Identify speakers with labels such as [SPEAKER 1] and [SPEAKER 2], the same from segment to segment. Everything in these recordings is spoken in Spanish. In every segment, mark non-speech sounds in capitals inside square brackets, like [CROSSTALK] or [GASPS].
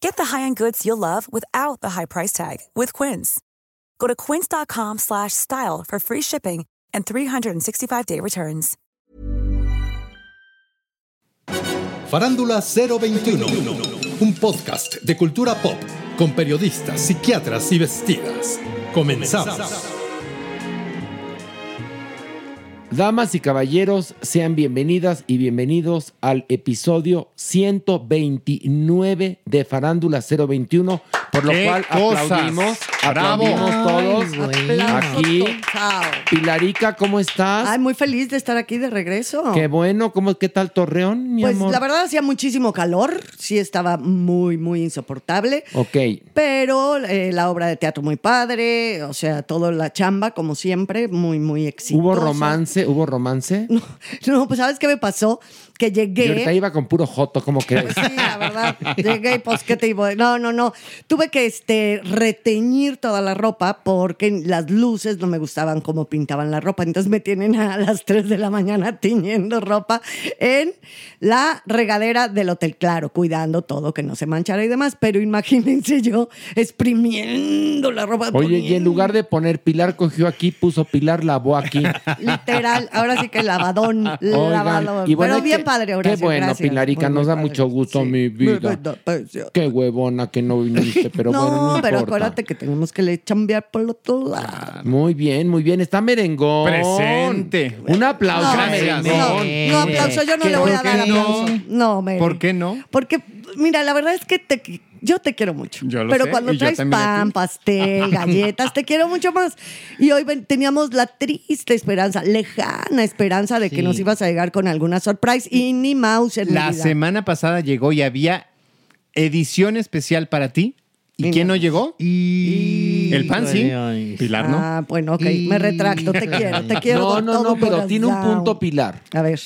[SPEAKER 1] Get the high-end goods you'll love without the high price tag with Quince. Go to quince.com slash style for free shipping and 365-day returns.
[SPEAKER 2] Farándula 021, un podcast de cultura pop con periodistas, psiquiatras y vestidas. Comenzamos.
[SPEAKER 3] Damas y caballeros, sean bienvenidas y bienvenidos al episodio 129 de Farándula 021, por lo
[SPEAKER 4] ¡Qué
[SPEAKER 3] cual
[SPEAKER 4] cosas!
[SPEAKER 3] aplaudimos,
[SPEAKER 4] ¡Bravo!
[SPEAKER 3] aplaudimos todos
[SPEAKER 5] güey.
[SPEAKER 3] aquí.
[SPEAKER 6] Chao.
[SPEAKER 3] Pilarica, ¿cómo estás?
[SPEAKER 6] Ay, muy feliz de estar aquí de regreso.
[SPEAKER 3] Qué bueno, ¿cómo, ¿qué tal Torreón, mi
[SPEAKER 6] pues
[SPEAKER 3] amor?
[SPEAKER 6] la verdad hacía muchísimo calor, sí estaba muy, muy insoportable, pues,
[SPEAKER 3] Ok,
[SPEAKER 6] pero eh, la obra de teatro muy padre, o sea, toda la chamba, como siempre, muy, muy exitosa.
[SPEAKER 3] ¿hubo romance? ¿Hubo romance?
[SPEAKER 6] [LAUGHS] No, no, pues ¿sabes qué me pasó? Que
[SPEAKER 3] Yo ahorita
[SPEAKER 6] llegué...
[SPEAKER 3] iba con puro joto, ¿cómo crees?
[SPEAKER 6] Pues [LAUGHS] sí, la verdad, [LAUGHS] llegué y pues, ¿qué te digo? No, no, no. Tuve que este, reteñir toda la ropa porque las luces no me gustaban cómo pintaban la ropa. Entonces me tienen a las 3 de la mañana tiñendo ropa en la regadera del Hotel Claro, cuidando todo, que no se manchara y demás. Pero imagínense yo exprimiendo la ropa.
[SPEAKER 3] Oye, y en
[SPEAKER 6] poniendo-
[SPEAKER 3] lugar de poner Pilar cogió aquí, puso Pilar lavó aquí.
[SPEAKER 6] Literal, ahora sí que lavadón,
[SPEAKER 3] [LAUGHS] Oigan,
[SPEAKER 6] lavadón.
[SPEAKER 3] y bueno,
[SPEAKER 6] Pero bien
[SPEAKER 3] qué-
[SPEAKER 6] padre, Horacio.
[SPEAKER 3] qué bueno,
[SPEAKER 6] gracias.
[SPEAKER 3] Pilarica,
[SPEAKER 6] Muy,
[SPEAKER 3] nos
[SPEAKER 6] muy
[SPEAKER 3] da
[SPEAKER 6] padre.
[SPEAKER 3] mucho gusto,
[SPEAKER 6] Sí.
[SPEAKER 3] mi vida.
[SPEAKER 6] Muy bien, precioso.
[SPEAKER 3] Qué huevona que no viniste, pero
[SPEAKER 6] no,
[SPEAKER 3] bueno, no
[SPEAKER 6] pero
[SPEAKER 3] importa.
[SPEAKER 6] acuérdate que tenemos que le chambear por el otro lado.
[SPEAKER 3] Muy bien, muy bien. Está Merengón.
[SPEAKER 4] Presente.
[SPEAKER 3] Un aplauso a
[SPEAKER 4] Gracias.
[SPEAKER 6] No,
[SPEAKER 3] Merengón.
[SPEAKER 6] no, aplauso, yo no
[SPEAKER 3] ¿Qué-
[SPEAKER 6] le voy
[SPEAKER 3] por
[SPEAKER 6] a
[SPEAKER 3] qué
[SPEAKER 6] dar
[SPEAKER 4] no?
[SPEAKER 6] aplauso. No, Mere.
[SPEAKER 4] ¿Por qué no?
[SPEAKER 6] Porque, mira, la verdad es que te, yo te quiero mucho.
[SPEAKER 4] Yo lo
[SPEAKER 6] pero
[SPEAKER 4] sé,
[SPEAKER 6] cuando
[SPEAKER 4] y yo
[SPEAKER 6] traes
[SPEAKER 4] también a
[SPEAKER 6] pan,
[SPEAKER 4] ti. [LAUGHS]
[SPEAKER 6] pastel, galletas, te quiero mucho más. Y hoy ven- teníamos la triste esperanza, lejana esperanza de que
[SPEAKER 5] Sí.
[SPEAKER 6] nos ibas a llegar con alguna surprise y ni mouse en mi
[SPEAKER 4] La
[SPEAKER 6] vida.
[SPEAKER 4] semana pasada llegó y había edición especial para ti. ¿Y
[SPEAKER 6] Mira.
[SPEAKER 4] quién no llegó? El pan sí.
[SPEAKER 5] Híjole, ay.
[SPEAKER 4] Pilar no.
[SPEAKER 6] Ah, bueno, ok, me retracto, te quiero,
[SPEAKER 4] [LAUGHS]
[SPEAKER 6] te quiero.
[SPEAKER 3] No,
[SPEAKER 6] con
[SPEAKER 3] no,
[SPEAKER 6] todo
[SPEAKER 3] no, pero tiene un
[SPEAKER 6] corazón.
[SPEAKER 3] punto Pilar.
[SPEAKER 6] A ver.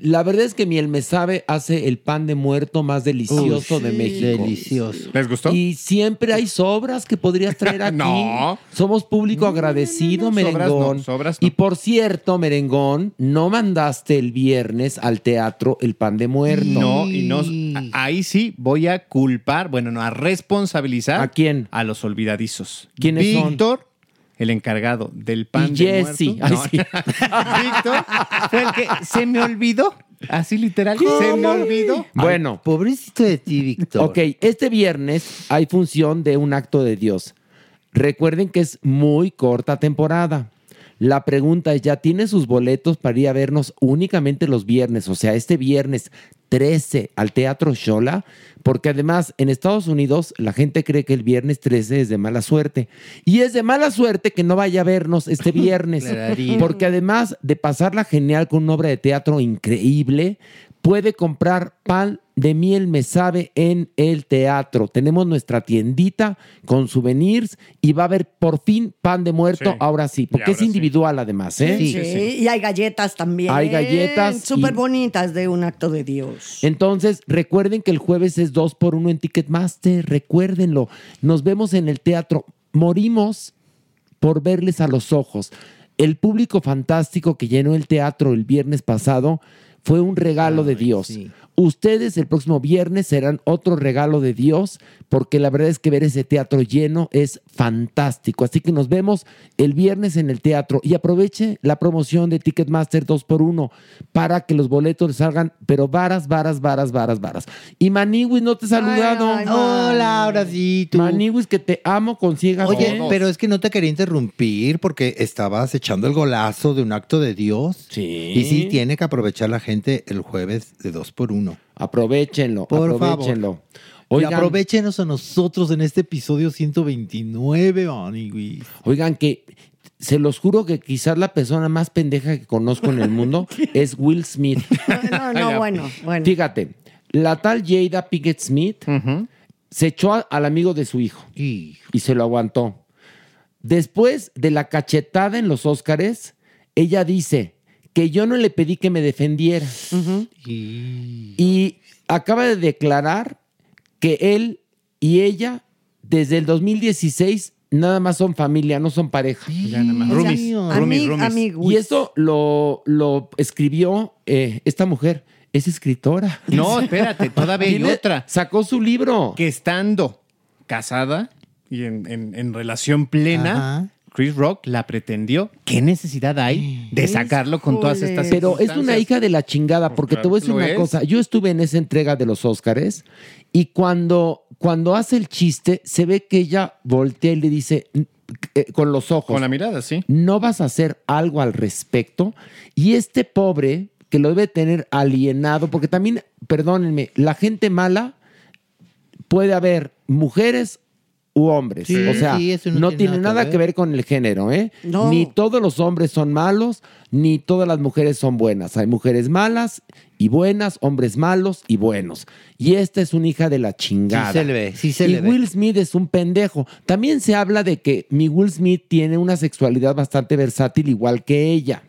[SPEAKER 3] La verdad es que Miel Me Sabe hace el pan de muerto más delicioso de México.
[SPEAKER 5] Delicioso.
[SPEAKER 4] ¿Les gustó?
[SPEAKER 3] Y siempre hay sobras que podrías
[SPEAKER 4] [LAUGHS]
[SPEAKER 3] traer aquí.
[SPEAKER 4] No.
[SPEAKER 3] Somos público agradecido,
[SPEAKER 4] no, no, sobras
[SPEAKER 3] Merengón.
[SPEAKER 4] no, sobras no.
[SPEAKER 3] Y por cierto, Merengón, no mandaste el viernes al teatro el pan de muerto.
[SPEAKER 4] No, y no. a- Ahí sí voy a culpar, bueno, no, a responsabilizar.
[SPEAKER 3] ¿A quién?
[SPEAKER 4] A los olvidadizos.
[SPEAKER 3] ¿Quiénes son?
[SPEAKER 4] Víctor, el encargado del pan
[SPEAKER 3] Y
[SPEAKER 4] de
[SPEAKER 3] Jesse.
[SPEAKER 4] muerto. No.
[SPEAKER 3] Ay, sí.
[SPEAKER 4] [LAUGHS] Víctor fue el que se me olvidó. Así literal, se me olvidó.
[SPEAKER 3] Bueno,
[SPEAKER 5] Pobrecito de ti, Víctor.
[SPEAKER 3] ok, este viernes hay función de un acto de Dios. Recuerden que es muy corta temporada. La pregunta es, ¿ya tiene sus boletos para ir a vernos únicamente los viernes? O sea, este viernes 13 al Teatro Shola, porque además en Estados Unidos la gente cree que el viernes 13 es de mala suerte. Y es de mala suerte que no vaya a vernos este viernes.
[SPEAKER 5] Clarín.
[SPEAKER 3] Porque además de pasarla genial con una obra de teatro increíble, puede comprar pan de miel me sabe en el teatro. Tenemos nuestra tiendita con souvenirs y va a haber por fin pan de muerto,
[SPEAKER 4] Sí.
[SPEAKER 3] ahora sí, porque
[SPEAKER 4] Y ahora
[SPEAKER 3] es
[SPEAKER 4] sí.
[SPEAKER 3] individual además, ¿eh?
[SPEAKER 6] Sí, y hay galletas también.
[SPEAKER 3] Hay galletas
[SPEAKER 6] Súper
[SPEAKER 3] y-
[SPEAKER 6] bonitas de un acto de Dios.
[SPEAKER 3] Entonces, recuerden que el jueves es 2 por 1 en Ticketmaster, recuérdenlo. Nos vemos en el teatro. Morimos por verles a los ojos. El público fantástico que llenó el teatro el viernes pasado fue un regalo de Dios. Ustedes el próximo viernes serán otro regalo de Dios, porque la verdad es que ver ese teatro lleno es fantástico. Así que nos vemos el viernes en el teatro y aproveche la promoción de Ticketmaster 2x1 para que los boletos le salgan, pero varas, varas, varas, varas, varas. Y Maniwis, no te he saludado.
[SPEAKER 6] ay, Mani.
[SPEAKER 3] Hola, ahora sí, tú. Maniwis, que te amo con ciegas.
[SPEAKER 5] Oye,
[SPEAKER 3] todos.
[SPEAKER 5] pero es que no te quería interrumpir porque estabas echando el golazo de un acto de Dios.
[SPEAKER 3] Sí.
[SPEAKER 5] Y sí, tiene que aprovechar la gente el jueves de dos por uno.
[SPEAKER 3] Aprovechenlo,
[SPEAKER 5] Por
[SPEAKER 3] aprovechenlo.
[SPEAKER 5] favor.
[SPEAKER 3] Oigan,
[SPEAKER 5] y aprovechenos a nosotros en este episodio 129, Maniguis.
[SPEAKER 3] Oigan, que se los juro que quizás la persona más pendeja que conozco
[SPEAKER 6] [LAUGHS]
[SPEAKER 3] en el mundo es Will Smith.
[SPEAKER 6] No, no, bueno, bueno.
[SPEAKER 3] Fíjate, la tal Jada Pickett Smith se echó a- al amigo de su hijo
[SPEAKER 5] Y
[SPEAKER 3] y se lo aguantó. Después de la cachetada en los Óscares, ella dice que yo no le pedí que me defendiera. Y acaba de declarar que él y ella, desde el 2016, nada más son familia, no son pareja.
[SPEAKER 7] Ya nada más.
[SPEAKER 6] O sea,
[SPEAKER 7] Roomies, roomies,
[SPEAKER 6] amig-
[SPEAKER 7] roomies.
[SPEAKER 6] amiguis.
[SPEAKER 3] Y esto lo, lo escribió eh, esta mujer, es escritora. [LAUGHS]
[SPEAKER 4] No, espérate, todavía hay
[SPEAKER 3] Tiene-
[SPEAKER 4] otra.
[SPEAKER 3] Sacó su libro.
[SPEAKER 4] Que estando casada y en, en- en relación plena,
[SPEAKER 5] Ajá.
[SPEAKER 4] Chris Rock la pretendió. ¿Qué necesidad hay de sacarlo con todas
[SPEAKER 6] Híjole.
[SPEAKER 4] estas
[SPEAKER 3] Pero es una
[SPEAKER 4] circunstancias?
[SPEAKER 3] hija de la chingada, porque te voy a decir
[SPEAKER 4] ¿Lo
[SPEAKER 3] una
[SPEAKER 4] es?
[SPEAKER 3] cosa. Yo estuve en esa entrega de los Óscares y cuando, cuando hace el chiste, se ve que ella voltea y le dice eh, con los ojos.
[SPEAKER 4] Con la mirada, sí.
[SPEAKER 3] no vas a hacer algo al respecto. Y este pobre, que lo debe tener alienado, porque también, perdónenme, la gente mala puede haber mujeres u hombres.
[SPEAKER 5] Sí,
[SPEAKER 3] o sea,
[SPEAKER 5] sí, eso
[SPEAKER 3] no, tiene nada que ver. con el género, ¿eh?
[SPEAKER 6] No.
[SPEAKER 3] Ni todos los hombres son malos, ni todas las mujeres son buenas. Hay mujeres malas y buenas, hombres malos y buenos. Y esta es una hija de la chingada.
[SPEAKER 5] se le ve, sí se
[SPEAKER 3] y
[SPEAKER 5] le ve.
[SPEAKER 3] Will Smith es un pendejo. También se habla de que mi Will Smith tiene una sexualidad bastante versátil, igual que ella.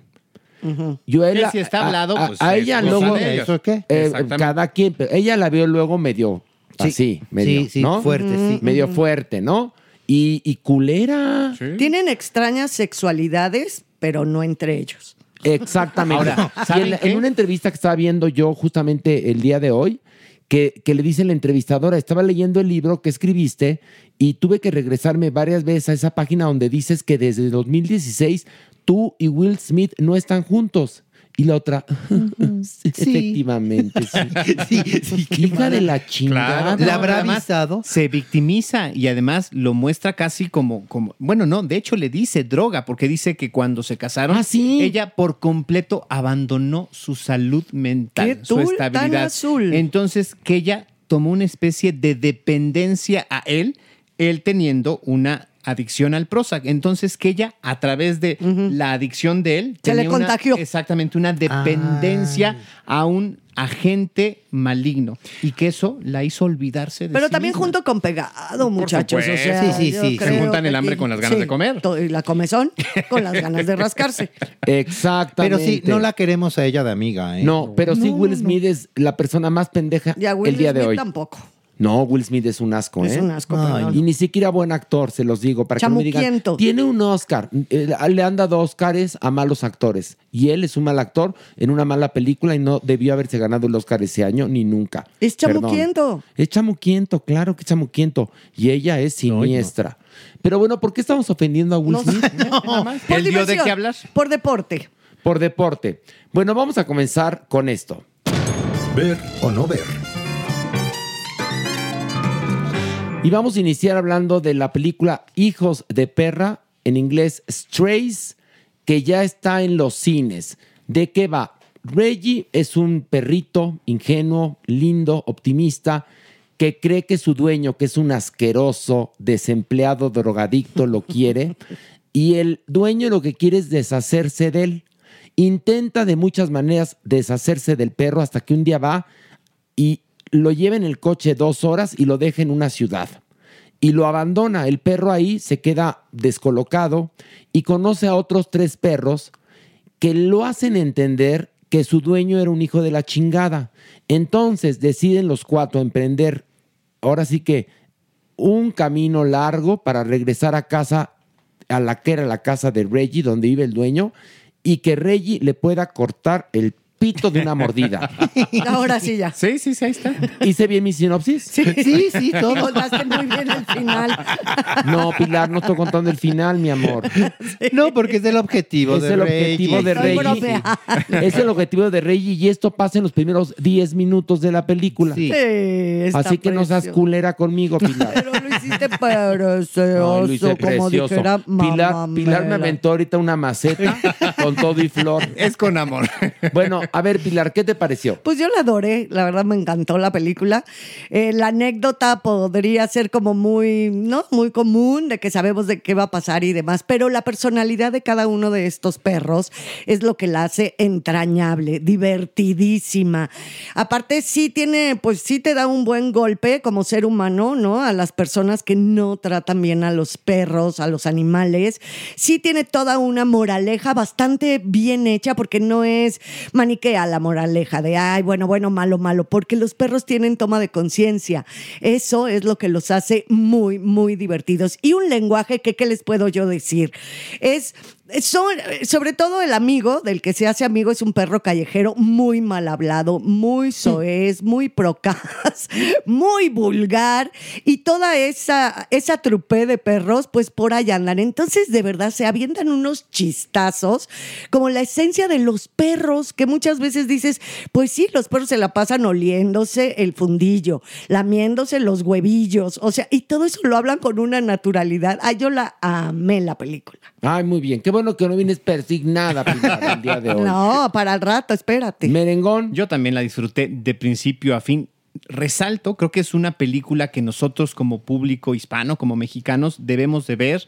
[SPEAKER 3] Yo a
[SPEAKER 4] Que
[SPEAKER 3] ella-
[SPEAKER 4] si está
[SPEAKER 3] a-
[SPEAKER 4] hablado,
[SPEAKER 3] a,
[SPEAKER 4] pues,
[SPEAKER 3] a
[SPEAKER 4] es
[SPEAKER 3] ella
[SPEAKER 4] cosa
[SPEAKER 3] luego
[SPEAKER 4] de ellos.
[SPEAKER 3] ¿Eso qué? Eh,
[SPEAKER 4] Exactamente.
[SPEAKER 3] cada quien, pero ella la vio luego medio así, medio,
[SPEAKER 5] sí, sí,
[SPEAKER 3] ¿no?
[SPEAKER 5] fuerte, sí.
[SPEAKER 3] medio fuerte, ¿no? Y, y culera.
[SPEAKER 6] Tienen extrañas sexualidades, pero no entre ellos.
[SPEAKER 3] Exactamente.
[SPEAKER 4] Ahora,
[SPEAKER 3] Y
[SPEAKER 4] ¿saben
[SPEAKER 3] en, la-
[SPEAKER 4] qué?
[SPEAKER 3] en una entrevista que estaba viendo yo justamente el día de hoy, que, que le dice la entrevistadora, estaba leyendo el libro que escribiste y tuve que regresarme varias veces a esa página donde dices que desde 2016 tú y Will Smith no están juntos. Y la otra, [LAUGHS] sí, efectivamente, sí.
[SPEAKER 5] sí, sí, qué
[SPEAKER 3] Hija
[SPEAKER 5] mala.
[SPEAKER 3] de la chingada.
[SPEAKER 5] ¿La habrá
[SPEAKER 4] Además,
[SPEAKER 5] avisado?
[SPEAKER 4] Se victimiza y además lo muestra casi como, como. Bueno, no, de hecho le dice droga, porque dice que cuando se casaron,
[SPEAKER 3] Ah, sí.
[SPEAKER 4] ella por completo abandonó su salud mental,
[SPEAKER 6] Qué
[SPEAKER 4] su
[SPEAKER 6] tul tan
[SPEAKER 4] estabilidad.
[SPEAKER 6] azul.
[SPEAKER 4] Entonces, que ella tomó una especie de dependencia a él, él teniendo una adicción al Prozac. Entonces, que ella, a través de la adicción de él,
[SPEAKER 6] Se le
[SPEAKER 4] tenía una-
[SPEAKER 6] contagió. Ah.
[SPEAKER 4] exactamente, una dependencia a un agente maligno. Y que eso la hizo olvidarse de
[SPEAKER 6] Pero
[SPEAKER 4] sí
[SPEAKER 6] también
[SPEAKER 4] misma.
[SPEAKER 6] junto con pegado, muchachos. O
[SPEAKER 4] supuesto.
[SPEAKER 6] sea,
[SPEAKER 5] Sí, sí,
[SPEAKER 6] yo
[SPEAKER 5] sí. Se
[SPEAKER 6] creo
[SPEAKER 4] juntan el
[SPEAKER 6] que
[SPEAKER 4] hambre
[SPEAKER 6] sí.
[SPEAKER 4] con las ganas de comer.
[SPEAKER 6] to- Y la comezón con las ganas de rascarse.
[SPEAKER 3] Eh, Exactamente.
[SPEAKER 5] Pero sí, no la queremos a ella de amiga, ¿eh?
[SPEAKER 3] No, pero sí Will Smith es la persona más pendeja
[SPEAKER 6] Y a Will
[SPEAKER 3] el día de
[SPEAKER 6] Smith
[SPEAKER 3] hoy.
[SPEAKER 6] tampoco.
[SPEAKER 3] No, Will Smith es un asco,
[SPEAKER 6] Es
[SPEAKER 3] ¿eh?
[SPEAKER 6] un asco,
[SPEAKER 5] Ay,
[SPEAKER 6] perdón.
[SPEAKER 3] Y ni siquiera buen actor, se los digo, para que no me digan.
[SPEAKER 6] Chamuquiento.
[SPEAKER 3] Tiene un Oscar. Eh, Le han dado Oscars a malos actores. Y él es un mal actor en una mala película y no debió haberse ganado el Oscar ese año ni nunca.
[SPEAKER 6] Es
[SPEAKER 3] Perdón.
[SPEAKER 6] chamuquiento.
[SPEAKER 3] Es chamuquiento, claro que es chamuquiento. Y ella es siniestra. Pero bueno, ¿por qué estamos ofendiendo a Will
[SPEAKER 6] No sé.
[SPEAKER 3] Smith?
[SPEAKER 6] Por
[SPEAKER 4] Él dio de
[SPEAKER 6] diversión,
[SPEAKER 4] qué hablar.
[SPEAKER 6] Por deporte.
[SPEAKER 3] Por deporte. Bueno, vamos a comenzar con esto.
[SPEAKER 2] Ver o no ver.
[SPEAKER 3] Y vamos a iniciar hablando de la película Hijos de Perra, en inglés Strays, que ya está en los cines. ¿De qué va? Reggie es un perrito ingenuo, lindo, optimista, que cree que su dueño, que es un asqueroso, desempleado, drogadicto, lo
[SPEAKER 6] [LAUGHS]
[SPEAKER 3] quiere. Y el dueño lo que quiere es deshacerse de él. Intenta de muchas maneras deshacerse del perro hasta que un día va y lo lleva en el coche dos horas y lo deja en una ciudad. Y lo abandona. El perro ahí se queda descolocado y conoce a otros tres perros que lo hacen entender que su dueño era un hijo de la chingada. Entonces deciden los cuatro emprender, ahora sí que, un camino largo para regresar a casa a la que era la casa de Reggie, donde vive el dueño, y que Reggie le pueda cortar el pito de una mordida.
[SPEAKER 6] Ahora sí ya.
[SPEAKER 4] Sí, sí, sí, ahí está.
[SPEAKER 3] ¿Hice bien mi sinopsis?
[SPEAKER 6] [LAUGHS] sí, sí, todo. Contaste muy bien el final.
[SPEAKER 3] [LAUGHS] No, Pilar, no estoy contando el final, mi amor.
[SPEAKER 5] No, porque es el objetivo
[SPEAKER 3] Es
[SPEAKER 5] de
[SPEAKER 3] el
[SPEAKER 5] Reggie.
[SPEAKER 3] objetivo de
[SPEAKER 6] Estoy
[SPEAKER 3] Reggie.
[SPEAKER 6] bromeando.
[SPEAKER 3] Es el objetivo de Reggie y esto pasa en los primeros 10 minutos de la película.
[SPEAKER 5] Sí.
[SPEAKER 3] Así que no seas
[SPEAKER 6] cool.
[SPEAKER 3] culera conmigo, Pilar.
[SPEAKER 6] Pero lo hiciste
[SPEAKER 3] Ay,
[SPEAKER 6] precioso,
[SPEAKER 3] lo hice
[SPEAKER 6] como
[SPEAKER 3] precioso.
[SPEAKER 6] dijera mamá
[SPEAKER 3] Pilar, Pilar me
[SPEAKER 6] Mela.
[SPEAKER 3] aventó ahorita una maceta con todo y
[SPEAKER 5] [LAUGHS]
[SPEAKER 3] flor.
[SPEAKER 4] Es con amor.
[SPEAKER 3] [LAUGHS] Bueno, a ver, Pilar, ¿qué te pareció?
[SPEAKER 6] [LAUGHS] Pues yo la adoré, la verdad me encantó la película. Eh, la anécdota podría ser como muy, ¿no? Muy común de que sabemos de qué va a pasar y demás, pero la personalidad de cada uno de estos perros es lo que la hace entrañable, divertidísima. Aparte sí tiene, pues sí te da un buen golpe como ser humano, ¿no? A las personas que no tratan bien a los perros, a los animales. Sí tiene toda una moraleja bastante bien hecha porque no es maniquea la moraleja de, ay, bueno, bueno, malo, malo, porque los perros tienen toma de conciencia. Eso es lo que los hace muy, muy divertidos. Y un lenguaje que, ¿qué les puedo yo decir? Es... son- sobre todo el amigo, del que se hace amigo, es un perro callejero muy mal hablado, muy soez, muy procas, [LAUGHS] muy vulgar y toda esa, esa trupe de perros, pues por allá andan. Entonces, de verdad, se avientan unos chistazos, como la esencia de los perros, que muchas veces dices, pues sí, los perros se la pasan oliéndose el fundillo, lamiéndose los huevillos, o sea, y todo eso lo hablan con una naturalidad. Ay, yo la amé la película.
[SPEAKER 3] Ay, muy bien. Qué bueno que no vienes persignada, Pilar, el día de hoy.
[SPEAKER 6] [LAUGHS] No, para el rato, espérate.
[SPEAKER 3] Merengón.
[SPEAKER 4] Yo también la disfruté de principio a fin. Resalto, creo que es una película que nosotros como público hispano, como mexicanos, debemos de ver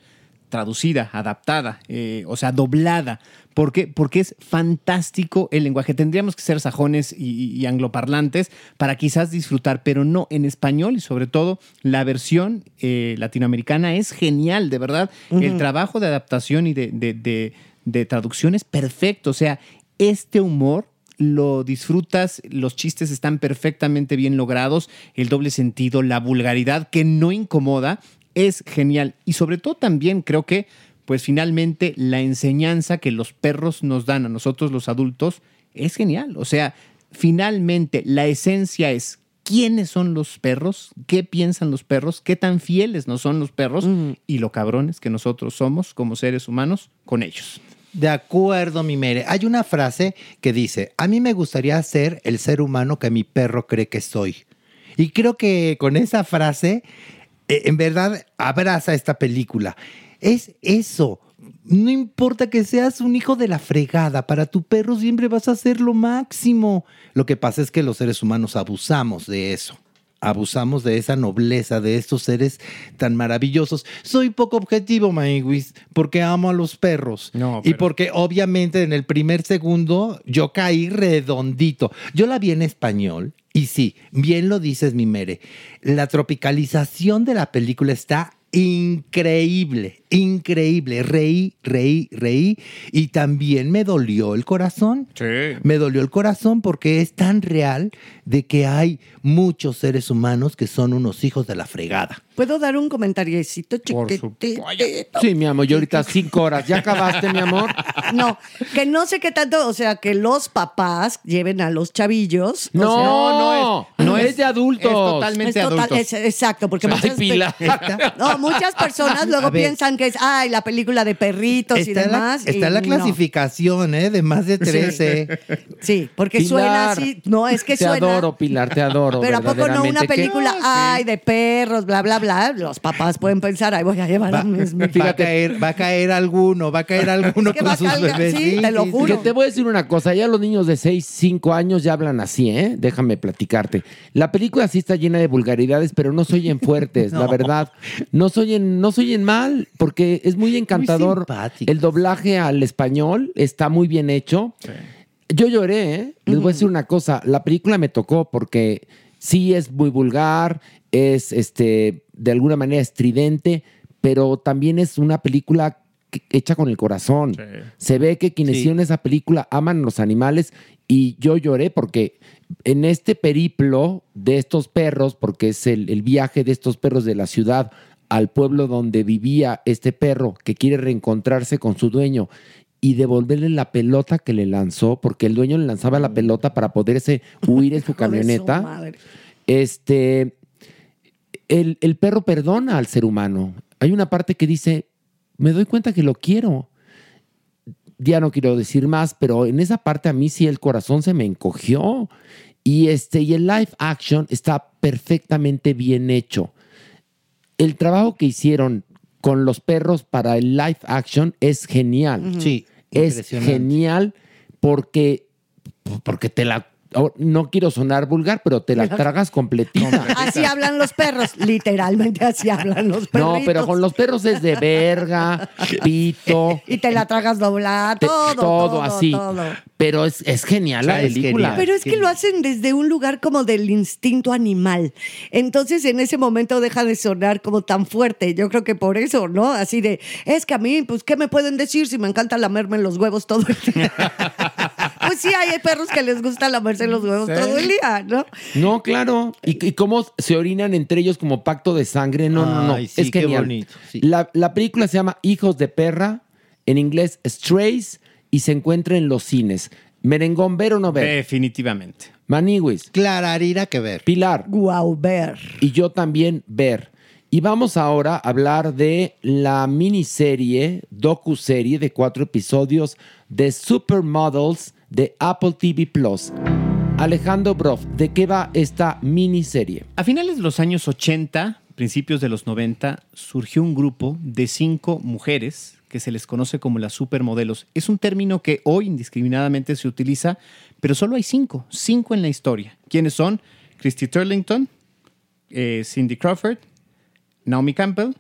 [SPEAKER 4] traducida, adaptada, eh, o sea, doblada. ¿Por qué? Porque es fantástico el lenguaje. Tendríamos que ser sajones y, y- y angloparlantes para quizás disfrutar, pero no en español y sobre todo la versión eh, latinoamericana es genial, de verdad. El trabajo de adaptación y de, de- de- de traducción es perfecto. O sea, este humor lo disfrutas, los chistes están perfectamente bien logrados, el doble sentido, la vulgaridad que no incomoda, es genial. Y sobre todo también creo que, pues finalmente, la enseñanza que los perros nos dan a nosotros los adultos es genial. O sea, finalmente la esencia es quiénes son los perros, qué piensan los perros, qué tan fieles nos son los perros y lo cabrones que nosotros somos como seres humanos con ellos.
[SPEAKER 5] De acuerdo, mi mere. Hay una frase que dice, a mí me gustaría ser el ser humano que mi perro cree que soy. Y creo que con esa frase, eh, en verdad, abraza esta película. Es eso. No importa que seas un hijo de la fregada, para tu perro siempre vas a ser lo máximo. Lo que pasa es que los seres humanos abusamos de eso. Abusamos de esa nobleza, de estos seres tan maravillosos. Soy poco objetivo, Maywis, porque amo a los perros.
[SPEAKER 4] No,
[SPEAKER 5] y
[SPEAKER 4] pero-
[SPEAKER 5] porque obviamente en el primer segundo yo caí redondito. Yo la vi en español y sí, bien lo dices, mi Mere. La tropicalización de la película está increíble, increíble. Reí, reí, reí. Y también me dolió el corazón.
[SPEAKER 4] Sí.
[SPEAKER 5] Me dolió el corazón porque es tan real de que hay muchos seres humanos que son unos hijos de la fregada.
[SPEAKER 6] ¿Puedo dar un comentariecito chiquitito?
[SPEAKER 3] Sí, mi amor, yo ahorita cinco horas. ¿Ya acabaste, mi amor?
[SPEAKER 6] No, que no sé qué tanto, o sea, que los papás lleven a los chavillos. o
[SPEAKER 3] No,
[SPEAKER 6] sea,
[SPEAKER 3] no, es, no es, de adultos.
[SPEAKER 4] Es totalmente
[SPEAKER 6] es total-
[SPEAKER 4] adultos.
[SPEAKER 6] es- exacto, porque
[SPEAKER 3] Ay,
[SPEAKER 6] muchas, pe-
[SPEAKER 3] Pilar. [LAUGHS]
[SPEAKER 6] no, muchas personas luego
[SPEAKER 5] A ver.
[SPEAKER 6] piensan que es, ay, la película de perritos y
[SPEAKER 5] Está, la,
[SPEAKER 6] demás. y
[SPEAKER 5] está la
[SPEAKER 6] no.
[SPEAKER 5] clasificación ¿eh? de más de 13.
[SPEAKER 6] Sí, porque
[SPEAKER 3] Pilar,
[SPEAKER 6] suena así. No, es que
[SPEAKER 3] te
[SPEAKER 6] suena.
[SPEAKER 3] adoro, Pilar, te adoro.
[SPEAKER 6] Pero ¿a poco no una
[SPEAKER 3] verdaderamente. ¿Qué?
[SPEAKER 6] película, ay, de perros, bla, bla, bla? Los papás pueden pensar, ay, voy a llevar a mis... mis-
[SPEAKER 5] Va a caer, va a caer alguno, va a caer alguno
[SPEAKER 6] Es que
[SPEAKER 5] con
[SPEAKER 6] va a
[SPEAKER 5] sus
[SPEAKER 6] caer-
[SPEAKER 5] bebés.
[SPEAKER 6] sí, te lo juro.
[SPEAKER 3] Que te voy a decir una cosa, ya los niños de 6, 5 años ya hablan así, ¿eh? Déjame platicarte. La película sí está llena de vulgaridades, pero no se oyen fuertes, la verdad. No se oyen, no se oyen mal, porque es muy encantador.
[SPEAKER 5] simpáticas.
[SPEAKER 3] El doblaje al español está muy bien hecho. Yo lloré, ¿eh? Les voy a decir una cosa, la película me tocó porque sí es muy vulgar, es este de alguna manera estridente, pero también es una película que- hecha con el corazón. Se ve que quienes
[SPEAKER 5] Sí.
[SPEAKER 3] hicieron esa película aman los animales y yo lloré porque en este periplo de estos perros, porque es el, el viaje de estos perros de la ciudad al pueblo donde vivía este perro que quiere reencontrarse con su dueño y devolverle la pelota que le lanzó, porque el dueño le lanzaba la pelota para poderse huir en su
[SPEAKER 6] Hijo de su
[SPEAKER 3] camioneta.
[SPEAKER 6] madre.
[SPEAKER 3] Este, el, el perro perdona al ser humano. Hay una parte que dice, me doy cuenta que lo quiero. Ya no quiero decir más, pero en esa parte a mí sí el corazón se me encogió. Y, este, y el live action está perfectamente bien hecho. El trabajo que hicieron con los perros para el live action es genial.
[SPEAKER 5] Sí,
[SPEAKER 3] Es
[SPEAKER 5] impresionante.
[SPEAKER 3] genial porque, porque te la... oh, No quiero sonar vulgar, pero te la tragas
[SPEAKER 6] [LAUGHS]
[SPEAKER 3] completita.
[SPEAKER 6] Así hablan los perros, literalmente así hablan los perros.
[SPEAKER 3] No, pero con los perros es de
[SPEAKER 6] [LAUGHS]
[SPEAKER 3] verga, pito,
[SPEAKER 6] Y te la tragas doblada,
[SPEAKER 3] te-
[SPEAKER 6] todo,
[SPEAKER 3] todo, así.
[SPEAKER 6] todo.
[SPEAKER 3] Pero es, es genial la
[SPEAKER 5] Ah, es
[SPEAKER 3] película.
[SPEAKER 5] genial.
[SPEAKER 6] Pero es que lo hacen desde un lugar como del instinto animal. Entonces en ese momento deja de sonar como tan fuerte. Yo creo que por eso, ¿no? Así de, es que a mí, pues, ¿qué me pueden decir si me encanta lamerme los huevos todo
[SPEAKER 3] [LAUGHS]
[SPEAKER 6] el día? pues sí, hay perros que les gusta lamerse los huevos
[SPEAKER 5] Sí.
[SPEAKER 6] todo el día, ¿no?
[SPEAKER 3] No, claro. ¿Y, y cómo se orinan entre ellos como pacto de sangre? No, no, no.
[SPEAKER 5] Ay, sí,
[SPEAKER 3] es
[SPEAKER 5] qué
[SPEAKER 3] genial.
[SPEAKER 5] bonito, sí.
[SPEAKER 3] La, la película se llama Hijos de Perra, en inglés Strays, y se encuentra en los cines. Merengón, ver o no ver.
[SPEAKER 4] Definitivamente.
[SPEAKER 3] Maniwis,
[SPEAKER 5] Clararira que ver.
[SPEAKER 3] Pilar.
[SPEAKER 6] Guau, ver.
[SPEAKER 3] y yo también ver. Y vamos ahora a hablar de la miniserie, docuserie de cuatro episodios de Supermodels de Apple TV Plus. Alejandro Broff, ¿de qué va esta miniserie?
[SPEAKER 4] A finales de los años 80, principios de los 90, surgió un grupo de cinco mujeres que se les conoce como las supermodelos. Es un término que hoy indiscriminadamente se utiliza, pero solo hay cinco, cinco en la historia. ¿Quiénes son? Christy Turlington, eh, Cindy Crawford, Naomi Campbell,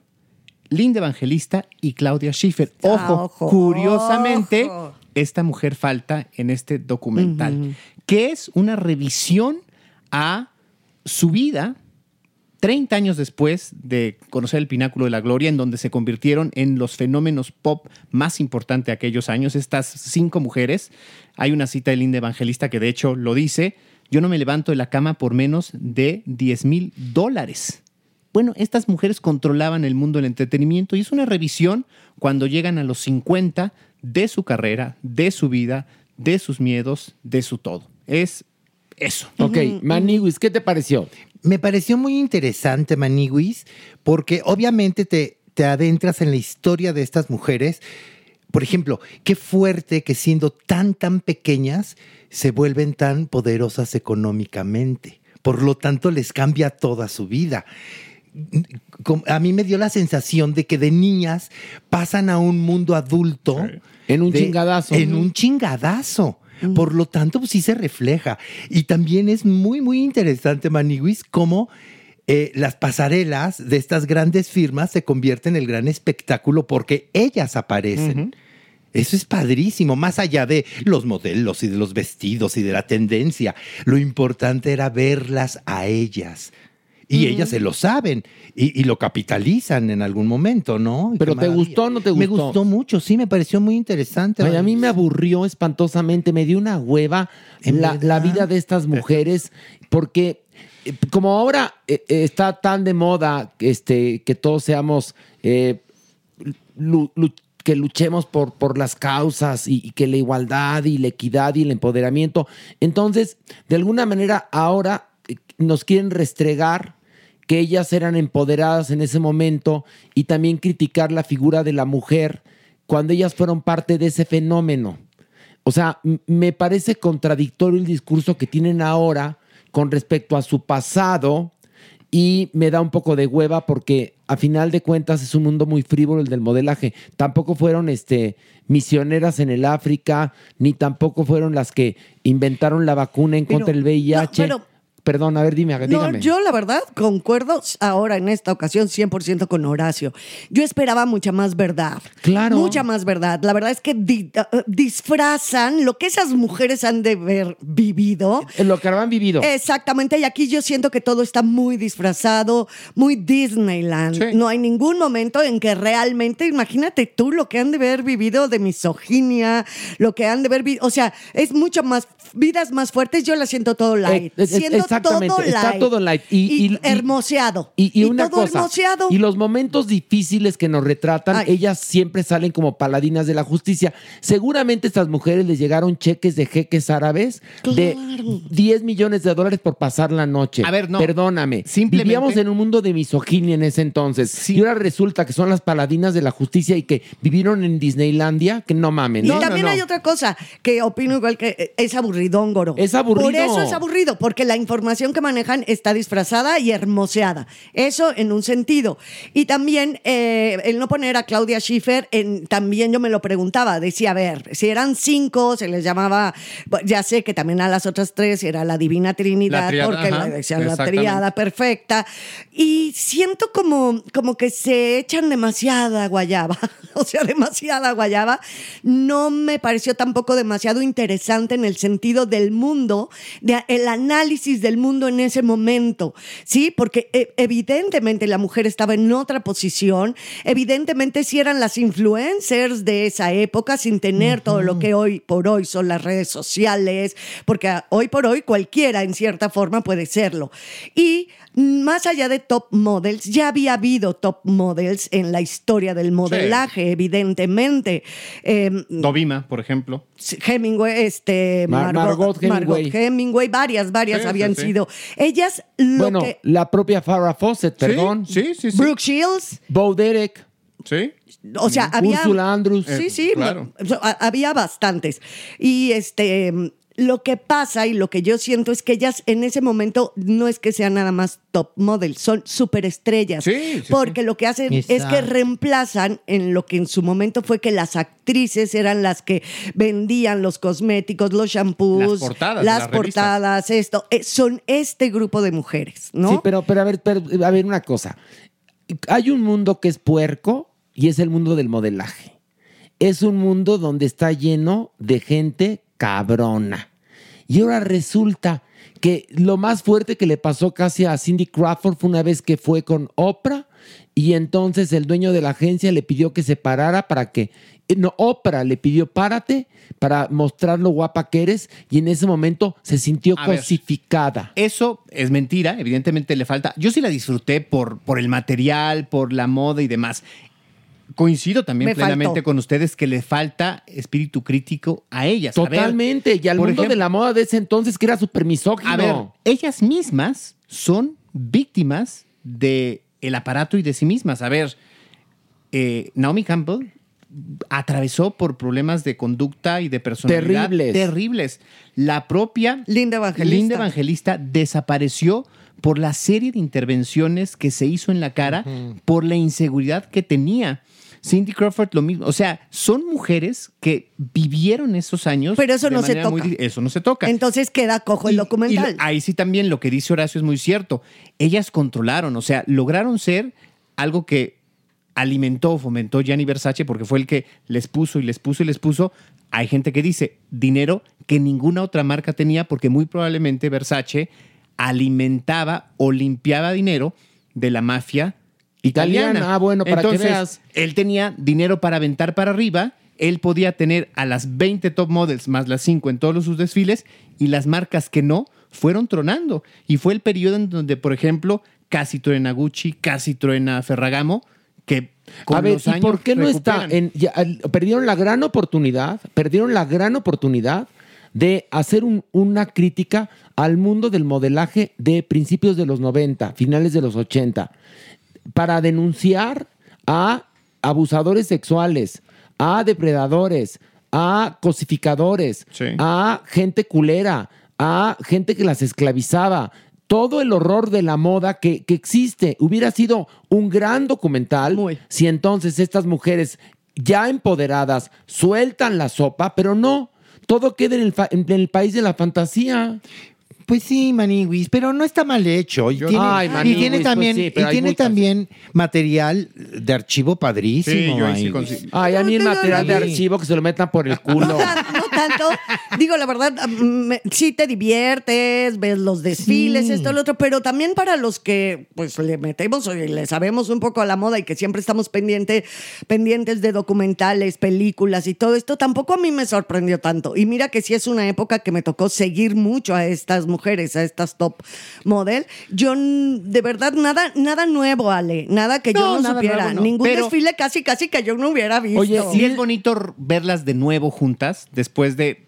[SPEAKER 4] Linda Evangelista y Claudia Schiffer. Ojo,
[SPEAKER 6] Ah, ojo,
[SPEAKER 4] curiosamente,
[SPEAKER 6] ojo.
[SPEAKER 4] esta mujer falta en este documental, que es una revisión a su vida 30 años después de conocer el pináculo de la gloria, en donde se convirtieron en los fenómenos pop más importantes de aquellos años, estas cinco mujeres. Hay una cita de Linda Evangelista que de hecho lo dice, yo no me levanto de la cama por menos de 10 mil dólares. Bueno, estas mujeres controlaban el mundo del entretenimiento y es una revisión cuando llegan a los 50 de su carrera, de su vida, de sus miedos, de su todo. Es eso.
[SPEAKER 3] Ok, Maniwis, ¿qué te pareció?
[SPEAKER 5] Me pareció muy interesante, Maniwis, porque obviamente te, te adentras en la historia de estas mujeres. Por ejemplo, qué fuerte que siendo tan, tan pequeñas, se vuelven tan poderosas económicamente. Por lo tanto, les cambia toda su vida. Com- A mí me dio la sensación de que de niñas pasan a un mundo adulto.
[SPEAKER 3] En un
[SPEAKER 5] de-
[SPEAKER 3] chingadazo.
[SPEAKER 5] En un chingadazo.
[SPEAKER 3] Mm.
[SPEAKER 5] Por lo tanto, pues, sí se refleja. Y también es muy, muy interesante, Maniwis, cómo eh, las pasarelas de estas grandes firmas se convierten en el gran espectáculo porque ellas aparecen. Eso es padrísimo, más allá de los modelos y de los vestidos y de la tendencia. Lo importante era verlas a ellas. Y ellas se lo saben y, y lo capitalizan en algún momento, ¿no? Y
[SPEAKER 3] ¿Pero
[SPEAKER 5] qué
[SPEAKER 3] te
[SPEAKER 5] maravilla.
[SPEAKER 3] gustó o no te
[SPEAKER 5] Me
[SPEAKER 3] gustó?
[SPEAKER 5] gustó mucho, sí, me pareció muy interesante.
[SPEAKER 3] Ay, a mí me aburrió espantosamente, me dio una hueva
[SPEAKER 5] ¿En
[SPEAKER 3] la, la
[SPEAKER 5] verdad?
[SPEAKER 3] vida de estas mujeres, porque eh, como ahora eh, eh, está tan de moda este, que todos seamos, eh, lu- lu- que luchemos por, por las causas y, y que la igualdad y la equidad y el empoderamiento, entonces, de alguna manera ahora eh, nos quieren restregar que ellas eran empoderadas en ese momento y también criticar la figura de la mujer cuando ellas fueron parte de ese fenómeno. O sea, m- me parece contradictorio el discurso que tienen ahora con respecto a su pasado y me da un poco de hueva porque a final de cuentas es un mundo muy frívolo el del modelaje. Tampoco fueron este, misioneras en el África, ni tampoco fueron las que inventaron la vacuna en
[SPEAKER 6] Pero-
[SPEAKER 3] contra del VIH.
[SPEAKER 6] no, pero-
[SPEAKER 3] Perdón, a ver, dime, dígame.
[SPEAKER 6] No, yo la verdad concuerdo ahora en esta ocasión 100% con Horacio. Yo esperaba mucha más verdad.
[SPEAKER 3] Claro.
[SPEAKER 6] Mucha más verdad. La verdad es que di- eh, disfrazan lo que esas mujeres han de haber vivido.
[SPEAKER 3] Eh, Lo que han vivido.
[SPEAKER 6] Exactamente, y aquí yo siento que todo está muy disfrazado, muy Disneyland.
[SPEAKER 4] Sí.
[SPEAKER 6] No hay ningún momento en que realmente, imagínate tú lo que han de haber vivido de misoginia, lo que han de haber vivido, o sea, es mucho más, vidas más fuertes, yo las siento todo light.
[SPEAKER 3] Eh, es- es-
[SPEAKER 6] siento
[SPEAKER 3] es- Exactamente,
[SPEAKER 6] todo
[SPEAKER 3] está
[SPEAKER 6] light.
[SPEAKER 3] todo light. Y- y- y-
[SPEAKER 6] hermoseado.
[SPEAKER 3] Y, y una
[SPEAKER 6] todo
[SPEAKER 3] cosa,
[SPEAKER 6] hermoseado.
[SPEAKER 3] y los momentos difíciles que nos retratan,
[SPEAKER 6] Ay.
[SPEAKER 3] ellas siempre salen como paladinas de la justicia. Seguramente estas mujeres les llegaron cheques de jeques árabes de 10 millones de dólares por pasar la noche.
[SPEAKER 4] A ver, no.
[SPEAKER 3] Perdóname.
[SPEAKER 4] Simplemente-
[SPEAKER 3] Vivíamos en un mundo de misoginia en ese entonces. Y ahora resulta que son las paladinas de la justicia y que vivieron en Disneylandia, que no mamen.
[SPEAKER 6] Y
[SPEAKER 3] ¿no?
[SPEAKER 6] también
[SPEAKER 4] no, no.
[SPEAKER 6] hay otra cosa que opino igual que eh, es aburridón, Goro.
[SPEAKER 3] Es aburrido.
[SPEAKER 6] Por eso es aburrido, porque la información que manejan está disfrazada y hermoseada. Eso en un sentido. Y también eh, el no poner a Claudia Schiffer, en, también yo me lo preguntaba. Decía, a ver, si eran cinco, se les llamaba, bueno, ya sé que también a las otras tres era la Divina Trinidad,
[SPEAKER 4] La triada,
[SPEAKER 6] porque
[SPEAKER 4] ajá,
[SPEAKER 6] la, decían la
[SPEAKER 4] exactamente.
[SPEAKER 6] triada perfecta. Y siento como, como que se echan demasiada guayaba, [LAUGHS] o sea, demasiada guayaba. No me pareció tampoco demasiado interesante en el sentido del mundo, de, el análisis del mundo en ese momento, ¿sí? Porque e- evidentemente la mujer estaba en otra posición, evidentemente si eran las influencers de esa época sin tener todo lo que hoy por hoy son las redes sociales, porque a- hoy por hoy cualquiera en cierta forma puede serlo. Y más allá de top models, ya había habido top models en la historia del modelaje, evidentemente. Em,
[SPEAKER 4] Dovima, por ejemplo.
[SPEAKER 6] Hemingway, este,
[SPEAKER 3] Mar- Margot Hemingway.
[SPEAKER 6] Margot Hemingway, varias, varias
[SPEAKER 4] Sí,
[SPEAKER 6] habían
[SPEAKER 4] sí, sí.
[SPEAKER 6] sido. Ellas, lo
[SPEAKER 3] Bueno,
[SPEAKER 6] que-
[SPEAKER 3] la propia Farrah Fawcett, perdón.
[SPEAKER 4] Sí, sí, sí.
[SPEAKER 6] Brooke Shields,
[SPEAKER 3] Bo Derek,
[SPEAKER 4] Sí.
[SPEAKER 6] o sea, había.
[SPEAKER 3] Ursula Andrews.
[SPEAKER 6] Sí,
[SPEAKER 4] Eh,
[SPEAKER 6] sí,
[SPEAKER 4] claro.
[SPEAKER 6] o sea, ha- había bastantes. Y este. mm, Lo que pasa y lo que yo siento es que ellas en ese momento no es que sean nada más top model, son superestrellas.
[SPEAKER 4] Sí, sí,
[SPEAKER 6] porque lo que hacen es que
[SPEAKER 5] Exacto.
[SPEAKER 6] reemplazan en lo que en su momento fue que las actrices eran las que vendían los cosméticos, los shampoos,
[SPEAKER 4] Las portadas de
[SPEAKER 6] las
[SPEAKER 4] las revistas.
[SPEAKER 6] portadas, esto. Eh, son este grupo de mujeres, ¿no?
[SPEAKER 3] Sí, pero, pero a ver, pero, a ver una cosa. Hay un mundo que es puerco y es el mundo del modelaje. Es un mundo donde está lleno de gente cabrona. Y ahora resulta que lo más fuerte que le pasó casi a Cindy Crawford fue una vez que fue con Oprah y entonces el dueño de la agencia le pidió que se parara para que... eh, No, Oprah le pidió párate para mostrar lo guapa que eres y en ese momento se sintió
[SPEAKER 4] A ver.
[SPEAKER 3] cosificada.
[SPEAKER 4] Eso es mentira, evidentemente le falta. Yo sí la disfruté por, por el material, por la moda y demás. Coincido también
[SPEAKER 6] Me
[SPEAKER 4] plenamente
[SPEAKER 6] faltó.
[SPEAKER 4] con ustedes que le falta espíritu crítico a ellas. A ver,
[SPEAKER 3] Totalmente. y al
[SPEAKER 4] por
[SPEAKER 3] mundo de
[SPEAKER 4] ejemplo-
[SPEAKER 3] la moda de ese entonces que era súper misógino.
[SPEAKER 4] A ver, ellas mismas son víctimas de el aparato y de sí mismas. A ver, eh, Naomi Campbell atravesó por problemas de conducta y de personalidad
[SPEAKER 3] Terribles.
[SPEAKER 4] terribles. La propia
[SPEAKER 6] Linda Evangelista.
[SPEAKER 4] Linda Evangelista desapareció por la serie de intervenciones que se hizo en la cara, por la inseguridad que tenía. Cindy Crawford lo mismo, o sea, son mujeres que vivieron esos años.
[SPEAKER 6] Pero eso
[SPEAKER 4] de
[SPEAKER 6] no se
[SPEAKER 4] manera
[SPEAKER 6] toca.
[SPEAKER 4] di- eso no se toca.
[SPEAKER 6] Entonces queda cojo el
[SPEAKER 4] Y-
[SPEAKER 6] documental.
[SPEAKER 4] y ahí sí también lo que dice Horacio es muy cierto. Ellas controlaron, o sea, lograron ser algo que alimentó, fomentó Gianni Versace porque fue el que les puso y les puso y les puso. Hay gente que dice dinero que ninguna otra marca tenía porque muy probablemente Versace alimentaba o limpiaba dinero de la mafia
[SPEAKER 3] Italiana.
[SPEAKER 4] italiana.
[SPEAKER 3] Ah, bueno, para que
[SPEAKER 4] Entonces,
[SPEAKER 3] veas.
[SPEAKER 4] él tenía dinero para aventar para arriba, él podía tener a las 20 top models más las 5 en todos sus desfiles y las marcas que no fueron tronando. Y fue el periodo en donde, por ejemplo, casi truena Gucci, casi truena Ferragamo, que con
[SPEAKER 3] a ver,
[SPEAKER 4] los
[SPEAKER 3] ¿y
[SPEAKER 4] años
[SPEAKER 3] por qué no está?
[SPEAKER 4] recuperan.
[SPEAKER 3] En, ya, al- perdieron la gran oportunidad, perdieron la gran oportunidad de hacer un- una crítica al mundo del modelaje de principios de los 90, finales de los 80, para denunciar a abusadores sexuales, a depredadores, a cosificadores,
[SPEAKER 4] Sí.
[SPEAKER 3] a gente culera, a gente que las esclavizaba. Todo el horror de la moda que, que existe hubiera sido un gran documental
[SPEAKER 6] Muy.
[SPEAKER 3] si entonces estas mujeres ya empoderadas sueltan la sopa, pero no, todo queda en el, fa- en el país de la fantasía.
[SPEAKER 5] Pues sí, Maniwis, pero no está mal hecho. Y tiene,
[SPEAKER 3] Ay,
[SPEAKER 5] y
[SPEAKER 3] Maniwis,
[SPEAKER 5] tiene
[SPEAKER 3] pues
[SPEAKER 5] también,
[SPEAKER 3] sí, pero
[SPEAKER 5] y
[SPEAKER 3] hay
[SPEAKER 5] tiene
[SPEAKER 3] muchas.
[SPEAKER 5] también material de archivo padrísimo.
[SPEAKER 4] Sí, yo ahí sí
[SPEAKER 5] Maniwis.
[SPEAKER 4] consi-
[SPEAKER 3] Ay, a mí el
[SPEAKER 6] No, no,
[SPEAKER 3] material
[SPEAKER 6] no,
[SPEAKER 3] de
[SPEAKER 6] no.
[SPEAKER 3] archivo que se lo metan por el
[SPEAKER 6] No,
[SPEAKER 3] culo.
[SPEAKER 6] tan- no tanto, digo, la verdad, me- sí te diviertes, ves los desfiles, esto, lo otro, pero también para los que pues le metemos o le sabemos un poco a la moda y que siempre estamos pendiente, pendientes de documentales, películas y todo esto, tampoco a mí me sorprendió tanto. Y mira que sí es una época que me tocó seguir mucho a estas mujeres, a estas top model. Yo, n- de verdad, nada, nada nuevo, Ale, nada que
[SPEAKER 4] No,
[SPEAKER 6] yo no
[SPEAKER 4] nada
[SPEAKER 6] supiera,
[SPEAKER 4] nuevo, no.
[SPEAKER 6] ningún
[SPEAKER 4] Pero-
[SPEAKER 6] desfile casi, casi que yo no hubiera visto.
[SPEAKER 4] Oye, sí es bonito r- verlas de nuevo juntas, después de,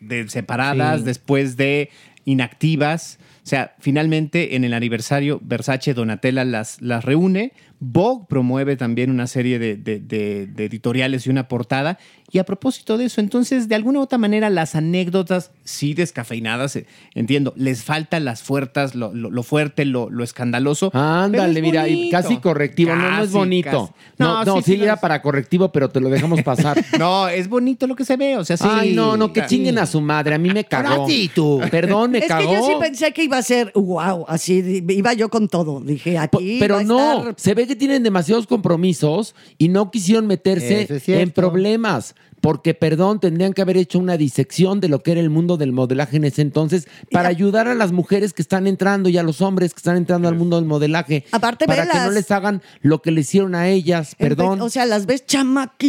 [SPEAKER 4] de separadas,
[SPEAKER 3] Sí.
[SPEAKER 4] después de inactivas. O sea, finalmente en el aniversario Versace Donatella las, las reúne. Vogue promueve también una serie de, de- de- de editoriales y una portada. Y a propósito de eso, entonces, de alguna u otra manera, las anécdotas, sí descafeinadas, eh, entiendo, les faltan las fuertes, lo, lo- lo fuerte, lo, lo escandaloso.
[SPEAKER 3] Ándale,
[SPEAKER 4] pero es
[SPEAKER 3] mira, y
[SPEAKER 4] bonito.
[SPEAKER 3] casi correctivo, no, no es
[SPEAKER 4] Casi,
[SPEAKER 3] bonito.
[SPEAKER 4] casi.
[SPEAKER 3] No, no, sí,
[SPEAKER 4] lo
[SPEAKER 3] era
[SPEAKER 4] es.
[SPEAKER 3] para correctivo, pero te lo dejamos pasar.
[SPEAKER 4] [LAUGHS] No, es bonito lo que se ve, o sea, sí.
[SPEAKER 3] Ay, no, no, que
[SPEAKER 4] Sí.
[SPEAKER 3] chinguen a su madre, a mí me cagó.
[SPEAKER 5] Ahora sí, tú.
[SPEAKER 3] [LAUGHS] Perdón, me
[SPEAKER 6] es
[SPEAKER 3] cagó.
[SPEAKER 6] que yo sí pensé que iba a ser wow, así di- iba yo con todo. Dije,
[SPEAKER 3] Po-
[SPEAKER 6] aquí. va
[SPEAKER 3] Pero
[SPEAKER 6] a
[SPEAKER 3] no,
[SPEAKER 6] estar-
[SPEAKER 3] se ve que tienen demasiados compromisos y no quisieron meterse
[SPEAKER 5] Eso es cierto.
[SPEAKER 3] en problemas. Porque, perdón, tendrían que haber hecho una disección de lo que era el mundo del modelaje en ese entonces para ayudar a las mujeres que están entrando y a los hombres que están entrando al mundo del modelaje.
[SPEAKER 6] Aparte,
[SPEAKER 3] para que
[SPEAKER 6] velas.
[SPEAKER 3] no les hagan lo que le hicieron a ellas, perdón.
[SPEAKER 6] Empe- O sea, las ves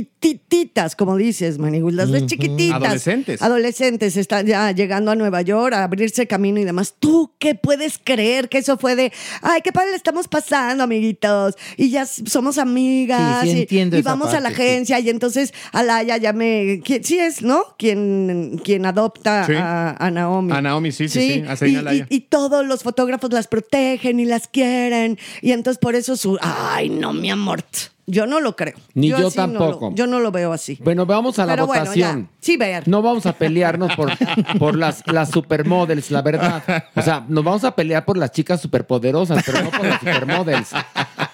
[SPEAKER 6] chamaquititas, como dices, Manigul, las ves chiquititas.
[SPEAKER 4] Adolescentes.
[SPEAKER 6] Adolescentes están ya llegando a Nueva York a abrirse camino y demás. ¿Tú qué puedes creer que eso fue de, ay, qué padre le estamos pasando, amiguitos? Y ya s- somos amigas.
[SPEAKER 5] Sí, sí
[SPEAKER 6] y-
[SPEAKER 5] entiendo
[SPEAKER 6] y
[SPEAKER 5] esa
[SPEAKER 6] vamos a la
[SPEAKER 5] parte, sí.
[SPEAKER 6] agencia y entonces Alaya ya me... qui- Sí es, ¿no? Quien, quien adopta
[SPEAKER 4] Sí.
[SPEAKER 6] a, a Naomi.
[SPEAKER 4] A Naomi, sí, sí, sí, a
[SPEAKER 6] Y,
[SPEAKER 4] Serena Alaya.
[SPEAKER 6] y- y todos los fotógrafos las protegen y las quieren. Y entonces por eso su. Ay, no, mi amor. Yo no lo creo.
[SPEAKER 3] Ni yo
[SPEAKER 6] así no lo-
[SPEAKER 3] tampoco.
[SPEAKER 6] yo no lo veo así.
[SPEAKER 3] Bueno, vamos a la
[SPEAKER 6] Pero bueno,
[SPEAKER 3] votación.
[SPEAKER 6] ya. Sí, ver.
[SPEAKER 3] No vamos a pelearnos por, por las, las supermodels, la verdad. O sea, nos vamos a pelear por las chicas superpoderosas, pero no por las supermodels.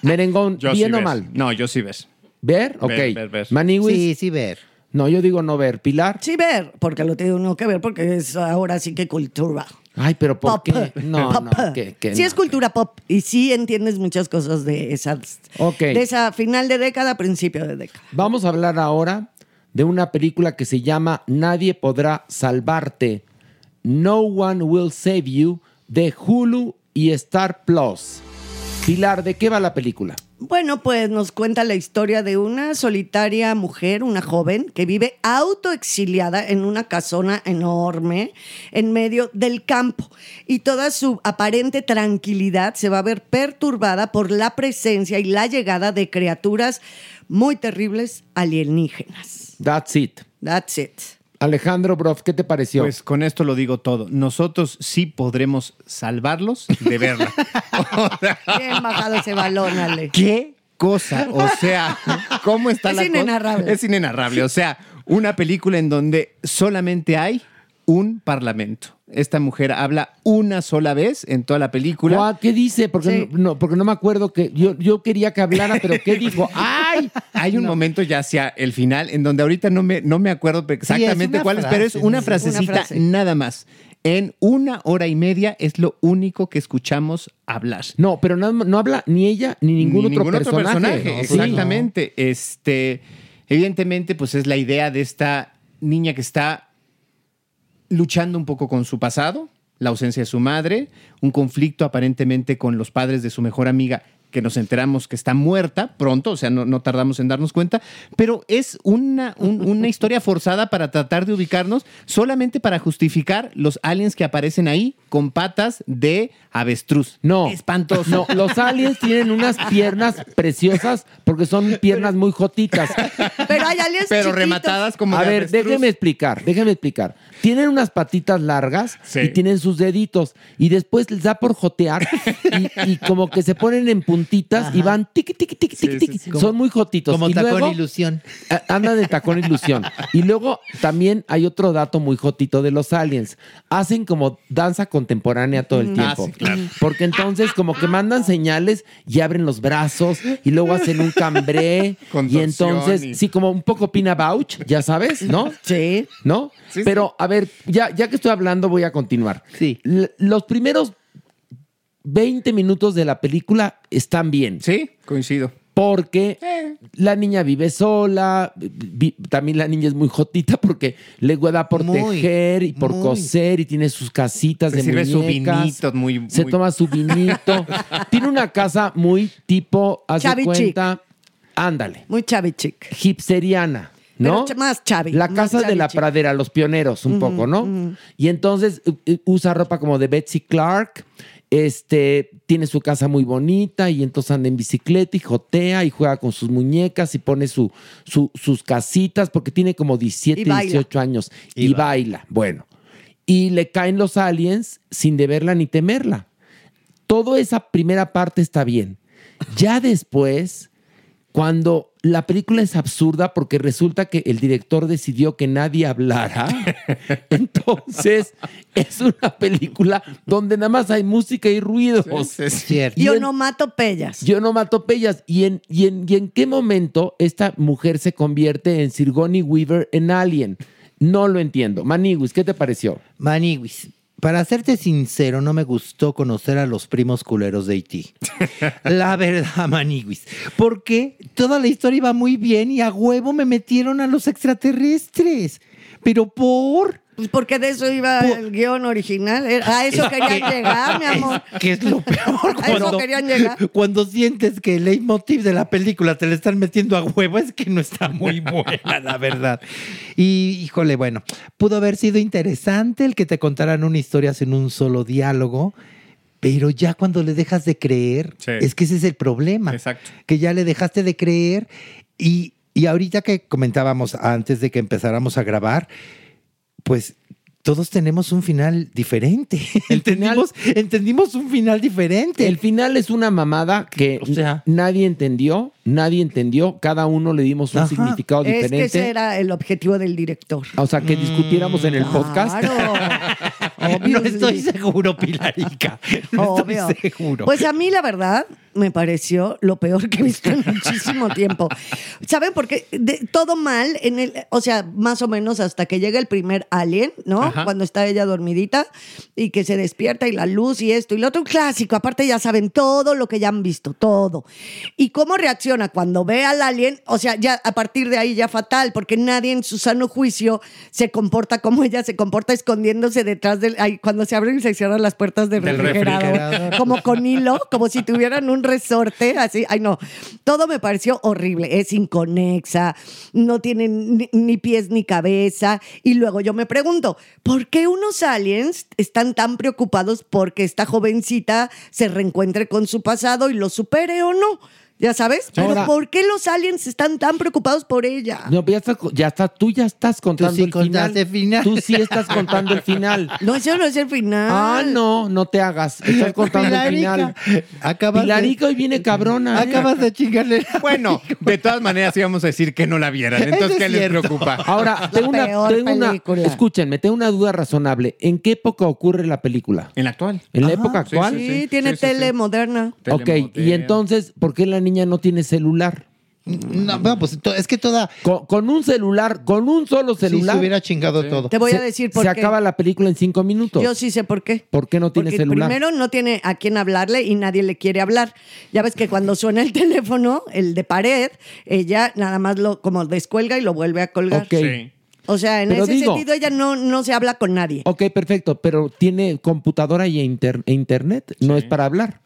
[SPEAKER 3] Merengón,
[SPEAKER 4] [LAUGHS] Yo sí
[SPEAKER 3] bien o
[SPEAKER 4] ves.
[SPEAKER 3] mal.
[SPEAKER 4] No, yo sí ves.
[SPEAKER 3] ¿Ver? Ok.
[SPEAKER 4] ver, ver.
[SPEAKER 3] Maniwis.
[SPEAKER 5] Sí, sí, ver.
[SPEAKER 3] No, yo digo no ver. ¿Pilar?
[SPEAKER 6] Sí, ver, porque lo tiene uno que ver, porque es ahora sí que cultura.
[SPEAKER 3] Ay, pero ¿por
[SPEAKER 6] Pop.
[SPEAKER 3] qué? No,
[SPEAKER 6] Pop.
[SPEAKER 3] no, que, que
[SPEAKER 6] sí
[SPEAKER 3] no.
[SPEAKER 6] es cultura pop y sí entiendes muchas cosas de esas
[SPEAKER 3] Ok.
[SPEAKER 6] de esa final de década, principio de década.
[SPEAKER 3] Vamos a hablar ahora de una película que se llama Nadie podrá salvarte. No One Will Save You de Hulu y Star Plus. Pilar, ¿de qué va la película?
[SPEAKER 6] Bueno, pues nos cuenta la historia de una solitaria mujer, una joven, que vive autoexiliada en una casona enorme en medio del campo. Y toda su aparente tranquilidad se va a ver perturbada por la presencia y la llegada de criaturas muy terribles alienígenas.
[SPEAKER 3] That's it.
[SPEAKER 6] That's it.
[SPEAKER 3] Alejandro Brof, ¿qué te pareció?
[SPEAKER 4] Pues con esto lo digo todo. Nosotros sí podremos salvarlos
[SPEAKER 6] [LAUGHS]
[SPEAKER 4] de verla.
[SPEAKER 6] Bien bajado ese balón, Ale.
[SPEAKER 4] ¿Qué cosa? O sea, ¿cómo está
[SPEAKER 6] Es
[SPEAKER 4] la cosa?
[SPEAKER 6] inenarrable.
[SPEAKER 4] Es inenarrable. O sea, una película en donde solamente hay un parlamento. Esta mujer habla una sola vez en toda la película.
[SPEAKER 3] Guau, ¿Qué dice? Porque,
[SPEAKER 6] Sí.
[SPEAKER 3] no, no, porque no me acuerdo que yo, yo quería que hablara, pero ¿qué
[SPEAKER 4] [LAUGHS]
[SPEAKER 3] dijo? ¡Ay!
[SPEAKER 4] Hay un momento ya hacia el final en donde ahorita no me, no me acuerdo exactamente
[SPEAKER 5] una
[SPEAKER 4] cuál es, pero es
[SPEAKER 5] frase,
[SPEAKER 4] una
[SPEAKER 5] sí.
[SPEAKER 4] frasecita
[SPEAKER 6] Una frase.
[SPEAKER 4] nada más. En una hora y media es lo único que escuchamos hablar.
[SPEAKER 3] No, pero no, no habla ni ella ni ningún
[SPEAKER 4] Ni
[SPEAKER 3] otro personaje. No, sí.
[SPEAKER 4] Exactamente. Este, evidentemente, pues es la idea de esta niña que está luchando un poco con su pasado, la ausencia de su madre, un conflicto aparentemente con los padres de su mejor amiga que nos enteramos que está muerta pronto, o sea, no, no tardamos en darnos cuenta, pero es una, un- una historia forzada para tratar de ubicarnos solamente para justificar los aliens que aparecen ahí con patas de avestruz.
[SPEAKER 3] No.
[SPEAKER 4] Espantoso.
[SPEAKER 3] No, los aliens tienen unas piernas preciosas porque son piernas muy jotitas.
[SPEAKER 6] Pero hay aliens
[SPEAKER 4] Pero
[SPEAKER 6] chiquitos.
[SPEAKER 4] rematadas como
[SPEAKER 3] A
[SPEAKER 4] de
[SPEAKER 3] ver,
[SPEAKER 4] avestruz.
[SPEAKER 3] déjeme explicar, déjeme explicar. Tienen unas patitas largas
[SPEAKER 4] Sí.
[SPEAKER 3] y tienen sus deditos y después les da por jotear y, y como que se ponen en puntitas y van tiqui, tiqui, tiqui, tiqui, tiqui. Son muy jotitos.
[SPEAKER 5] Como
[SPEAKER 3] y
[SPEAKER 5] tacón
[SPEAKER 3] luego-
[SPEAKER 5] ilusión.
[SPEAKER 3] Ah, Andan de tacón ilusión. Y luego también hay otro dato muy jotito de los aliens. Hacen como danza contemporánea todo el
[SPEAKER 4] Ah,
[SPEAKER 3] tiempo.
[SPEAKER 4] sí, claro.
[SPEAKER 3] Porque entonces como que mandan señales y abren los brazos y luego hacen un
[SPEAKER 4] [LAUGHS]
[SPEAKER 3] cambré. y
[SPEAKER 4] Contorsión
[SPEAKER 3] entonces,
[SPEAKER 4] y-
[SPEAKER 3] sí, como un poco Pina Bauch, ya sabes, ¿no?
[SPEAKER 6] Sí.
[SPEAKER 3] ¿No?
[SPEAKER 4] Sí,
[SPEAKER 3] Pero, a ver, ya, ya que estoy hablando, voy a continuar.
[SPEAKER 5] Sí.
[SPEAKER 3] L- los primeros 20 minutos de la película están bien.
[SPEAKER 4] Sí, coincido. Eh.
[SPEAKER 3] Porque la niña vive sola, vi- también la niña es muy jotita porque le da por
[SPEAKER 5] Muy,
[SPEAKER 3] tejer y por
[SPEAKER 5] muy.
[SPEAKER 3] coser y tiene sus casitas
[SPEAKER 4] Se
[SPEAKER 3] de
[SPEAKER 4] sirve su
[SPEAKER 3] muñecas.
[SPEAKER 4] vinito muy-
[SPEAKER 3] Se
[SPEAKER 4] muy-
[SPEAKER 3] toma su
[SPEAKER 4] [LAUGHS]
[SPEAKER 3] vinito. tiene una casa muy tipo, haz de
[SPEAKER 6] Chavi chic.
[SPEAKER 3] cuenta, ándale,
[SPEAKER 6] Muy chavi chic.
[SPEAKER 3] hipseriana, ¿no?
[SPEAKER 6] Pero ch- más chavi,
[SPEAKER 3] La
[SPEAKER 6] más
[SPEAKER 3] casa de
[SPEAKER 6] chavi
[SPEAKER 3] la
[SPEAKER 6] chic.
[SPEAKER 3] pradera, los pioneros, un poco, ¿no? Y entonces u- u- usa ropa como de Betsy Clark. Este tiene su casa muy bonita y entonces anda en bicicleta y jotea y juega con sus muñecas y pone su, su- sus casitas porque tiene como 17,
[SPEAKER 6] Y baila.
[SPEAKER 3] 18 años y,
[SPEAKER 5] Y ba-
[SPEAKER 3] baila. Bueno, y le caen los aliens sin deberla ni temerla. Toda esa primera parte está bien. Ya después, cuando la película es absurda porque resulta que el director decidió que nadie hablara, entonces es una película donde nada más hay música y ruidos.
[SPEAKER 5] Cierto.
[SPEAKER 6] Y
[SPEAKER 3] en-
[SPEAKER 6] onomatopeyas.
[SPEAKER 3] Yo no mato pellas. ¿Y en, y, en, ¿Y en qué momento esta mujer se convierte en Sirgoni Weaver en Alien? No lo entiendo. Maniguis, ¿qué te pareció?
[SPEAKER 5] Maniwis, para serte sincero, no me gustó conocer a los primos culeros de Haití.
[SPEAKER 6] [LAUGHS]
[SPEAKER 5] la verdad, Maniwis. Porque toda la historia iba muy bien y a huevo me metieron a los extraterrestres. Pero por...
[SPEAKER 6] Pues porque de eso iba el guión original. Era- A eso
[SPEAKER 5] [LAUGHS]
[SPEAKER 6] querían llegar, mi amor.
[SPEAKER 5] Que es lo peor
[SPEAKER 6] A eso
[SPEAKER 5] cuando,
[SPEAKER 6] querían llegar.
[SPEAKER 5] cuando sientes que el leitmotiv de la película te le están metiendo a huevo, es que no está muy buena, la verdad. Y híjole, bueno, pudo haber sido interesante el que te contaran una historia sin un solo diálogo, pero ya cuando le dejas de creer,
[SPEAKER 4] Sí.
[SPEAKER 5] es que ese es el problema.
[SPEAKER 4] Exacto.
[SPEAKER 5] Que ya le dejaste de creer y, y ahorita que comentábamos antes de que empezáramos a grabar, pues todos tenemos un final diferente. [LAUGHS]
[SPEAKER 3] El
[SPEAKER 5] entendimos, entendimos un final diferente.
[SPEAKER 3] El final es una mamada que
[SPEAKER 5] O sea-
[SPEAKER 3] nadie entendió, nadie entendió, cada uno le dimos un
[SPEAKER 5] Ajá.
[SPEAKER 3] significado
[SPEAKER 6] Es que
[SPEAKER 3] diferente.
[SPEAKER 6] ese era el objetivo del director.
[SPEAKER 3] O sea, que discutiéramos en el
[SPEAKER 5] Mm,
[SPEAKER 3] podcast. [LAUGHS]
[SPEAKER 6] Claro.
[SPEAKER 5] no
[SPEAKER 6] Obviously.
[SPEAKER 5] estoy seguro, Pilarica. No
[SPEAKER 6] Obvio.
[SPEAKER 5] estoy seguro.
[SPEAKER 6] Pues a mí, la verdad, me pareció lo peor que he visto en muchísimo tiempo. ¿Saben por qué? De- todo mal, en el, o sea, más o menos hasta que llega el primer alien, ¿no?
[SPEAKER 4] Ajá.
[SPEAKER 6] Cuando está ella dormidita y que se despierta y la luz y esto y lo otro. Un clásico, aparte ya saben todo lo que ya han visto, todo. ¿Y cómo reacciona cuando ve al alien? O sea, ya a partir de ahí ya fatal, porque nadie en su sano juicio se comporta como ella se comporta escondiéndose detrás del... ahí, cuando se abren y se cierran las puertas del,
[SPEAKER 4] Del
[SPEAKER 6] refrigerador.
[SPEAKER 5] refrigerador.
[SPEAKER 6] Como con hilo, como si tuvieran un resorte, así. Ay, no. Todo me pareció horrible. Es inconexa, no tienen ni, ni pies ni cabeza. Y luego yo me pregunto, ¿por qué unos aliens están tan preocupados porque esta jovencita se reencuentre con su pasado y lo supere o no? Ya sabes, pero
[SPEAKER 3] Ahora-
[SPEAKER 6] ¿por qué los aliens están tan preocupados por ella?
[SPEAKER 3] No, pero ya está, ya está, tú ya estás contando
[SPEAKER 5] sí
[SPEAKER 3] el
[SPEAKER 5] contaste
[SPEAKER 3] final.
[SPEAKER 5] final.
[SPEAKER 3] Tú sí estás contando el
[SPEAKER 5] [LAUGHS]
[SPEAKER 3] final.
[SPEAKER 6] No, eso no es el final.
[SPEAKER 3] Ah, no, no te hagas. Estás contando el
[SPEAKER 5] Pilarica,
[SPEAKER 3] final.
[SPEAKER 5] acabas de,
[SPEAKER 3] Pilarica hoy viene cabrona. ¿eh?
[SPEAKER 5] acabas de chingarle. la-
[SPEAKER 4] Bueno, de todas maneras íbamos a decir que no la vieran. Entonces,
[SPEAKER 5] es
[SPEAKER 4] ¿qué les
[SPEAKER 5] cierto.
[SPEAKER 4] preocupa?
[SPEAKER 3] [LAUGHS] Ahora, tengo una,
[SPEAKER 6] peor
[SPEAKER 3] tengo una-
[SPEAKER 6] película.
[SPEAKER 3] Escúchenme, tengo una duda razonable. ¿en qué época ocurre la película?
[SPEAKER 4] En la actual.
[SPEAKER 3] ¿En la
[SPEAKER 5] Ajá,
[SPEAKER 3] época
[SPEAKER 4] Ah, sí,
[SPEAKER 3] actual?
[SPEAKER 6] Sí,
[SPEAKER 4] Sí,
[SPEAKER 6] tiene
[SPEAKER 4] sí, sí,
[SPEAKER 6] tele
[SPEAKER 4] sí.
[SPEAKER 6] moderna.
[SPEAKER 3] Ok, y
[SPEAKER 4] Telemoderno.
[SPEAKER 3] entonces, ¿por qué la niña no tiene celular?
[SPEAKER 5] No, bueno, pues to- es que toda.
[SPEAKER 3] Con, con un celular, con un solo
[SPEAKER 5] Si
[SPEAKER 3] celular,
[SPEAKER 5] se hubiera chingado todo.
[SPEAKER 6] Te voy a
[SPEAKER 3] se-
[SPEAKER 6] decir por
[SPEAKER 3] se
[SPEAKER 6] qué.
[SPEAKER 3] acaba la película en cinco minutos.
[SPEAKER 6] Yo sí sé por qué.
[SPEAKER 3] ¿Por qué no tiene
[SPEAKER 6] Porque
[SPEAKER 3] celular?
[SPEAKER 6] Primero no tiene a quién hablarle y nadie le quiere hablar. Ya ves que cuando suena el [LAUGHS] teléfono, el de pared, ella nada más lo como descuelga y lo vuelve a colgar.
[SPEAKER 3] Ok.
[SPEAKER 4] Sí.
[SPEAKER 6] O sea, en
[SPEAKER 3] Pero
[SPEAKER 6] ese
[SPEAKER 3] digo-
[SPEAKER 6] sentido ella no, no se habla con nadie.
[SPEAKER 3] Ok, perfecto, pero tiene computadora y inter- e internet, no es para hablar.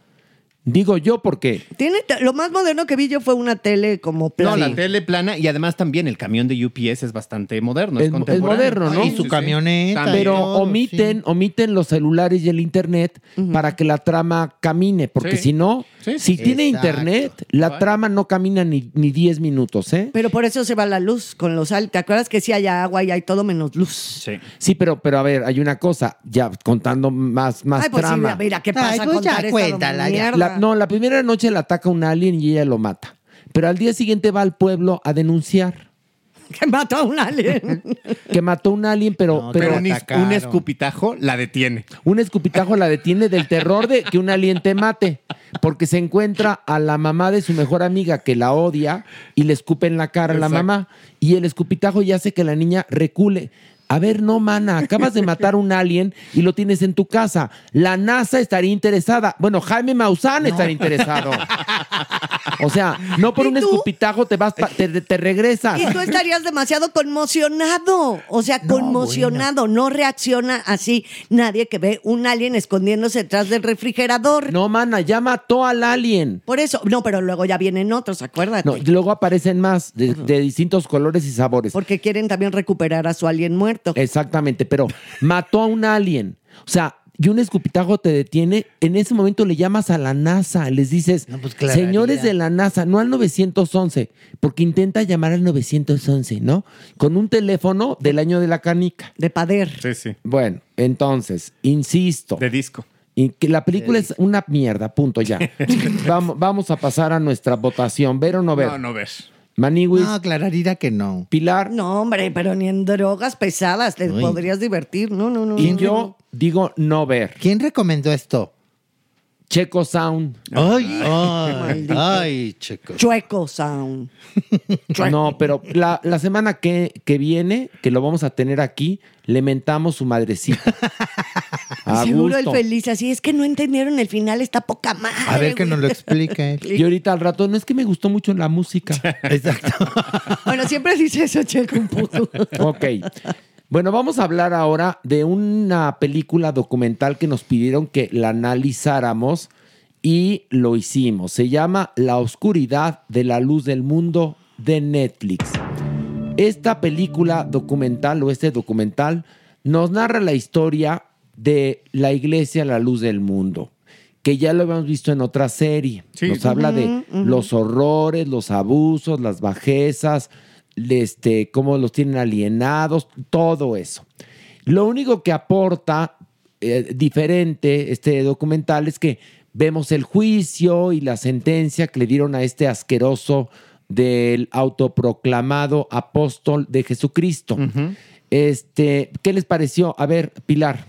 [SPEAKER 3] Digo yo porque
[SPEAKER 6] Tiene te- lo más moderno que vi yo fue una tele como
[SPEAKER 4] No, la
[SPEAKER 6] plana.
[SPEAKER 4] tele plana y además también el camión de UPS es bastante moderno, es,
[SPEAKER 3] Es- es
[SPEAKER 4] contemporáneo.
[SPEAKER 3] moderno, ¿no?
[SPEAKER 4] Sí,
[SPEAKER 3] Y
[SPEAKER 5] su
[SPEAKER 4] sí, sí.
[SPEAKER 5] camioneta,
[SPEAKER 4] También.
[SPEAKER 3] pero
[SPEAKER 5] todo,
[SPEAKER 3] omiten,
[SPEAKER 5] sí.
[SPEAKER 3] omiten los celulares y el internet para que la trama camine, porque
[SPEAKER 4] Sí.
[SPEAKER 3] si no,
[SPEAKER 4] Sí,
[SPEAKER 3] si
[SPEAKER 4] sí.
[SPEAKER 3] tiene
[SPEAKER 5] Exacto.
[SPEAKER 3] internet, la trama no camina ni ni 10 minutos, ¿eh?
[SPEAKER 6] Pero por eso se va la luz con los al. ¿Te acuerdas que sí hay agua y hay todo menos luz?
[SPEAKER 4] Sí.
[SPEAKER 3] Sí, pero, pero a ver, hay una cosa, ya contando más, más
[SPEAKER 6] Ay, pues sí,
[SPEAKER 3] trama.
[SPEAKER 6] mira, mira, ¿qué
[SPEAKER 5] Ay,
[SPEAKER 6] pasa
[SPEAKER 5] pues ya
[SPEAKER 6] contar esta
[SPEAKER 5] cuéntala, ya.
[SPEAKER 6] mierda?
[SPEAKER 3] La- no, la primera noche la ataca un alien y ella lo mata. Pero al día siguiente va al pueblo a denunciar
[SPEAKER 6] [LAUGHS] Que mató a un alien.
[SPEAKER 3] que mató un alien, pero,
[SPEAKER 5] No,
[SPEAKER 3] pero
[SPEAKER 4] Pero un, is-
[SPEAKER 5] atacaron.
[SPEAKER 4] un escupitajo la detiene.
[SPEAKER 3] un escupitajo la detiene del terror de que un alien te mate. Porque se encuentra a la mamá de su mejor amiga que la odia y le escupe en la cara a la
[SPEAKER 4] Exacto.
[SPEAKER 3] mamá. Y el escupitajo ya hace que la niña recule. A ver, no, mana, acabas de matar un alien y lo tienes en tu
[SPEAKER 6] [LAUGHS]
[SPEAKER 3] casa. La NASA estaría interesada. Bueno, Jaime Maussan estaría interesado. O sea, no por
[SPEAKER 6] ¿Y
[SPEAKER 3] un
[SPEAKER 6] tú?
[SPEAKER 3] escupitajo te vas, pa- te, te regresas.
[SPEAKER 6] [LAUGHS] Y tú estarías demasiado conmocionado. O sea, conmocionado. No reacciona así nadie que ve un alien escondiéndose detrás del refrigerador.
[SPEAKER 3] No, mana, ya mató al alien.
[SPEAKER 6] Por eso, no, pero luego ya vienen otros, acuérdate.
[SPEAKER 3] No, y luego aparecen más de, de distintos colores y sabores.
[SPEAKER 6] Porque quieren también recuperar a su alien muerto.
[SPEAKER 3] Exactamente, pero mató a un alien. O sea, y un escupitajo te detiene. En ese momento le llamas a la NASA, les dices,
[SPEAKER 5] No, pues, clararía.
[SPEAKER 3] señores de la NASA, no al 911, porque intenta llamar al 911, ¿no? Con un teléfono del año de la canica.
[SPEAKER 6] De pader.
[SPEAKER 4] Sí, sí.
[SPEAKER 3] Bueno, entonces, insisto.
[SPEAKER 4] De disco.
[SPEAKER 3] Y que la película es una mierda, punto
[SPEAKER 5] [LAUGHS]
[SPEAKER 3] ya. vamos, vamos a pasar a nuestra votación, ver o no ver.
[SPEAKER 4] No, no ves.
[SPEAKER 3] Maniwis,
[SPEAKER 5] No, Clararira que no.
[SPEAKER 3] Pilar
[SPEAKER 6] No, hombre, pero ni en drogas pesadas te
[SPEAKER 5] Uy.
[SPEAKER 6] podrías divertir. No, no, no.
[SPEAKER 3] y
[SPEAKER 6] no,
[SPEAKER 3] yo digo no ver.
[SPEAKER 5] ¿Quién recomendó esto?
[SPEAKER 3] Checo Sound.
[SPEAKER 5] Ay, ay, ay,
[SPEAKER 6] no.
[SPEAKER 5] chicos.
[SPEAKER 6] Chueco sound.
[SPEAKER 3] No, pero la, la semana que, que viene, que lo vamos a tener aquí, le mentamos su
[SPEAKER 6] [LAUGHS]
[SPEAKER 3] madrecita. A
[SPEAKER 6] Seguro
[SPEAKER 3] gusto.
[SPEAKER 6] el feliz así. Es que no entendieron el final, está poca madre.
[SPEAKER 5] A ver que
[SPEAKER 6] güey.
[SPEAKER 5] nos lo explique.
[SPEAKER 3] Y ahorita al rato, no es que me gustó mucho la música.
[SPEAKER 5] [LAUGHS] Exacto.
[SPEAKER 6] Bueno, siempre dice eso, Checo, un puto.
[SPEAKER 3] [LAUGHS] Ok. Bueno, vamos a hablar ahora de una película documental que nos pidieron que la analizáramos y lo hicimos. Se llama La oscuridad de la luz del mundo de Netflix. Esta película documental o este documental nos narra la historia de la iglesia La Luz del Mundo, que ya lo habíamos visto en otra serie.
[SPEAKER 4] Sí.
[SPEAKER 3] Nos habla de los horrores, los abusos, las bajezas, este, cómo los tienen alienados, todo eso. Lo único que aporta eh, diferente este documental es que vemos el juicio y la sentencia que le dieron a este asqueroso del autoproclamado apóstol de Jesucristo. Este, ¿qué les pareció? A ver, Pilar.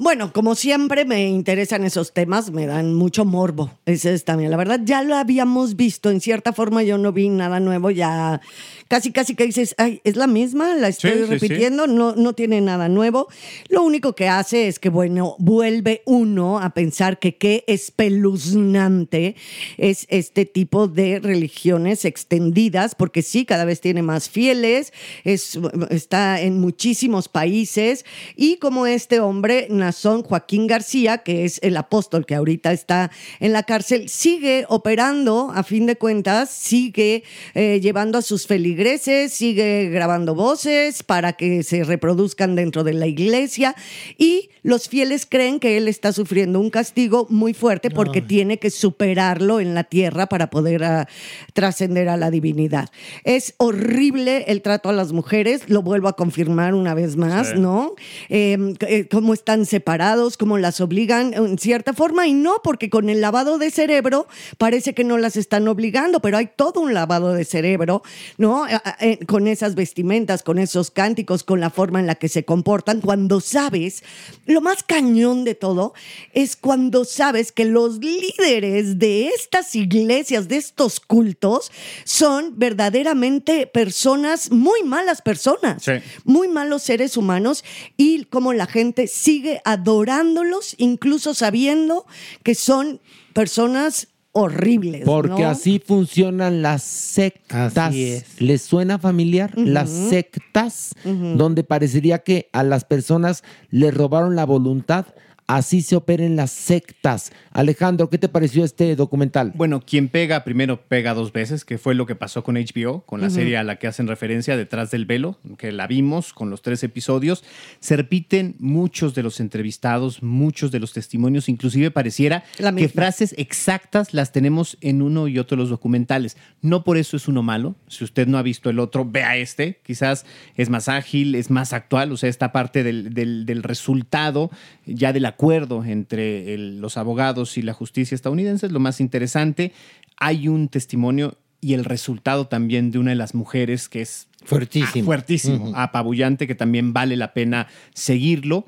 [SPEAKER 6] Bueno, como siempre me interesan esos temas, me dan mucho morbo. Ese es también, la verdad, ya lo habíamos visto. En cierta forma yo no vi nada nuevo, ya casi, casi que dices, ay, es la misma, la estoy
[SPEAKER 4] Sí, sí, sí.
[SPEAKER 6] repitiendo, No, no tiene nada nuevo. Lo único que hace es que, bueno, vuelve uno a pensar que qué espeluznante es este tipo de religiones extendidas, porque sí, cada vez tiene más fieles, es, está en muchísimos países, y como este hombre, Nazón Joaquín García, que es el apóstol que ahorita está en la cárcel, sigue operando, a fin de cuentas, sigue eh, llevando a sus feligreses, sigue grabando voces para que se reproduzcan dentro de la iglesia, y los fieles creen que él está sufriendo un castigo muy fuerte porque tiene que superarlo en la tierra para poder ah, trascender a la divinidad. Es horrible el trato a las mujeres, lo vuelvo a confirmar una vez más, ¿no? Eh, eh, cómo están separados, cómo las obligan en cierta forma y no, porque con el lavado de cerebro parece que no las están obligando, pero hay todo un lavado de cerebro, ¿no? Eh, eh, con esas vestimentas, con esos cánticos, con la forma en la que se comportan, cuando sabes, lo más cañón de todo es cuando sabes que los líderes de estas iglesias, de estos cultos, son verdaderamente personas, muy malas personas,
[SPEAKER 4] Sí.
[SPEAKER 6] muy malos seres humanos y como la gente sigue adorándolos, incluso sabiendo que son personas horribles.
[SPEAKER 3] Porque
[SPEAKER 6] ¿no?
[SPEAKER 3] así funcionan las sectas.
[SPEAKER 5] Así es.
[SPEAKER 3] ¿Les suena familiar? Las sectas, donde parecería que a las personas les robaron la voluntad. Así se operan las sectas. Alejandro, ¿qué te pareció este documental?
[SPEAKER 4] Bueno, quien pega primero pega dos veces, que fue lo que pasó con HBO, con la serie a la que hacen referencia, Detrás del Velo, que la vimos con los tres episodios. Se repiten muchos de los entrevistados, muchos de los testimonios, inclusive pareciera
[SPEAKER 6] La
[SPEAKER 4] que
[SPEAKER 6] misma.
[SPEAKER 4] frases exactas las tenemos en uno y otro de los documentales. No por eso es uno malo. Si usted no ha visto el otro, vea este. Quizás es más ágil, es más actual. O sea, esta parte del, del- del resultado, ya del acuerdo entre el- los abogados y la justicia estadounidense es lo más interesante. Hay un testimonio y el resultado también de una de las mujeres que es
[SPEAKER 5] Fuertísimo.
[SPEAKER 4] Ah, fuertísimo, apabullante, que también vale la pena seguirlo.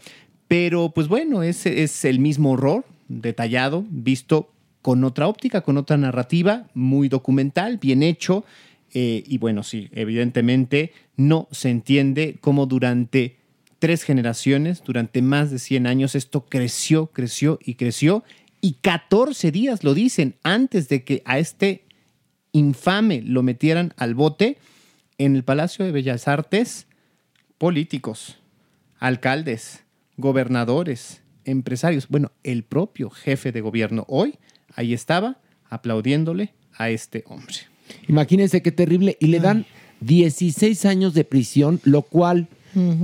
[SPEAKER 4] Pero pues bueno, es, es el mismo horror detallado, visto con otra óptica, con otra narrativa, muy documental, bien hecho. Eh, y bueno, sí, evidentemente no se entiende cómo durante tres generaciones, durante más de 100 años, esto creció, creció y creció y 14 días, lo dicen, antes de que a este infame lo metieran al bote en el Palacio de Bellas Artes, políticos, alcaldes, gobernadores, empresarios, bueno, el propio jefe de gobierno hoy ahí estaba aplaudiéndole a este hombre.
[SPEAKER 3] Imagínense qué terrible. Y le dan 16 años de prisión, lo cual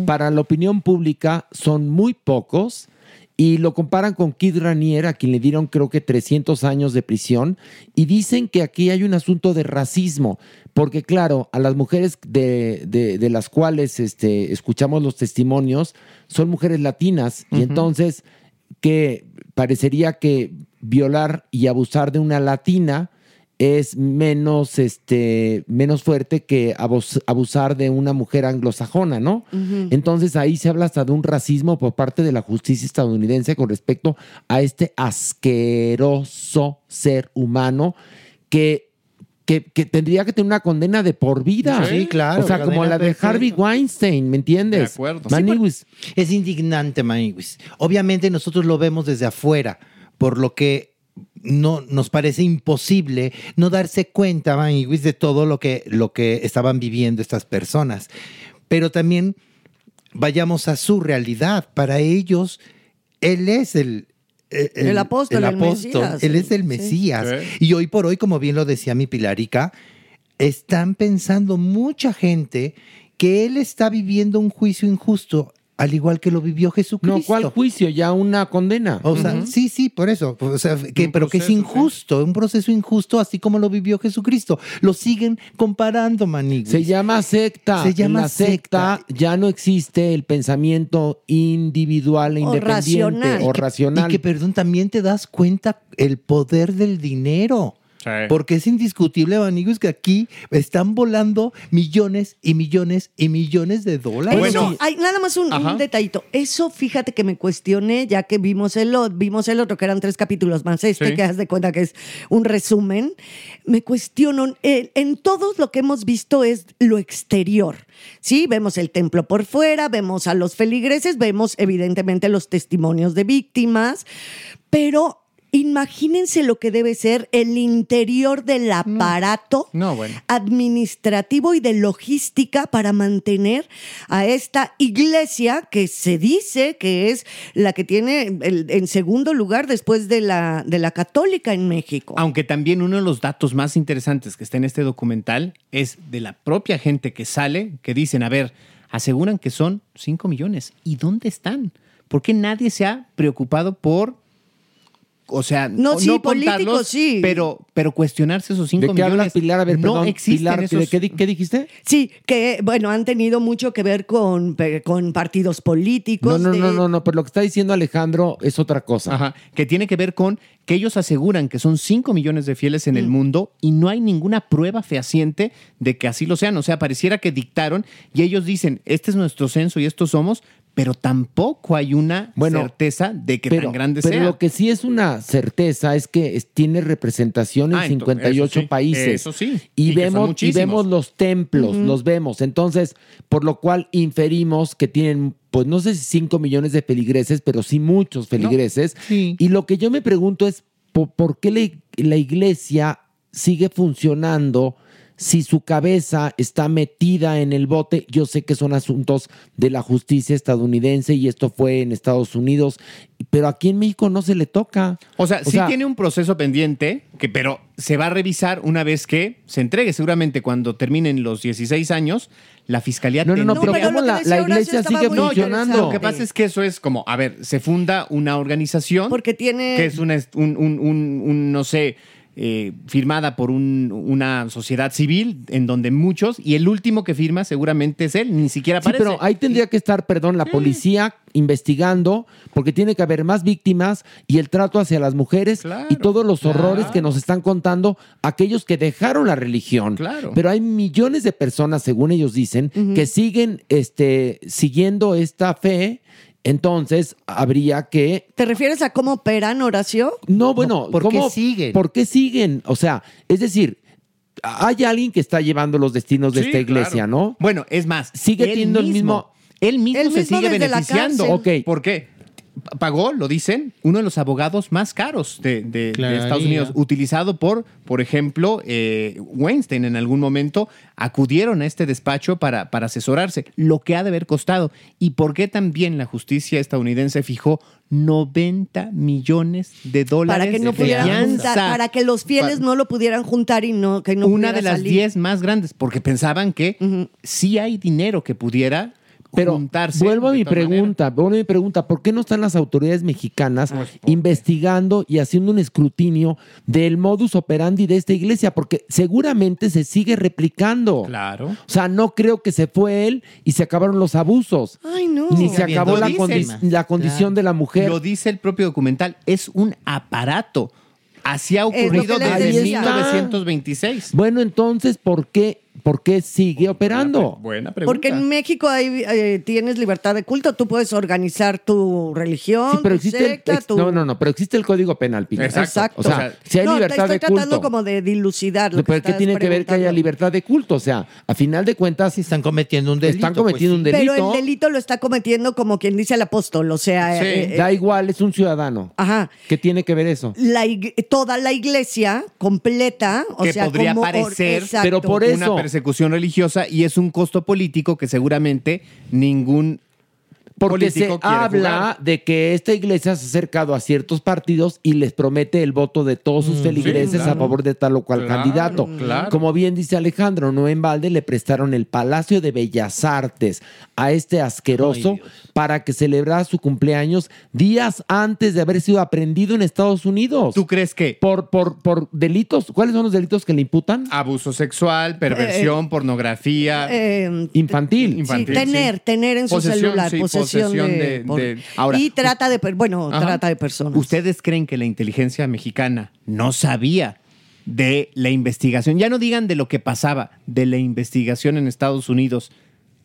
[SPEAKER 3] para la opinión pública son muy pocos. Y lo comparan con Kid Ranier, a quien le dieron creo que 300 años de prisión. Y dicen que aquí hay un asunto de racismo. Porque claro, a las mujeres de, de- de las cuales este, escuchamos los testimonios son mujeres latinas. Y entonces que parecería que violar y abusar de una latina es menos, este, menos fuerte que abus- abusar de una mujer anglosajona, ¿no?
[SPEAKER 7] Ujú.
[SPEAKER 3] Entonces ahí se habla hasta de un racismo por parte de la justicia estadounidense con respecto a este asqueroso ser humano que, que, que tendría que tener una condena de por vida.
[SPEAKER 5] Sí, claro,
[SPEAKER 3] O sea, como
[SPEAKER 5] cadena
[SPEAKER 3] la de
[SPEAKER 5] perpetua.
[SPEAKER 3] Harvey Weinstein, ¿me entiendes?
[SPEAKER 5] De acuerdo.
[SPEAKER 3] Maniwis.
[SPEAKER 5] Es indignante, Maniwis. Obviamente nosotros lo vemos desde afuera, por lo que no nos parece imposible no darse cuenta, Maniwis, de todo lo que, lo que estaban viviendo estas personas. Pero también vayamos a su realidad. Para ellos, él es el...
[SPEAKER 6] El apóstol, el
[SPEAKER 5] apóstol.
[SPEAKER 6] Mesías.
[SPEAKER 5] Él es el
[SPEAKER 6] Sí.
[SPEAKER 5] Mesías. Y hoy por hoy, como bien lo decía mi Pilarica, están pensando mucha gente que él está viviendo un juicio injusto, al igual que lo vivió Jesucristo. No, ¿cuál
[SPEAKER 3] juicio? Ya una condena.
[SPEAKER 5] O sea,
[SPEAKER 3] Ujú.
[SPEAKER 5] sí, sí, por eso. O sea, que-
[SPEAKER 3] Un
[SPEAKER 5] pero que es
[SPEAKER 3] proceso, sí.
[SPEAKER 5] injusto, un proceso injusto, así como lo vivió Jesucristo. Lo siguen comparando, Maniguis.
[SPEAKER 3] Se llama secta.
[SPEAKER 5] Se llama
[SPEAKER 3] En la secta. Ya no existe el pensamiento individual e
[SPEAKER 5] O
[SPEAKER 3] independiente
[SPEAKER 5] racional.
[SPEAKER 3] o
[SPEAKER 5] Y que-
[SPEAKER 3] racional.
[SPEAKER 5] y que, perdón, también te das cuenta el poder del dinero. Porque es indiscutible, Maniguis, que aquí están volando millones y millones y millones de dólares.
[SPEAKER 6] Eso, hay nada más un,
[SPEAKER 5] Ajá.
[SPEAKER 6] un detallito. Eso, fíjate que me cuestioné, ya que vimos el, o- vimos el otro, que eran tres capítulos más este,
[SPEAKER 8] Sí.
[SPEAKER 6] que haz de cuenta que es un resumen. Me cuestiono, eh, en todos lo que hemos visto es lo exterior, ¿sí? Vemos el templo por fuera, vemos a los feligreses, vemos evidentemente los testimonios de víctimas, pero... Imagínense lo que debe ser el interior del aparato
[SPEAKER 4] Mm. No, bueno.
[SPEAKER 6] administrativo y de logística para mantener a esta iglesia que se dice que es la que tiene el- en segundo lugar después de la, de la católica en México.
[SPEAKER 4] Aunque también uno de los datos más interesantes que está en este documental es de la propia gente que sale, que dicen, a ver, aseguran que son 5 millones. ¿Y dónde están? ¿Por qué nadie se ha preocupado por... O sea,
[SPEAKER 6] No,
[SPEAKER 4] o
[SPEAKER 6] sí,
[SPEAKER 4] contarlos,
[SPEAKER 6] políticos, sí.
[SPEAKER 4] Pero, pero cuestionarse esos 5
[SPEAKER 3] ¿De
[SPEAKER 4] millones.
[SPEAKER 3] qué hablas, Pilar? A ver,
[SPEAKER 4] no
[SPEAKER 3] perdón,
[SPEAKER 4] existen
[SPEAKER 3] Pilar, ¿de
[SPEAKER 4] esos-
[SPEAKER 3] qué di- qué dijiste?
[SPEAKER 6] Sí, que bueno, han tenido mucho que ver con, pe- con partidos políticos.
[SPEAKER 3] No, no,
[SPEAKER 6] de-
[SPEAKER 3] no, no, no, pero lo que está diciendo Alejandro es otra cosa.
[SPEAKER 4] Ajá, que tiene que ver con que ellos aseguran que son 5 millones de fieles en
[SPEAKER 3] Mm.
[SPEAKER 4] el mundo y no hay ninguna prueba fehaciente de que así lo sean. O sea, pareciera que dictaron y ellos dicen, este es nuestro censo y estos somos, pero tampoco hay una
[SPEAKER 3] Bueno,
[SPEAKER 4] certeza de que tan grande
[SPEAKER 3] pero
[SPEAKER 4] sea.
[SPEAKER 3] lo que sí es una certeza es que es- tiene representación en
[SPEAKER 4] Ah, ento-
[SPEAKER 3] 58
[SPEAKER 4] eso sí,
[SPEAKER 3] países.
[SPEAKER 4] eso sí,
[SPEAKER 3] Y,
[SPEAKER 4] y que son
[SPEAKER 3] vemos, y
[SPEAKER 4] muchísimos.
[SPEAKER 3] vemos los templos,
[SPEAKER 4] Ujú.
[SPEAKER 3] los vemos. Entonces, por lo cual inferimos que tienen, pues no sé si 5 millones de feligreses, pero sí muchos feligreses. Y lo que yo me pregunto es, ¿po- ¿por, qué la, ig- la iglesia sigue funcionando? Si su cabeza está metida en el bote, yo sé que son asuntos de la justicia estadounidense y esto fue en Estados Unidos, pero aquí en México no se le toca.
[SPEAKER 4] O sea,
[SPEAKER 3] O
[SPEAKER 4] sí
[SPEAKER 3] sea-
[SPEAKER 4] tiene un proceso pendiente, que, pero se va a revisar una vez que se entregue. Seguramente cuando terminen los 16 años, la fiscalía
[SPEAKER 3] No, no, no, pero No,
[SPEAKER 4] tendrá-
[SPEAKER 3] pero ¿cómo lo que la- decía la Horacio iglesia estaba sigue muy funcionando?
[SPEAKER 4] No, yo- Lo que
[SPEAKER 3] interesante.
[SPEAKER 4] pasa es que eso es como, a ver, se funda una organización.
[SPEAKER 6] Porque tiene.
[SPEAKER 4] Que es una, est- un, un- un- un, no sé. eh, firmada por un- una sociedad civil en donde muchos y el último que firma seguramente es él, ni siquiera
[SPEAKER 3] Sí,
[SPEAKER 4] aparece. Mm.
[SPEAKER 3] pero ahí tendría que estar, perdón, la policía investigando, porque tiene que haber más víctimas y el trato hacia las mujeres y todos los horrores que nos están contando aquellos que dejaron la religión.
[SPEAKER 4] Claro.
[SPEAKER 3] Pero hay millones de personas, según ellos dicen,
[SPEAKER 4] Ujú.
[SPEAKER 3] que siguen este, siguiendo esta fe. Entonces habría que
[SPEAKER 6] ¿Te refieres a cómo operan, Horacio?
[SPEAKER 3] no, bueno,
[SPEAKER 6] ¿por qué
[SPEAKER 3] ¿cómo-
[SPEAKER 6] siguen?
[SPEAKER 3] ¿Por qué siguen? O sea, es decir, hay alguien que está llevando los destinos de
[SPEAKER 4] Sí,
[SPEAKER 3] esta iglesia,
[SPEAKER 4] claro.
[SPEAKER 3] ¿no?
[SPEAKER 4] Bueno, es más,
[SPEAKER 3] sigue
[SPEAKER 4] él
[SPEAKER 3] teniendo el
[SPEAKER 4] mismo.
[SPEAKER 3] mismo.
[SPEAKER 4] Él mismo
[SPEAKER 3] Él
[SPEAKER 4] se
[SPEAKER 3] mismo
[SPEAKER 4] sigue
[SPEAKER 3] desde la
[SPEAKER 4] beneficiando.
[SPEAKER 3] cárcel.
[SPEAKER 4] ¿Por qué? pagó, lo dicen, uno de los abogados más caros de, de- de
[SPEAKER 5] Claro.
[SPEAKER 4] Estados Unidos, utilizado por, por ejemplo, eh, Weinstein en algún momento, acudieron a este despacho para, para asesorarse, lo que ha de haber costado y por qué también la justicia estadounidense fijó 90 millones de dólares
[SPEAKER 6] Para que no
[SPEAKER 4] de
[SPEAKER 6] pudieran
[SPEAKER 4] fianza.
[SPEAKER 6] juntar, para que los fieles
[SPEAKER 4] Pa-
[SPEAKER 6] no lo pudieran juntar y no que no
[SPEAKER 4] una
[SPEAKER 6] pudiera
[SPEAKER 4] de las
[SPEAKER 6] salir.
[SPEAKER 4] 10 más grandes, porque pensaban que sí hay dinero que pudiera
[SPEAKER 3] Pero
[SPEAKER 4] juntarse.
[SPEAKER 3] vuelvo a
[SPEAKER 4] de
[SPEAKER 3] mi
[SPEAKER 4] todas maneras.
[SPEAKER 3] pregunta, vuelvo a mi pregunta, ¿por qué no están las autoridades mexicanas
[SPEAKER 4] Ah,
[SPEAKER 3] investigando y haciendo un escrutinio del modus operandi de esta iglesia? Porque seguramente se sigue replicando.
[SPEAKER 4] Claro.
[SPEAKER 3] O sea, no creo que se fue él y se acabaron los abusos.
[SPEAKER 6] Ay, no.
[SPEAKER 3] Ni
[SPEAKER 4] Sigue
[SPEAKER 3] se
[SPEAKER 4] habiendo
[SPEAKER 3] acabó la,
[SPEAKER 4] víctimas.
[SPEAKER 3] condi- la condición
[SPEAKER 5] Claro.
[SPEAKER 3] de la mujer.
[SPEAKER 4] Lo dice el propio documental, es un aparato. Así ha
[SPEAKER 6] Es lo
[SPEAKER 4] ocurrido
[SPEAKER 6] que les
[SPEAKER 4] desde
[SPEAKER 3] decía.
[SPEAKER 4] 1926.
[SPEAKER 3] Bueno, entonces, ¿por qué, por qué sigue operando?
[SPEAKER 4] Buena pregunta.
[SPEAKER 6] Porque en México ahí eh, tienes libertad de culto, tú puedes organizar tu religión,
[SPEAKER 3] Sí, pero
[SPEAKER 6] tu
[SPEAKER 3] existe el-
[SPEAKER 6] secta,
[SPEAKER 3] ex-
[SPEAKER 6] tu
[SPEAKER 3] no, no, no, pero existe el código penal, Pina.
[SPEAKER 4] Exacto.
[SPEAKER 3] O sea, si hay
[SPEAKER 6] No, te
[SPEAKER 3] libertad
[SPEAKER 6] estoy
[SPEAKER 3] de
[SPEAKER 6] tratando
[SPEAKER 3] culto.
[SPEAKER 6] como de dilucidar. lo
[SPEAKER 3] No, ¿Pero qué
[SPEAKER 6] estás
[SPEAKER 3] tiene que ver que haya
[SPEAKER 6] preguntando.
[SPEAKER 3] libertad de culto? O sea, a final de cuentas,
[SPEAKER 5] Si están cometiendo un delito.
[SPEAKER 3] están cometiendo
[SPEAKER 5] pues,
[SPEAKER 3] un
[SPEAKER 6] Pero el
[SPEAKER 3] delito.
[SPEAKER 6] delito lo está cometiendo como quien dice el apóstol, o sea,
[SPEAKER 4] Sí.
[SPEAKER 6] eh, eh,
[SPEAKER 3] Da igual, es un ciudadano.
[SPEAKER 6] ajá.
[SPEAKER 3] ¿Qué tiene que ver eso?
[SPEAKER 6] La ig- toda la iglesia completa, o
[SPEAKER 4] Que
[SPEAKER 6] sea,
[SPEAKER 4] podría
[SPEAKER 6] como or-
[SPEAKER 4] parecer,
[SPEAKER 6] exacto.
[SPEAKER 3] pero por
[SPEAKER 4] una
[SPEAKER 3] eso.
[SPEAKER 4] persecución religiosa y es un costo político que seguramente ningún
[SPEAKER 3] Porque se
[SPEAKER 4] político quiere
[SPEAKER 3] habla
[SPEAKER 4] jugar.
[SPEAKER 3] de que esta iglesia se ha acercado a ciertos partidos y les promete el voto de todos sus feligreses
[SPEAKER 4] Mm, claro.
[SPEAKER 3] a favor de tal o cual
[SPEAKER 4] Claro,
[SPEAKER 3] candidato.
[SPEAKER 4] claro.
[SPEAKER 3] Como bien dice Alejandro, no en balde le prestaron el Palacio de Bellas Artes a este asqueroso
[SPEAKER 5] Ay, Dios.
[SPEAKER 3] para que celebrara su cumpleaños días antes de haber sido aprendido en Estados Unidos.
[SPEAKER 4] ¿Tú crees que
[SPEAKER 3] por, por, por delitos. ¿Cuáles son los delitos que le imputan? Eh,
[SPEAKER 4] abuso sexual, perversión, pornografía,
[SPEAKER 6] Eh,
[SPEAKER 3] Infantil.
[SPEAKER 6] Sí,
[SPEAKER 4] infantil,
[SPEAKER 6] tener,
[SPEAKER 4] sí.
[SPEAKER 6] tener en su
[SPEAKER 4] Posesión,
[SPEAKER 6] celular,
[SPEAKER 4] sí,
[SPEAKER 6] posesión,
[SPEAKER 4] posesión
[SPEAKER 6] de,
[SPEAKER 4] de-
[SPEAKER 6] por-
[SPEAKER 4] de- ahora,
[SPEAKER 6] y trata de, per- bueno,
[SPEAKER 4] Ajá.
[SPEAKER 6] trata de personas.
[SPEAKER 4] ¿Ustedes creen que la inteligencia mexicana no sabía de la investigación? Ya no digan de lo que pasaba, de la investigación en Estados Unidos.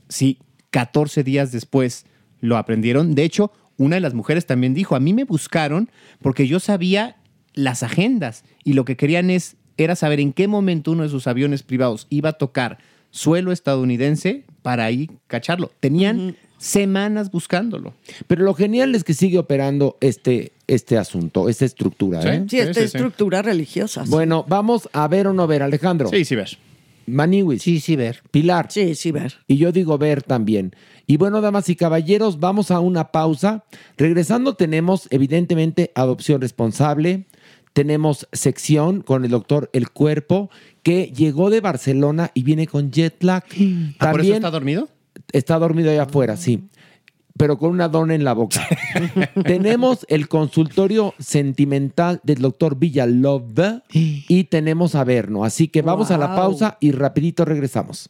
[SPEAKER 4] Sí, 14 días después lo aprendieron. De hecho, una de las mujeres también dijo, a mí me buscaron porque yo sabía las agendas y lo que querían es, era saber en qué momento uno de sus aviones privados iba a tocar suelo estadounidense para ahí cacharlo. Tenían semanas buscándolo.
[SPEAKER 3] Pero lo genial es que sigue operando este, este asunto, esta estructura.
[SPEAKER 4] Sí. este
[SPEAKER 3] ¿eh?
[SPEAKER 6] Sí, esta
[SPEAKER 4] sí, sí.
[SPEAKER 6] estructura religiosa. sí.
[SPEAKER 3] Bueno, vamos a ver o no ver, Alejandro.
[SPEAKER 4] sí, ves.
[SPEAKER 3] Maniwis.
[SPEAKER 5] Sí, sí, ver.
[SPEAKER 3] Pilar.
[SPEAKER 6] Sí, sí, ver.
[SPEAKER 3] Y yo digo ver también. Y bueno, damas y caballeros, vamos a una pausa. Regresando tenemos, evidentemente, adopción responsable. Tenemos sección con el doctor El Cuerpo, que llegó de Barcelona y viene con jet lag.
[SPEAKER 4] ¿Ah, ¿Por eso
[SPEAKER 3] También
[SPEAKER 4] está dormido?
[SPEAKER 3] está dormido allá
[SPEAKER 6] Ah.
[SPEAKER 3] afuera, sí. Pero con una dona en la
[SPEAKER 6] [LAUGHS]
[SPEAKER 3] boca. tenemos el consultorio sentimental del doctor Villalove y tenemos a Verno. Así que vamos a la
[SPEAKER 6] Wow.
[SPEAKER 3] pausa y rapidito regresamos.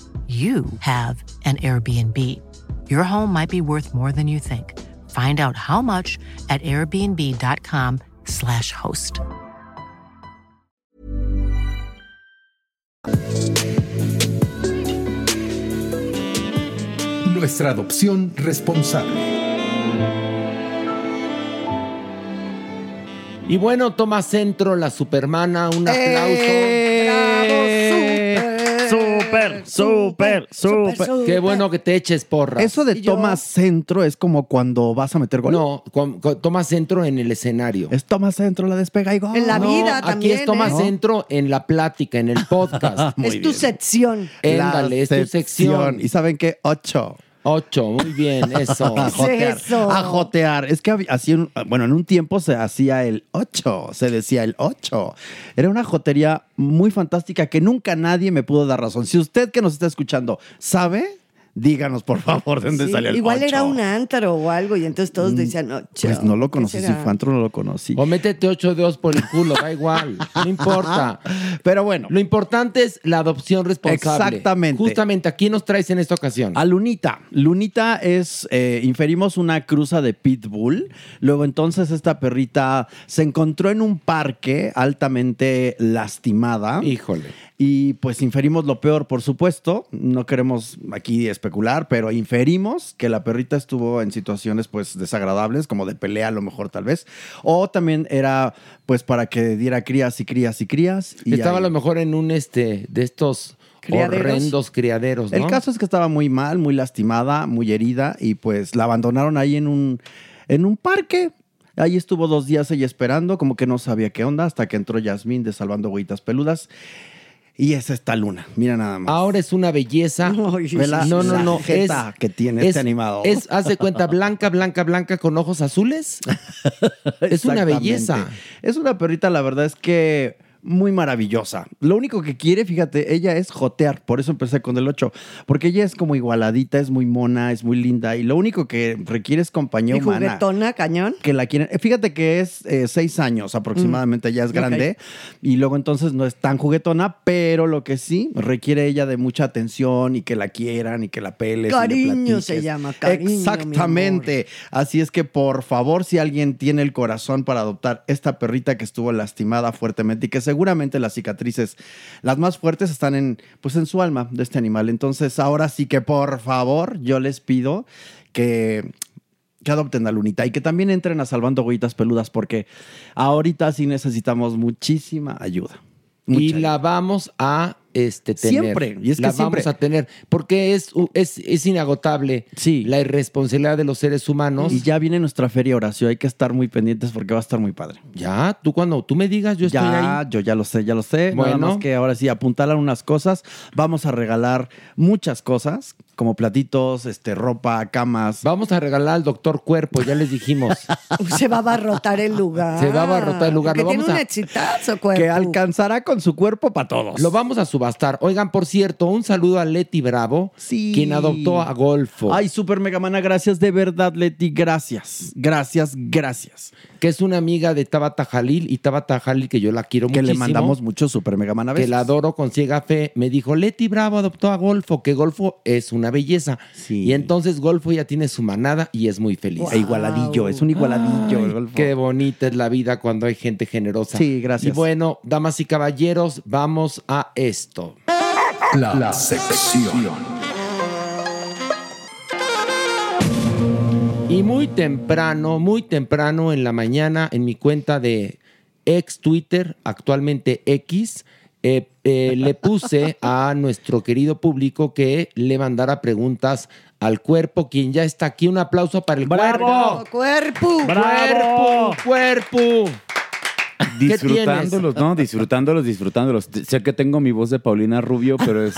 [SPEAKER 9] you have an Airbnb. Your home might be worth more than you think. Find out how much at airbnb.com/slash host.
[SPEAKER 2] nuestra adopción responsable.
[SPEAKER 3] Y bueno, toma centro la supermana, un aplauso.
[SPEAKER 6] Eh,
[SPEAKER 10] Súper, súper, súper.
[SPEAKER 3] Qué bueno que te eches porra.
[SPEAKER 10] Eso de toma centro es como cuando vas a meter gol.
[SPEAKER 3] No, con- con- toma centro en el escenario.
[SPEAKER 10] Es toma centro, la despega y gol.
[SPEAKER 6] En la
[SPEAKER 3] No,
[SPEAKER 6] vida
[SPEAKER 3] aquí
[SPEAKER 6] también.
[SPEAKER 3] es toma
[SPEAKER 6] ¿eh?
[SPEAKER 3] centro en la plática, en
[SPEAKER 6] [LAUGHS]
[SPEAKER 3] el podcast.
[SPEAKER 10] Muy
[SPEAKER 6] Es tu
[SPEAKER 10] bien.
[SPEAKER 6] sección.
[SPEAKER 3] Éndale, es tu sección.
[SPEAKER 10] ¿Y saben qué? Ocho.
[SPEAKER 3] Ocho,
[SPEAKER 10] [LAUGHS]
[SPEAKER 3] muy bien, eso.
[SPEAKER 10] A jotear.
[SPEAKER 6] eso?
[SPEAKER 10] A jotear. Es que había- así, en- bueno, en un tiempo se hacía el 8, se decía el 8. Era una jotería muy fantástica que nunca nadie me pudo dar razón. Si usted que nos está escuchando sabe, díganos por favor de dónde
[SPEAKER 6] Sí,
[SPEAKER 10] salió el
[SPEAKER 6] Igual era
[SPEAKER 10] ocho.
[SPEAKER 6] un antro o algo y entonces todos decían, no,
[SPEAKER 10] Pues no lo conocí, si
[SPEAKER 6] fan.
[SPEAKER 10] Fantro no lo conocí.
[SPEAKER 3] O métete ocho dedos por el culo, da igual, no importa.
[SPEAKER 10] [LAUGHS] Pero bueno,
[SPEAKER 3] Lo importante es la adopción responsable.
[SPEAKER 10] Exactamente.
[SPEAKER 3] Justamente aquí nos traes en esta ocasión.
[SPEAKER 10] A Lunita. Lunita es, eh, inferimos una cruza de Pitbull. Luego entonces esta perrita se encontró en un parque altamente lastimada.
[SPEAKER 3] Híjole.
[SPEAKER 10] Y pues inferimos lo peor, por supuesto. No queremos aquí especular, pero inferimos que la perrita estuvo en situaciones pues desagradables, como de pelea a lo mejor tal vez. O también era pues para que diera crías y crías y crías. Y
[SPEAKER 3] Estaba a
[SPEAKER 10] ahí-
[SPEAKER 3] lo mejor en un este de estos
[SPEAKER 6] Criaderos.
[SPEAKER 3] horrendos criaderos, ¿no?
[SPEAKER 10] El caso es que estaba muy mal, muy lastimada, muy herida y pues la abandonaron ahí en un, en un parque. Ahí estuvo dos días ella esperando, como que no sabía qué onda, hasta que entró Yasmín de Salvando Huellitas Peludas. Y es esta luna, mira nada más.
[SPEAKER 3] Ahora es
[SPEAKER 10] [LAUGHS]
[SPEAKER 3] una belleza.
[SPEAKER 6] Ay,
[SPEAKER 3] Ve la- no, no,
[SPEAKER 10] la
[SPEAKER 3] no.
[SPEAKER 10] jeta que tiene este animado.
[SPEAKER 3] Es, haz de
[SPEAKER 10] [LAUGHS]
[SPEAKER 3] cuenta, blanca, blanca, blanca con ojos azules. es una
[SPEAKER 10] Exactamente.
[SPEAKER 3] belleza.
[SPEAKER 10] Es una perrita, la verdad es que muy maravillosa. Lo único que quiere, fíjate, ella es jotear. Por eso empecé con el 8. Porque ella es como igualadita, es muy mona, es muy linda. Y lo único que requiere es compañía
[SPEAKER 6] Y
[SPEAKER 10] humana.
[SPEAKER 6] juguetona, cañón.
[SPEAKER 10] que la quieren. eh, Fíjate que es eh, seis años aproximadamente,
[SPEAKER 6] Mm.
[SPEAKER 10] ya es grande. Y luego entonces no es tan juguetona, pero lo que sí requiere ella de mucha atención y que la quieran y que la peles. y le
[SPEAKER 6] Cariño se
[SPEAKER 10] platiques.
[SPEAKER 3] [LAUGHS]
[SPEAKER 6] llama, cariño, mi
[SPEAKER 10] Exactamente. Así es que por favor, si alguien tiene el corazón para adoptar esta perrita que estuvo lastimada fuertemente y que seguramente las cicatrices, las más fuertes, están en, pues, en su alma de este animal. Entonces, ahora sí que por favor, yo les pido que que adopten a Lunita y que también entren a Salvando Huellitas Peludas porque ahorita sí necesitamos muchísima ayuda.
[SPEAKER 3] y
[SPEAKER 10] Mucha
[SPEAKER 3] la
[SPEAKER 10] ayuda.
[SPEAKER 3] vamos a este, tener.
[SPEAKER 10] Siempre, y es que
[SPEAKER 3] la
[SPEAKER 10] siempre.
[SPEAKER 3] vamos a tener. Porque es, es, es inagotable
[SPEAKER 10] Sí.
[SPEAKER 3] la irresponsabilidad de los seres humanos.
[SPEAKER 10] Y ya viene nuestra feria Horacio, hay que estar muy pendientes porque va a estar muy padre.
[SPEAKER 3] Ya, tú cuando tú me digas, yo estoy
[SPEAKER 10] ya,
[SPEAKER 3] ahí.
[SPEAKER 10] yo ya lo sé, ya lo sé. Nada
[SPEAKER 3] Bueno.
[SPEAKER 10] más que ahora sí apuntalan unas cosas. Vamos a regalar muchas cosas, como platitos, este, ropa, camas.
[SPEAKER 3] Vamos a regalar al doctor cuerpo, ya les dijimos.
[SPEAKER 6] Se va a abarrotar el lugar.
[SPEAKER 3] Se va a abarrotar el lugar,
[SPEAKER 6] Porque
[SPEAKER 3] lo
[SPEAKER 6] tiene
[SPEAKER 3] vamos
[SPEAKER 6] un
[SPEAKER 3] a-
[SPEAKER 6] exitazo, cuerpo.
[SPEAKER 10] que alcanzará con su cuerpo para todos.
[SPEAKER 3] Lo vamos a subastar. Oigan, por cierto, un saludo a Leti Bravo,
[SPEAKER 10] Sí.
[SPEAKER 3] quien adoptó a Golfo,
[SPEAKER 10] [LAUGHS] Ay, super megamana, gracias de verdad, Leti. Gracias, gracias, gracias.
[SPEAKER 3] que es una amiga de Tabata Jalil y Tabata Jalil, que yo la quiero
[SPEAKER 10] Que
[SPEAKER 3] muchísimo.
[SPEAKER 10] le mandamos mucho super megaman a
[SPEAKER 3] que
[SPEAKER 10] veces.
[SPEAKER 3] la adoro con ciega fe, me dijo, Leti Bravo adoptó a Golfo, que Golfo es una belleza.
[SPEAKER 10] Sí.
[SPEAKER 3] Y entonces Golfo ya tiene su manada y es muy feliz.
[SPEAKER 10] E igualadillo, es un igualadillo. el golfo.
[SPEAKER 3] Qué bonita es la vida cuando hay gente generosa.
[SPEAKER 10] Sí, gracias.
[SPEAKER 3] Y bueno, damas y caballeros, vamos a esto.
[SPEAKER 2] La, sección.
[SPEAKER 3] Y muy temprano, muy temprano en la mañana, en mi cuenta de ex Twitter, actualmente X, eh, eh,
[SPEAKER 10] [LAUGHS]
[SPEAKER 3] le puse a nuestro querido público que le mandara preguntas al cuerpo, quien ya está aquí. Un aplauso para el
[SPEAKER 10] ¡Bravo!
[SPEAKER 6] Cuerpo.
[SPEAKER 10] ¡Bravo!
[SPEAKER 3] cuerpo. Cuerpo.
[SPEAKER 11] Disfrutándolos, ¿no? Disfrutándolos, disfrutándolos. T- Sé que tengo mi voz de Paulina Rubio, pero es.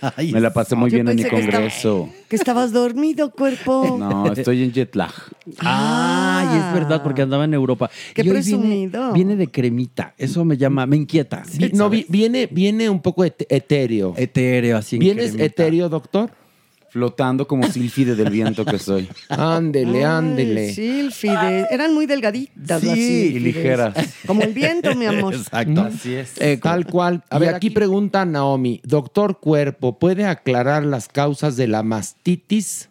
[SPEAKER 10] Ay,
[SPEAKER 11] Me la pasé muy
[SPEAKER 6] Yo
[SPEAKER 11] bien en mi
[SPEAKER 6] pensé que estaba-
[SPEAKER 11] congreso.
[SPEAKER 6] Que estabas dormido, cuerpo.
[SPEAKER 11] No,
[SPEAKER 3] [LAUGHS]
[SPEAKER 11] estoy en jet lag.
[SPEAKER 10] Ay, es verdad, porque andaba en Europa.
[SPEAKER 6] Qué
[SPEAKER 10] Y hoy viene-
[SPEAKER 6] presumido.
[SPEAKER 10] Viene, de cremita. Eso me llama, me inquieta.
[SPEAKER 3] Vi- no, vi- viene, viene un poco et- etéreo.
[SPEAKER 10] Etéreo, así. en
[SPEAKER 3] ¿Vienes
[SPEAKER 10] cremita.
[SPEAKER 3] etéreo, doctor?
[SPEAKER 11] Flotando como sílfide del viento que soy.
[SPEAKER 3] Ándele, ándele.
[SPEAKER 6] Sí, Fide. Eran muy delgaditas. las
[SPEAKER 11] Sí, y
[SPEAKER 6] sílfides.
[SPEAKER 11] ligeras.
[SPEAKER 6] Como el viento,
[SPEAKER 3] [LAUGHS]
[SPEAKER 6] mi amor.
[SPEAKER 10] Exacto.
[SPEAKER 11] Así es.
[SPEAKER 10] Eh,
[SPEAKER 3] Tal cual. A
[SPEAKER 10] Y
[SPEAKER 3] ver,
[SPEAKER 10] aquí-
[SPEAKER 3] aquí pregunta Naomi. Doctor Cuerpo, ¿puede aclarar las causas de la mastitis?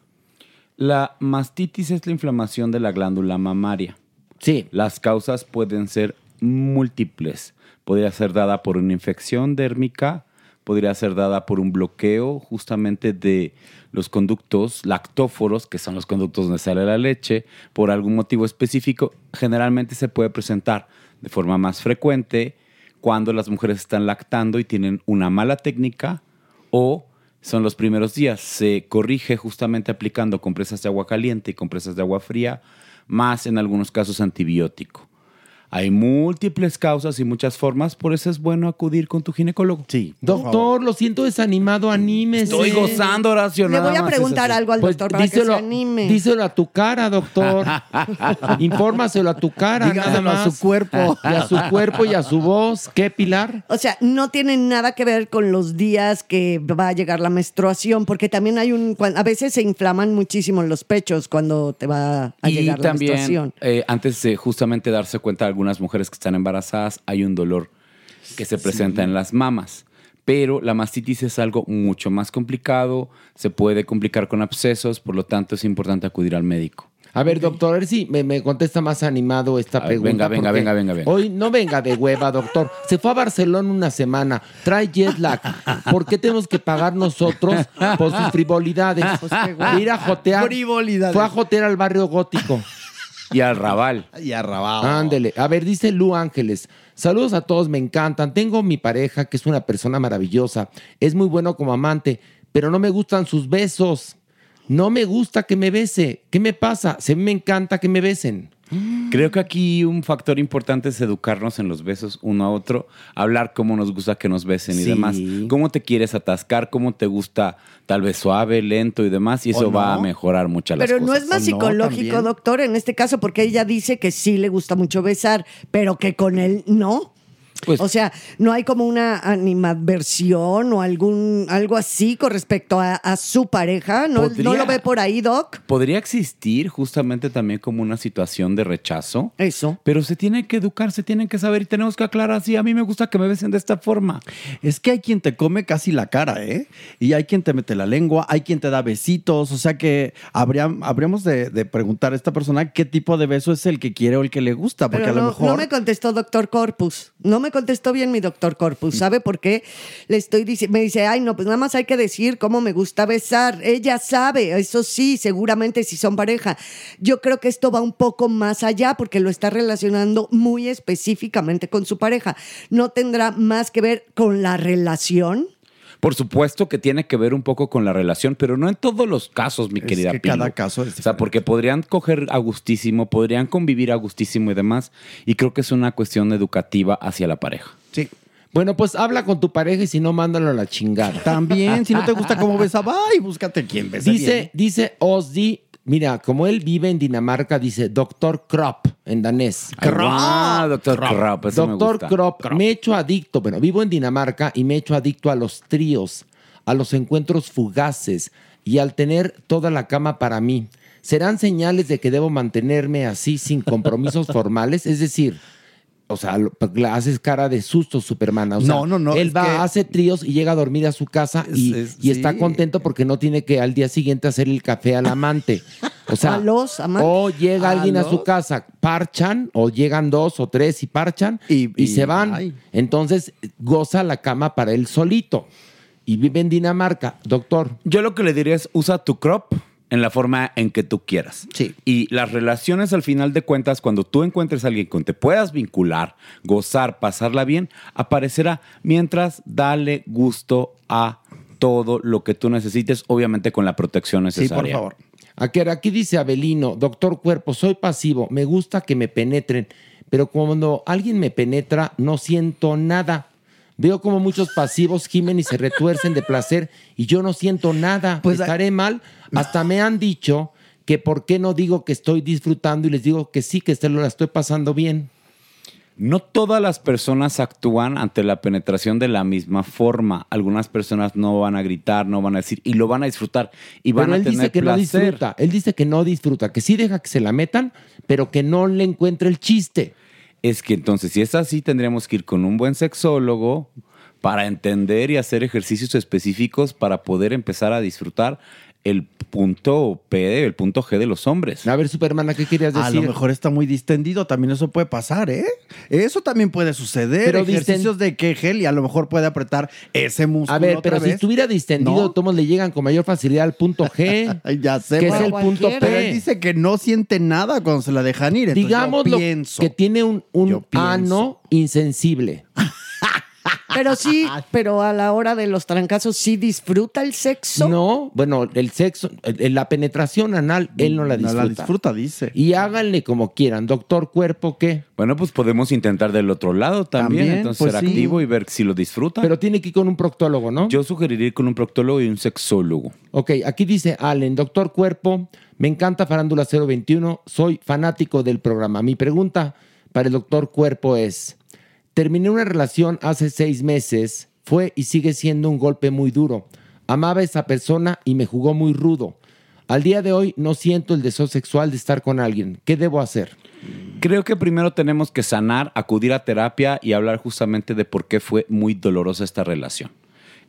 [SPEAKER 11] La mastitis es la inflamación de la glándula mamaria.
[SPEAKER 3] Sí.
[SPEAKER 11] Las causas pueden ser múltiples. Podría ser dada por una infección dérmica, podría ser dada por un bloqueo justamente de los conductos lactóforos, que son los conductos donde sale la leche, por algún motivo específico. Generalmente se puede presentar de forma más frecuente cuando las mujeres están lactando y tienen una mala técnica o son los primeros días. Se corrige justamente aplicando compresas de agua caliente y compresas de agua fría, más en algunos casos antibiótico. Hay múltiples causas y muchas formas, por eso es bueno acudir con tu ginecólogo. Sí.
[SPEAKER 3] Doctor, lo siento desanimado, anímese. Pues
[SPEAKER 11] Estoy gozando, Horacio.
[SPEAKER 6] Le
[SPEAKER 11] nada
[SPEAKER 6] voy a
[SPEAKER 11] más, es
[SPEAKER 6] preguntar
[SPEAKER 11] así.
[SPEAKER 6] algo al doctor para que se anime.
[SPEAKER 3] díselo a tu cara, doctor. Infórmaselo a tu cara.
[SPEAKER 6] Dígaselo
[SPEAKER 3] nada
[SPEAKER 6] a su
[SPEAKER 3] más.
[SPEAKER 6] cuerpo.
[SPEAKER 3] Y a su cuerpo y a su voz. ¿Qué pilar?
[SPEAKER 6] O sea, no tiene nada que ver con los días que va a llegar la menstruación, porque también hay un. cuan- A veces se inflaman muchísimo los pechos cuando te va a
[SPEAKER 11] y
[SPEAKER 6] llegar la menstruación.
[SPEAKER 11] también, eh, antes de justamente darse cuenta de algunas mujeres que están embarazadas, hay un dolor que se presenta en las mamas. Pero la mastitis es algo mucho más complicado, se puede complicar con abscesos, por lo tanto es importante acudir al médico.
[SPEAKER 3] A ver, doctor, a ver si me, me contesta más animado esta
[SPEAKER 11] ver,
[SPEAKER 3] pregunta.
[SPEAKER 11] venga, venga,
[SPEAKER 3] porque
[SPEAKER 11] venga, venga, venga.
[SPEAKER 3] Hoy no venga de hueva, doctor. Se fue a Barcelona una semana, trae jet lag. ¿Por qué tenemos que pagar nosotros por sus frivolidades?
[SPEAKER 11] Pues qué guay.
[SPEAKER 3] Ir a jotear.
[SPEAKER 11] Frivolidades.
[SPEAKER 3] Fue a jotear al barrio gótico.
[SPEAKER 11] Y al rabal.
[SPEAKER 10] Y arrabado.
[SPEAKER 3] Ándele. A ver, dice Lu Ángeles. Saludos a todos, me encantan. Tengo mi pareja, que es una persona maravillosa. Es muy bueno como amante, pero no me gustan sus besos. No me gusta que me bese. ¿Qué me pasa? Se me encanta que me besen.
[SPEAKER 11] Creo que aquí un factor importante es educarnos en los besos uno a otro, hablar cómo nos gusta que nos besen y
[SPEAKER 3] Sí.
[SPEAKER 11] demás, cómo te quieres atascar, cómo te gusta tal vez suave, lento y demás, y eso
[SPEAKER 6] ¿O
[SPEAKER 11] va a
[SPEAKER 6] no?
[SPEAKER 11] mejorar mucho las
[SPEAKER 6] Pero
[SPEAKER 11] cosas.
[SPEAKER 6] no es más psicológico, doctor, en este caso, porque ella dice que sí le gusta mucho besar, pero que con él no.
[SPEAKER 11] Pues
[SPEAKER 6] o sea, no hay como una animadversión o algún algo así con respecto a, a su pareja. ¿No,
[SPEAKER 11] Podría-
[SPEAKER 6] ¿No lo ve por ahí, Doc?
[SPEAKER 11] Podría existir justamente también como una situación de rechazo.
[SPEAKER 6] Eso.
[SPEAKER 11] Pero se tiene que educar, se tienen que saber y tenemos que aclarar, sí, a mí me gusta que me besen de esta forma.
[SPEAKER 10] Es que hay quien te come casi la cara, ¿eh? Y hay quien te mete la lengua, hay quien te da besitos, o sea que habría- habríamos de, de preguntar a esta persona qué tipo de beso es el que quiere o el que le gusta, porque
[SPEAKER 6] Pero
[SPEAKER 10] a lo
[SPEAKER 6] no,
[SPEAKER 10] mejor...
[SPEAKER 6] no me contestó doctor Corpus. No me contestó bien mi doctor Corpus.
[SPEAKER 10] Mm.
[SPEAKER 6] ¿Sabe por qué? Le estoy diciendo, me dice, ay, no, pues nada más hay que decir cómo me gusta besar. Ella sabe, eso sí, seguramente si son pareja. Yo creo que esto va un poco más allá porque lo está relacionando muy específicamente con su pareja. No tendrá más que ver con la relación.
[SPEAKER 11] Por supuesto que tiene que ver un poco con la relación, pero no en todos los casos, mi querida
[SPEAKER 10] que
[SPEAKER 11] Pilu.
[SPEAKER 10] cada caso es
[SPEAKER 11] O sea, porque podrían coger a gustísimo, podrían convivir a gustísimo y demás, y creo que es una cuestión educativa hacia la pareja.
[SPEAKER 10] Sí.
[SPEAKER 3] Bueno, pues habla con tu pareja y si no, mándalo a la chingada.
[SPEAKER 10] También, si no te gusta cómo
[SPEAKER 3] [LAUGHS]
[SPEAKER 10] besa, va y búscate quién besa
[SPEAKER 3] Dice, dice Ozzy, mira, como él vive en Dinamarca, dice Doctor Krop en danés.
[SPEAKER 11] Ah, doctor Krop, eso me
[SPEAKER 3] Doctor
[SPEAKER 11] gusta.
[SPEAKER 3] Krop, me he hecho adicto, bueno, vivo en Dinamarca y me he hecho adicto a los tríos, a los encuentros fugaces y al tener toda la cama para mí. ¿Serán señales de que debo mantenerme así sin compromisos [LAUGHS] formales? Es decir, o sea, lo- pues, la haces cara de susto, Superman. o sea,
[SPEAKER 10] No, no, no,
[SPEAKER 3] Él
[SPEAKER 10] es
[SPEAKER 3] va,
[SPEAKER 10] que-
[SPEAKER 3] hace tríos y llega a dormir a su casa y,
[SPEAKER 10] Es- es-
[SPEAKER 3] y está
[SPEAKER 10] sí.
[SPEAKER 3] contento porque no tiene que al día siguiente hacer el café al amante. O sea,
[SPEAKER 6] [LAUGHS] A los amantes.
[SPEAKER 3] o llega
[SPEAKER 6] A
[SPEAKER 3] alguien a su
[SPEAKER 6] los.
[SPEAKER 3] casa, parchan, o llegan dos o tres y parchan y,
[SPEAKER 10] y-
[SPEAKER 3] se van.
[SPEAKER 10] ay.
[SPEAKER 3] Entonces goza la cama para él solito. Y vive en Dinamarca, doctor.
[SPEAKER 11] Yo lo que le diría es usa tu crop en la forma en que tú quieras. Sí. Y las relaciones al final de cuentas, cuando tú encuentres a alguien con te puedas vincular, gozar, pasarla bien, aparecerá mientras dale gusto a todo lo que tú necesites, obviamente con la protección necesaria.
[SPEAKER 3] Aquí, aquí dice Abelino, doctor cuerpo, soy pasivo, me gusta que me penetren, pero cuando alguien me penetra no siento nada. Veo como muchos pasivos gimen y se retuercen de placer y yo no siento nada.
[SPEAKER 10] ah,
[SPEAKER 3] Pues estaré mal. Hasta me han dicho que por qué no digo que estoy disfrutando y les digo que sí, que se lo la estoy pasando bien.
[SPEAKER 11] No todas las personas actúan ante la penetración de la misma forma. Algunas personas no van a gritar, no van a decir y lo van a disfrutar y van
[SPEAKER 3] pero
[SPEAKER 11] a
[SPEAKER 3] él
[SPEAKER 11] tener
[SPEAKER 3] dice que no
[SPEAKER 11] placer.
[SPEAKER 3] disfruta. Él dice que no disfruta, que sí deja que se la metan, pero que no le encuentra el chiste.
[SPEAKER 11] Es que entonces, si es así, tendríamos que ir con un buen sexólogo para entender y hacer ejercicios específicos para poder empezar a disfrutar el punto P, de- el punto G de los hombres.
[SPEAKER 3] A ver, Superman, ¿a qué querías
[SPEAKER 10] A lo
[SPEAKER 11] decir?
[SPEAKER 10] mejor está muy distendido, también eso puede pasar, ¿eh? Eso también puede suceder.
[SPEAKER 3] Pero
[SPEAKER 10] ejercicios de Kegel y a lo mejor puede apretar ese músculo.
[SPEAKER 3] A ver,
[SPEAKER 10] Pues, otra
[SPEAKER 3] pero si
[SPEAKER 10] vez.
[SPEAKER 3] estuviera distendido,
[SPEAKER 10] No.
[SPEAKER 3] tomos le llegan con mayor facilidad al punto
[SPEAKER 10] [LAUGHS]
[SPEAKER 3] G.
[SPEAKER 10] ya sé,
[SPEAKER 3] que
[SPEAKER 10] pero-
[SPEAKER 3] es el punto P.
[SPEAKER 10] Pero él dice que no siente nada cuando se la dejan ir. Entonces
[SPEAKER 3] Digamos
[SPEAKER 10] yo
[SPEAKER 3] lo-
[SPEAKER 10] pienso.
[SPEAKER 3] que tiene un, un ano insensible.
[SPEAKER 10] [LAUGHS]
[SPEAKER 6] Pero sí, pero a la hora de los trancazos sí disfruta el sexo.
[SPEAKER 3] No, bueno, el sexo, el- la penetración anal, él no la
[SPEAKER 11] No
[SPEAKER 3] disfruta.
[SPEAKER 11] la disfruta,
[SPEAKER 10] dice.
[SPEAKER 3] Y háganle como quieran, doctor cuerpo, ¿qué?
[SPEAKER 11] Bueno, pues podemos intentar del otro lado también,
[SPEAKER 3] También,
[SPEAKER 11] entonces
[SPEAKER 3] pues
[SPEAKER 11] ser
[SPEAKER 3] sí.
[SPEAKER 11] activo y ver si lo disfruta.
[SPEAKER 3] Pero tiene que ir con un proctólogo, ¿no?
[SPEAKER 11] Yo sugeriría ir con un proctólogo y un sexólogo.
[SPEAKER 3] Ok, aquí dice Allen, doctor cuerpo, me encanta Farándula 021, soy fanático del programa. Mi pregunta para el doctor cuerpo es, terminé una relación hace seis meses, fue y sigue siendo un golpe muy duro. Amaba a esa persona y me jugó muy rudo. Al día de hoy no siento el deseo sexual de estar con alguien. ¿Qué debo hacer?
[SPEAKER 11] Creo que primero tenemos que sanar, acudir a terapia y hablar justamente de por qué fue muy dolorosa esta relación.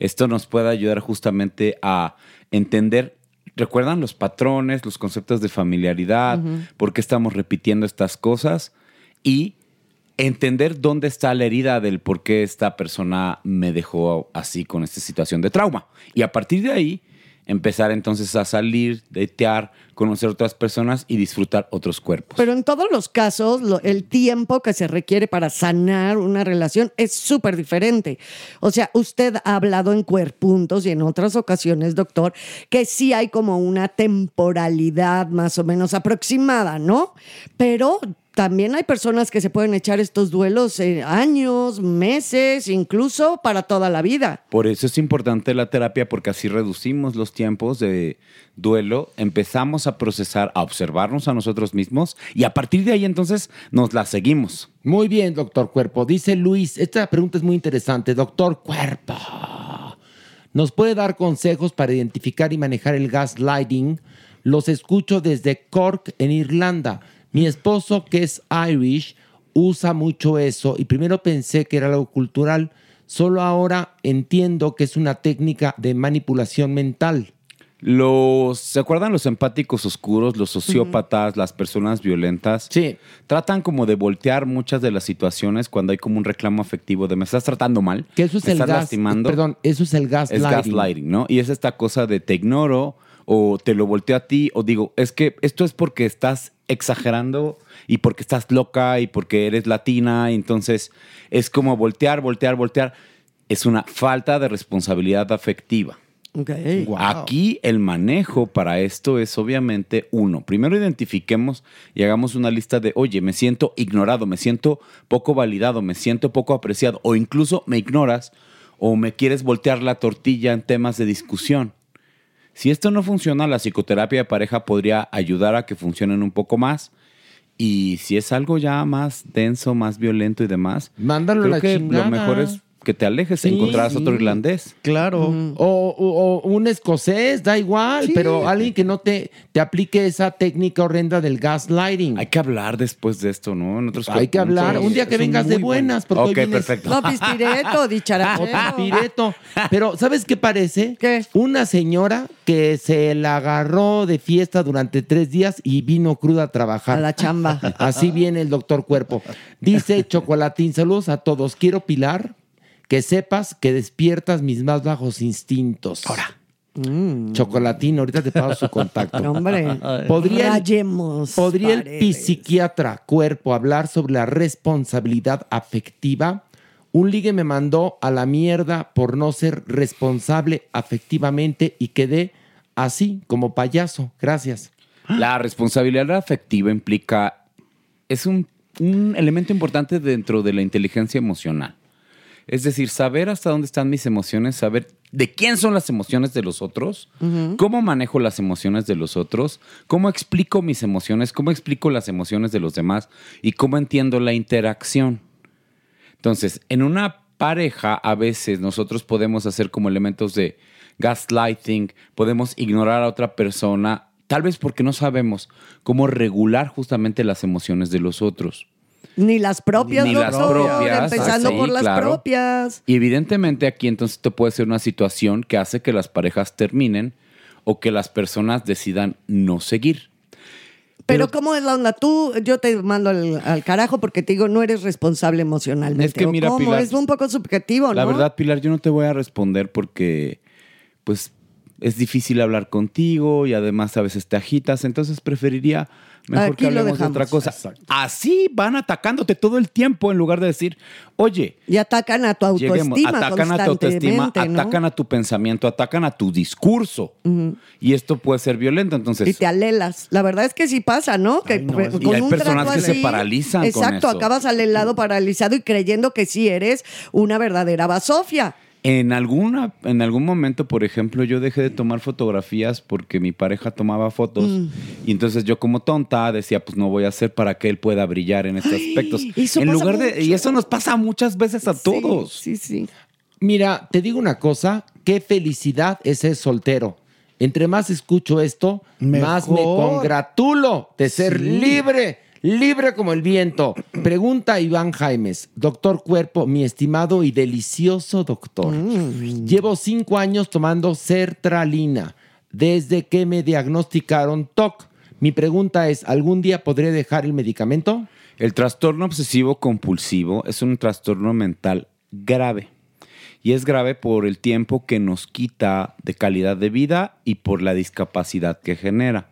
[SPEAKER 11] Esto nos puede ayudar justamente a entender, recuerdan los patrones, los conceptos de familiaridad,
[SPEAKER 12] Ujú.
[SPEAKER 11] por qué estamos repitiendo estas cosas y entender dónde está la herida del por qué esta persona me dejó así con esta situación de trauma. Y a partir de ahí, empezar entonces a salir, datear, conocer otras personas y disfrutar otros cuerpos.
[SPEAKER 6] Pero en todos los casos, lo- el tiempo que se requiere para sanar una relación es súper diferente. O sea, usted ha hablado en cuerpuntos y en otras ocasiones, doctor, que sí hay como una temporalidad más o menos aproximada, ¿no? Pero también hay personas que se pueden echar estos duelos en años, meses, incluso para toda la vida.
[SPEAKER 11] Por eso es importante la terapia, porque así reducimos los tiempos de duelo, empezamos a procesar, a observarnos a nosotros mismos y a partir de ahí entonces nos la seguimos.
[SPEAKER 3] Muy bien, doctor Cuerpo. Dice Luis, esta pregunta es muy interesante. Doctor Cuerpo, ¿nos puede dar consejos para identificar y manejar el gaslighting? Los escucho desde Cork, en Irlanda. Mi esposo, que es Irish, usa mucho eso y primero pensé que era algo cultural. Solo ahora entiendo que es una técnica de manipulación mental.
[SPEAKER 11] Los, ¿se acuerdan los empáticos oscuros, los sociópatas, las personas violentas?
[SPEAKER 3] Sí.
[SPEAKER 11] Tratan como de voltear muchas de las situaciones cuando hay como un reclamo afectivo de me estás tratando mal,
[SPEAKER 3] Que eso es
[SPEAKER 11] me
[SPEAKER 3] el
[SPEAKER 11] estás
[SPEAKER 3] gas.
[SPEAKER 11] lastimando.
[SPEAKER 3] Perdón, eso es el
[SPEAKER 11] Es
[SPEAKER 3] gaslighting.
[SPEAKER 11] gaslighting, ¿no? Y es esta cosa de te ignoro o te lo volteo a ti o digo, es que esto es porque estás exagerando y porque estás loca y porque eres latina, y entonces es como voltear, voltear, voltear. Es una falta de responsabilidad afectiva. Aquí el manejo para esto es obviamente uno. Primero identifiquemos y hagamos una lista de, oye, me siento ignorado, me siento poco validado, me siento poco apreciado, o incluso me ignoras o me quieres voltear la tortilla en temas de discusión. Si esto no funciona, la psicoterapia de pareja podría ayudar a que funcionen un poco más. Y si es algo ya más denso, más violento y demás,
[SPEAKER 3] mándalo
[SPEAKER 11] creo
[SPEAKER 3] la
[SPEAKER 11] que
[SPEAKER 3] chingada.
[SPEAKER 11] lo mejor es que te alejes,
[SPEAKER 3] Sí,
[SPEAKER 11] encontrarás otro
[SPEAKER 3] sí.
[SPEAKER 11] irlandés.
[SPEAKER 10] Claro.
[SPEAKER 3] O, o- o un escocés, da igual, pero alguien que no te, te aplique esa técnica horrenda del gaslighting.
[SPEAKER 11] Hay que hablar después de esto, ¿no? En otros
[SPEAKER 3] Hay que
[SPEAKER 11] cuerpos.
[SPEAKER 3] hablar. Un día que
[SPEAKER 11] Es
[SPEAKER 3] vengas de
[SPEAKER 11] muy buen-
[SPEAKER 3] buenas, porque hoy
[SPEAKER 11] Ok,
[SPEAKER 3] vienes-
[SPEAKER 11] perfecto.
[SPEAKER 6] No, pispireto,
[SPEAKER 11] [LAUGHS]
[SPEAKER 3] [LAUGHS] O
[SPEAKER 5] Ah,
[SPEAKER 6] dicharachero.
[SPEAKER 3] pireto. Pero, ¿sabes qué parece? Una señora que se la agarró de fiesta durante tres días y vino cruda a trabajar. A la
[SPEAKER 6] chamba.
[SPEAKER 3] Así viene el doctor cuerpo. Dice Chocolatín, saludos a todos. Quiero, Pilar, que sepas que despiertas mis más bajos instintos. Ahora. Mm. Chocolatín, ahorita te paso su contacto.
[SPEAKER 6] Mm. [LAUGHS] Hombre,
[SPEAKER 3] Podría el-
[SPEAKER 6] rayemos
[SPEAKER 3] ¿Podría el
[SPEAKER 6] paredes.
[SPEAKER 3] psiquiatra cuerpo hablar sobre la responsabilidad afectiva? Un ligue me mandó a la mierda por no ser responsable afectivamente y quedé así, como payaso. Gracias.
[SPEAKER 11] [GASPS] La responsabilidad afectiva implica. Es un, un elemento importante dentro de la inteligencia emocional. Es decir, saber hasta dónde están mis emociones, saber de quién son las emociones de los otros, cómo manejo las emociones de los otros, cómo explico mis emociones, cómo explico las emociones de los demás y cómo entiendo la interacción. Entonces, en una pareja a veces nosotros podemos hacer como elementos de gaslighting, podemos ignorar a otra persona, tal vez porque no sabemos cómo regular justamente las emociones de los otros.
[SPEAKER 6] Ni las propias,
[SPEAKER 11] Ni las
[SPEAKER 6] doctor,
[SPEAKER 11] propias,
[SPEAKER 6] empezando
[SPEAKER 11] ah, sí,
[SPEAKER 6] por las
[SPEAKER 11] claro.
[SPEAKER 6] propias.
[SPEAKER 11] Y evidentemente aquí entonces te puede ser una situación que hace que las parejas terminen o que las personas decidan no seguir.
[SPEAKER 6] Pero, ¿cómo es la onda? Tú, yo te mando al, al carajo porque te digo, no eres responsable emocionalmente.
[SPEAKER 11] Es que
[SPEAKER 6] ¿O
[SPEAKER 11] mira,
[SPEAKER 6] ¿cómo?
[SPEAKER 11] Pilar,
[SPEAKER 6] es un poco subjetivo, ¿no?
[SPEAKER 11] La verdad, Pilar, yo no te voy a responder porque, pues, es difícil hablar contigo y además a veces te agitas. Entonces preferiría mejor
[SPEAKER 6] Aquí
[SPEAKER 11] que
[SPEAKER 6] lo
[SPEAKER 11] hablemos de
[SPEAKER 6] dejamos.
[SPEAKER 11] otra cosa. Así van atacándote todo el tiempo en lugar de decir, oye,
[SPEAKER 6] Y atacan a tu autoestima
[SPEAKER 11] lleguemos, atacan a tu autoestima,
[SPEAKER 6] constantemente, ¿no?
[SPEAKER 11] atacan a tu pensamiento, atacan a tu discurso.
[SPEAKER 6] Ujú.
[SPEAKER 11] Y esto puede ser violento, entonces.
[SPEAKER 6] Y te alelas. La verdad es que sí pasa, ¿no? Que pre-
[SPEAKER 11] es- Y hay personas
[SPEAKER 6] trago
[SPEAKER 11] que se paralizan con
[SPEAKER 6] Exacto,
[SPEAKER 11] eso.
[SPEAKER 6] acabas alelado, paralizado y creyendo que sí eres una verdadera basofia.
[SPEAKER 11] En, alguna, en algún momento, por ejemplo, yo dejé de tomar fotografías porque mi pareja tomaba fotos
[SPEAKER 6] Mm.
[SPEAKER 11] y entonces yo como tonta decía, pues no voy a hacer para que él pueda brillar en estos aspectos.
[SPEAKER 3] eso
[SPEAKER 11] en
[SPEAKER 3] pasa
[SPEAKER 11] lugar de, y eso nos pasa muchas veces a todos.
[SPEAKER 6] Sí, sí.
[SPEAKER 3] Mira, te digo una cosa, qué felicidad es ser soltero. Entre más escucho esto, más me
[SPEAKER 11] Mejor.
[SPEAKER 3] congratulo de ser
[SPEAKER 11] Sí.
[SPEAKER 3] libre, libre como el viento. Pregunta Iván Jaimes, doctor cuerpo, mi estimado y delicioso doctor.
[SPEAKER 11] Mm.
[SPEAKER 3] Llevo cinco años tomando sertralina desde que me diagnosticaron TOC. Mi pregunta es, ¿algún día podré dejar el medicamento?
[SPEAKER 11] El trastorno obsesivo compulsivo es un trastorno mental grave. Y es grave por el tiempo que nos quita de calidad de vida y por la discapacidad que genera.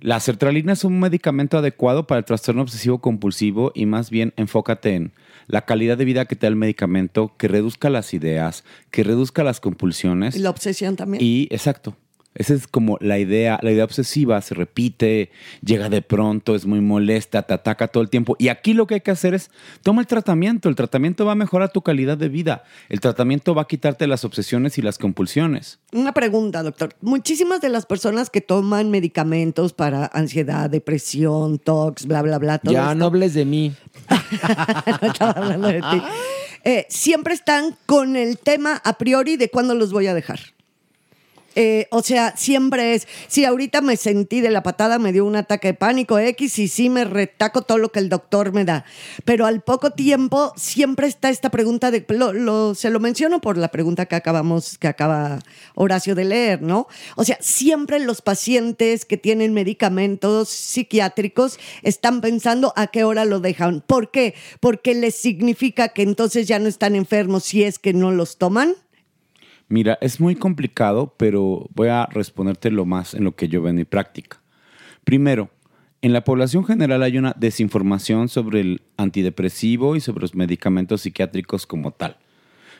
[SPEAKER 11] La sertralina es un medicamento adecuado para el trastorno obsesivo compulsivo y más bien enfócate en la calidad de vida que te da el medicamento, que reduzca las ideas, que reduzca las compulsiones.
[SPEAKER 6] Y la obsesión también.
[SPEAKER 11] Y exacto. Esa es como la idea, la idea obsesiva, se repite, llega de pronto, es muy molesta, te ataca todo el tiempo. Y aquí lo que hay que hacer es, toma el tratamiento, el tratamiento va a mejorar tu calidad de vida, el tratamiento va a quitarte las obsesiones y las compulsiones.
[SPEAKER 6] Una pregunta, doctor. Muchísimas de las personas que toman medicamentos para ansiedad, depresión, tox, bla, bla, bla, todo
[SPEAKER 3] ya
[SPEAKER 6] esto,
[SPEAKER 3] no hables de mí.
[SPEAKER 6] no estaba hablando de ti, eh, siempre están con el tema a priori de cuándo los voy a dejar. Eh, o sea, siempre es, si ahorita me sentí de la patada, me dio un ataque de pánico X y sí me retaco todo lo que el doctor me da. Pero al poco tiempo siempre está esta pregunta de, lo- lo- se lo menciono por la pregunta que acabamos, que acaba Horacio de leer, ¿no? O sea, siempre los pacientes que tienen medicamentos psiquiátricos están pensando a qué hora lo dejan. ¿Por qué? Porque les significa que entonces ya no están enfermos si es que no los toman.
[SPEAKER 11] Mira, es muy complicado, pero voy a responderte lo más en lo que yo veo en mi práctica. Primero, en la población general hay una desinformación sobre el antidepresivo y sobre los medicamentos psiquiátricos como tal.